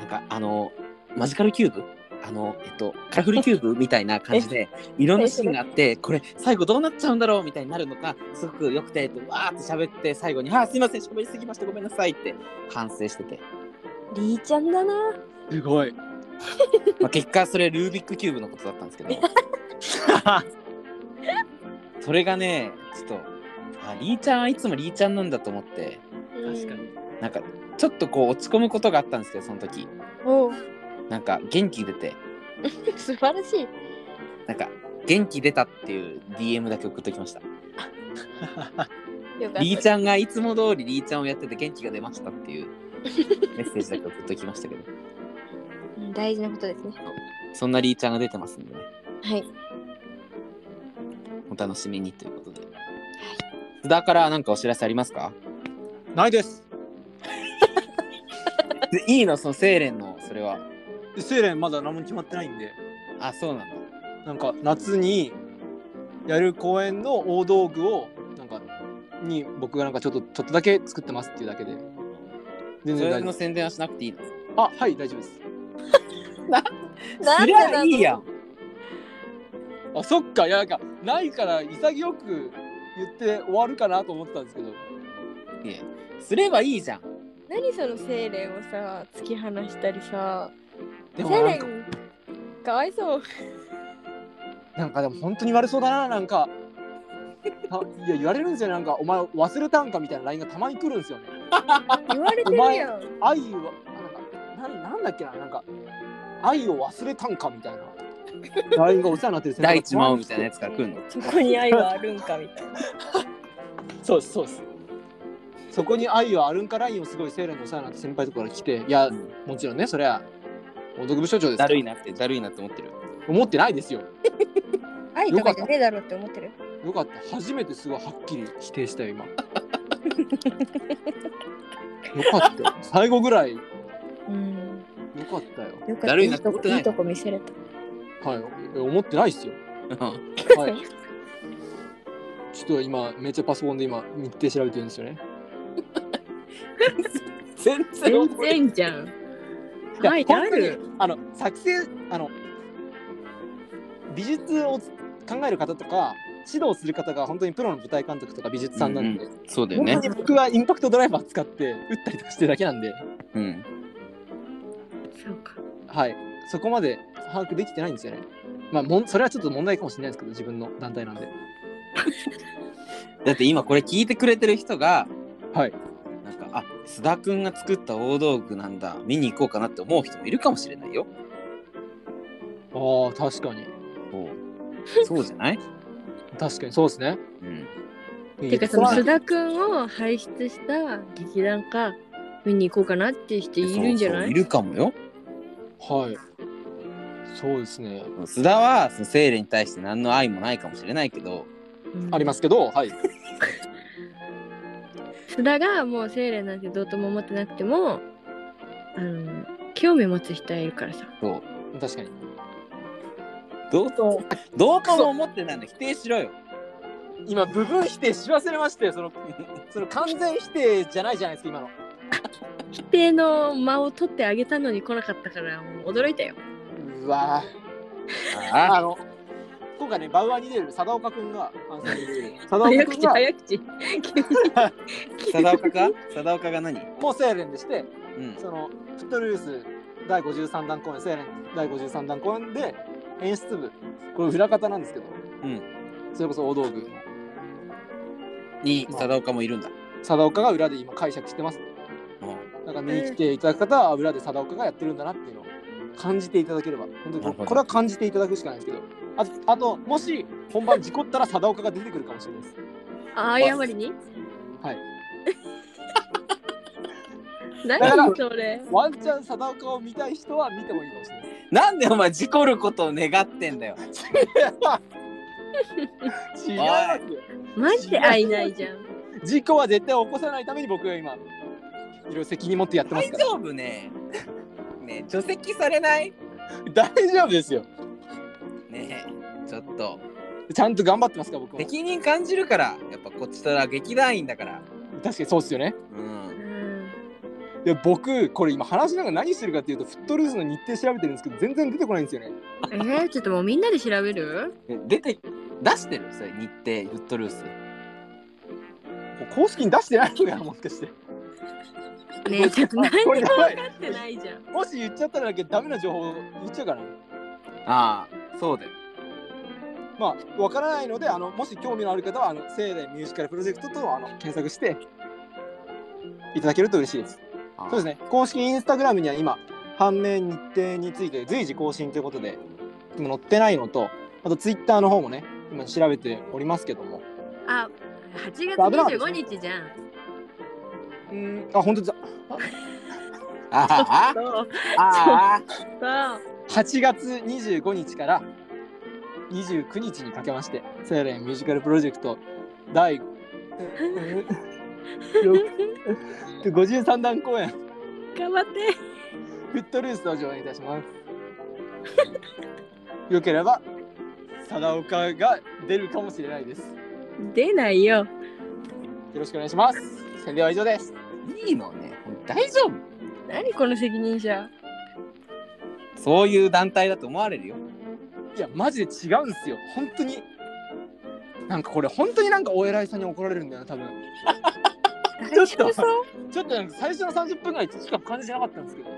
Speaker 1: なんかあのマジカルキューブあのえっとカラフルキューブみたいな感じ でいろんなシーンがあってこれ最後どうなっちゃうんだろうみたいになるのがすごくよくてわーって喋って最後に「あーすいません喋りすぎましたごめんなさい」って反省して て、
Speaker 2: リーちゃんだな。
Speaker 3: すご い。
Speaker 1: まあ、結果それルービックキューブのことだったん ですけどそれがねちょっとあリーちゃんはいつもリーちゃんなんだと思って
Speaker 3: 確かに。
Speaker 1: なんかちょっとこう落ち込むことがあったんですけどその時
Speaker 2: おう
Speaker 1: なんか元気出て
Speaker 2: 素晴らしい。
Speaker 1: なんか元気出たっていう DM だけ送っときました
Speaker 2: よかった。
Speaker 1: リーちゃんがいつも通りリーちゃんをやってて元気が出ましたっていう メッセージだけ送っときましたけど
Speaker 2: うん大事なことですね。
Speaker 1: そんなリーちゃんが出てますんでね
Speaker 2: はい。
Speaker 1: お楽しみにということで須田から何かお知らせありますか
Speaker 3: ないです。
Speaker 1: でいいのそのセーレンのそれは
Speaker 3: セイレンまだ何も決まってないんで、
Speaker 1: あそうなんだ
Speaker 3: なんか夏にやる公演の大道具をなんかに僕がなんかちょっとちょっとだけ作ってますっていうだけで。
Speaker 1: そ
Speaker 3: 全然
Speaker 1: れ
Speaker 3: 大丈
Speaker 1: の
Speaker 3: 夫。
Speaker 1: 宣伝はしなくていいの
Speaker 3: あはい大丈夫です。
Speaker 1: すりゃいいやん
Speaker 3: あそっかいやなんかないから潔く言って終わるかなと思ってたんですけど。
Speaker 1: いやすればいいじゃん
Speaker 2: 何その精霊をさ突き放したりさ
Speaker 3: で
Speaker 2: 精
Speaker 3: もなん
Speaker 2: 霊
Speaker 3: か
Speaker 2: かわいそう
Speaker 3: なんかでも本当に言われそうだななんか。あいや言われるんですよねなんかお前忘れたんかみたいな LINE がたまに来るんですよね。
Speaker 2: 言われてるやん
Speaker 3: 愛はなんかなんなんだっけななんか愛を忘れたんかみたいな LINE がお世話になってる
Speaker 1: 第一魔王みたいなやつから来るの
Speaker 2: そこに愛はあるんかみたいな
Speaker 3: そうですそうですそこに愛はあるんか LINE をすごいセールのお世話になって先輩とかから来ていやもちろんねそりゃお得部署長ですか
Speaker 1: だ
Speaker 3: ら
Speaker 1: るいなってだるいなって思ってる
Speaker 3: 思ってないですよ
Speaker 2: 愛とかじゃねえだろって思ってる
Speaker 3: よかった初めてすごいはっきり否定したよ今 よかったよ最後ぐらいよ
Speaker 2: うん
Speaker 3: かったよ
Speaker 2: よか
Speaker 1: だ
Speaker 2: った
Speaker 1: る
Speaker 2: い
Speaker 1: いないって
Speaker 2: と
Speaker 1: 思っ
Speaker 2: こ
Speaker 1: てない
Speaker 2: いいとこ見せれた
Speaker 3: はい思ってないですよ
Speaker 1: うん
Speaker 3: はいちょっと今めっちゃパソコンで今日程調べてるんで すよね
Speaker 1: 全然覚えてない
Speaker 2: じゃん
Speaker 3: いや本当にあの作成あの美術をつ考える方とか指導する方が本当にプロの舞台監督とか美術さんなんで、
Speaker 1: そうだよね
Speaker 3: 本当に僕はインパクトドライバー使って打ったりとかしてるだけなんで、
Speaker 1: うん
Speaker 2: そうか
Speaker 3: はい、そこまで把握できてないんですよね。まあもんそれはちょっと問題かもしれないですけど自分の団体なんで。
Speaker 1: だって今これ聞いてくれてる人が
Speaker 3: はい
Speaker 1: なんかあ須田くんが作った大道具なんだ見に行こうかなって思う人もいるかもしれないよ
Speaker 3: ああ確かに
Speaker 1: そうそうじゃない、
Speaker 3: 確かにそうですね。
Speaker 1: うん、
Speaker 2: てかその
Speaker 3: い
Speaker 2: 須
Speaker 3: や
Speaker 2: 田くんを輩出した劇団か見に行こうかなっていう人いるんじゃ
Speaker 1: そう
Speaker 2: な
Speaker 1: そう
Speaker 2: い
Speaker 1: いるかもよ
Speaker 3: はい。そうですね。
Speaker 1: 須田はそのセイレに対して何の愛もないかもしれないけど
Speaker 3: ありますすけど、はい。
Speaker 2: 須田がもう精霊なんてどうとも思ってなくてもあの興味持つ人はいるからさ
Speaker 1: そう
Speaker 3: 確かに。
Speaker 1: どうとどうとも思ってないの否定しろよ
Speaker 3: 今部分否定し忘れましてそのその完全否定じゃないじゃないですか今の
Speaker 2: 否定の間を取ってあげたのに来なかったからもう驚いたよ。
Speaker 3: うわ
Speaker 1: あ
Speaker 3: あの今回ねバウアーに出る佐岡くんがあの佐
Speaker 2: 早
Speaker 3: 岡くん
Speaker 2: 口
Speaker 3: が
Speaker 2: 早 口。
Speaker 1: 貞岡か貞岡が何
Speaker 3: もうセーレンでして
Speaker 1: うん
Speaker 3: そのフットルース第53弾公演セーレン第53弾公演で演出部これ裏方なんですけど、
Speaker 1: うん
Speaker 3: それこそ大道具の
Speaker 1: に貞岡もいるんだ、
Speaker 3: 佐岡が裏で今解釈してます
Speaker 1: うん
Speaker 3: だから見に来ていただく方は裏で佐岡がやってるんだなっていうのを感じていただければ本当
Speaker 1: な
Speaker 3: に
Speaker 1: る
Speaker 3: こ
Speaker 1: ほど
Speaker 3: これは感じていただくしかないですけどあとあともし本番事故ったら佐岡が出てくるかもしれないです
Speaker 2: あ謝りに。
Speaker 3: はい。
Speaker 2: 何それ。
Speaker 3: ワンチャン佐岡を見たい人は見てもいいかもしれないで
Speaker 1: なんでお前事故ることを願ってんだよ
Speaker 3: す違いますよ
Speaker 2: マジで会いないじゃん。
Speaker 3: 事故は絶対起こさないために僕が今いろいろ責任持ってやってます
Speaker 1: 大
Speaker 3: から
Speaker 1: 丈夫ねねえ除籍されない
Speaker 3: 大丈夫ですよ
Speaker 1: ねえちょっと
Speaker 3: ちゃんと頑張ってますから僕も確か
Speaker 1: 責任感じるからやっぱこっちとら劇団員だから
Speaker 3: にそうっすよね
Speaker 1: うん
Speaker 2: うん。
Speaker 3: で僕これ今話しながら何してるかっていうとフットルーズの日程調べてるんですけど全然出てこないんですよね
Speaker 2: えー、ちょっともうみんなで調べる
Speaker 1: え出て出してるそれ日程フットルース
Speaker 3: もう公式に出してないのかなもしかして
Speaker 2: ねえちょっ と何に
Speaker 3: こ
Speaker 2: も
Speaker 3: れ
Speaker 2: 分
Speaker 3: や
Speaker 2: か
Speaker 3: ばい
Speaker 2: ってないじゃん。
Speaker 3: もし言っちゃったらだけどダメな情報言っちゃうかな
Speaker 1: ああそうだよ
Speaker 3: まあわからないのであのもし興味のある方はあの盛大ミュージカルプロジェクトとあの検索していただけると嬉しいです
Speaker 1: ああ
Speaker 3: そうですね公式インスタグラムには今判明日程について随時更新ということで今載ってないのとあとツイッターの方もね今調べておりますけども
Speaker 2: あ、8月
Speaker 3: 危なかった
Speaker 2: 25日じゃん。
Speaker 3: うんあ本当だ
Speaker 1: ああ
Speaker 2: そう。
Speaker 1: ああ
Speaker 2: そう。
Speaker 3: 8月25日から29日にかけまして「セーレンミュージカルプロジェクト第53段公演
Speaker 2: 頑張って。
Speaker 3: フットルースを上演いたします。よければ、貞岡が出るかもしれないです。よ
Speaker 2: 出ないよ。
Speaker 3: ろしくお願いします。宣伝は以上です。
Speaker 1: いいのね大丈夫
Speaker 2: 何この責任者。
Speaker 1: そういう団体だと思われるよ
Speaker 3: いや、マジで違うんすよ。本当に。なんかこれ、本当になんかお偉いさんに怒られるんだよな、多分。ちょっと
Speaker 2: 大丈夫そう
Speaker 3: ちょっとなんか最初の30分ぐらいしか感じてなかったん ですけど。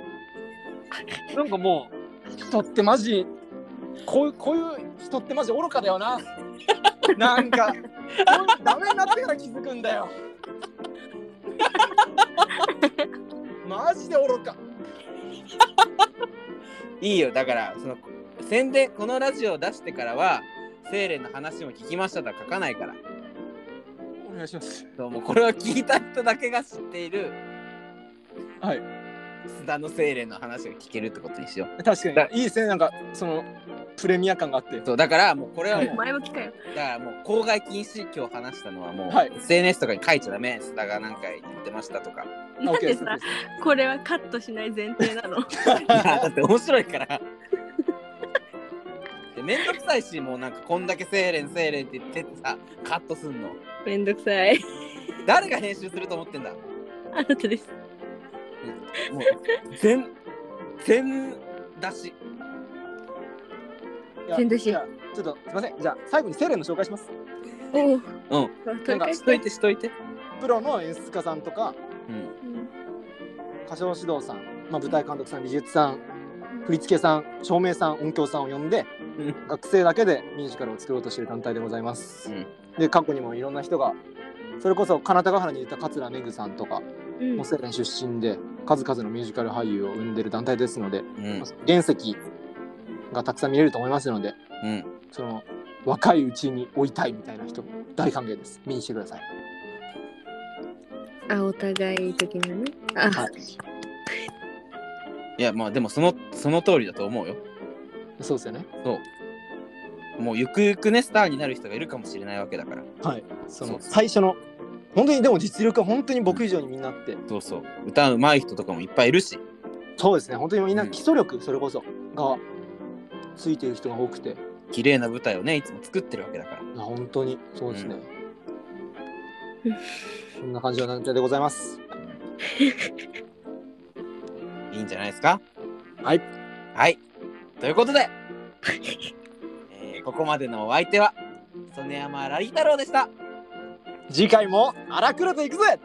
Speaker 3: なんかもう、人ってマジ、こうこういう人ってマジ愚かだ よな。なんか、こういうのダメになってから気づくんだ よ。マジで愚か。
Speaker 1: いいよだからその宣伝このラジオを出してからはセーレンの話も聞きましたとは書かないから
Speaker 3: お願いします。
Speaker 1: そうもうこれを聞いた人だけが知っている
Speaker 3: はい
Speaker 1: 須田のセーレンの話が聞けるってことにしよう
Speaker 3: 確かに、いいですね。なんか、その、プレミア感があって。
Speaker 1: そうだからもうこれはもう、
Speaker 2: 前向きかよ。
Speaker 1: だからもう公害禁止今日話したのはもう、
Speaker 3: はい
Speaker 1: SNS とかに書いちゃダメ須田が何回言ってましたと か
Speaker 3: あ
Speaker 2: なん
Speaker 3: OK
Speaker 2: で
Speaker 3: です
Speaker 2: さ、これはカットしない前提なの。
Speaker 1: いやだって面白いからでめんどくさいしもうなんかこんだけセーレンセーレンって言ってってさカットすんの
Speaker 2: めんどくさい。
Speaker 1: 誰が編集すると思ってんだも
Speaker 2: あなたです。
Speaker 1: う全全出し
Speaker 3: いや
Speaker 2: 宣伝し
Speaker 3: じゃあちょっと、すいません。じゃあ、最後にセレンの紹介します。
Speaker 2: おう。
Speaker 1: うん
Speaker 2: 取り返
Speaker 1: し
Speaker 2: し
Speaker 1: と
Speaker 2: て
Speaker 1: い。てしといて
Speaker 3: プロの演出家さんとか、
Speaker 1: うん
Speaker 3: 歌唱指導さん、まあ、舞台監督さん美術さん振付さん照明さん音響さんを呼んで、
Speaker 1: うん
Speaker 3: 学生だけでミュージカルを作ろうとしている団体でございます、
Speaker 1: うん
Speaker 3: で過去にもいろんな人がそれこそ金田ヶ原にいた桂めぐさんとか
Speaker 2: うん
Speaker 3: モセレン出身で数々のミュージカル俳優を生んでる団体ですので、
Speaker 1: うん
Speaker 3: 原石がたくさん見れると思いますので
Speaker 1: うん
Speaker 3: その若いうちに追いたいみたいな人大歓迎です見に来てください
Speaker 2: あ、お互い的なね。あ、
Speaker 3: はい
Speaker 1: いやまあでもそのその通りだと思うよ
Speaker 3: そうですよね
Speaker 1: もうゆくゆくねスターになる人がいるかもしれないわけだから
Speaker 3: はいそ
Speaker 1: そう
Speaker 3: の最初の本当にでも実力は本当に僕以上にみんなあって、
Speaker 1: そうそう歌うまい人とかもいっぱいいるし
Speaker 3: そうですね、本当にみん
Speaker 1: う
Speaker 3: なん基礎力、それこそがついてる人が多くて、い
Speaker 1: 綺麗な舞台をねいつも作ってるわけだから
Speaker 3: や本当にそうですね。
Speaker 2: うん
Speaker 3: そんな感じの団体でございます。
Speaker 1: いいんじゃないですか
Speaker 3: はい。
Speaker 1: はいということ で、えーここまでのお相手は曽根山ラリー太郎でした
Speaker 3: 次回も荒くれていくぜ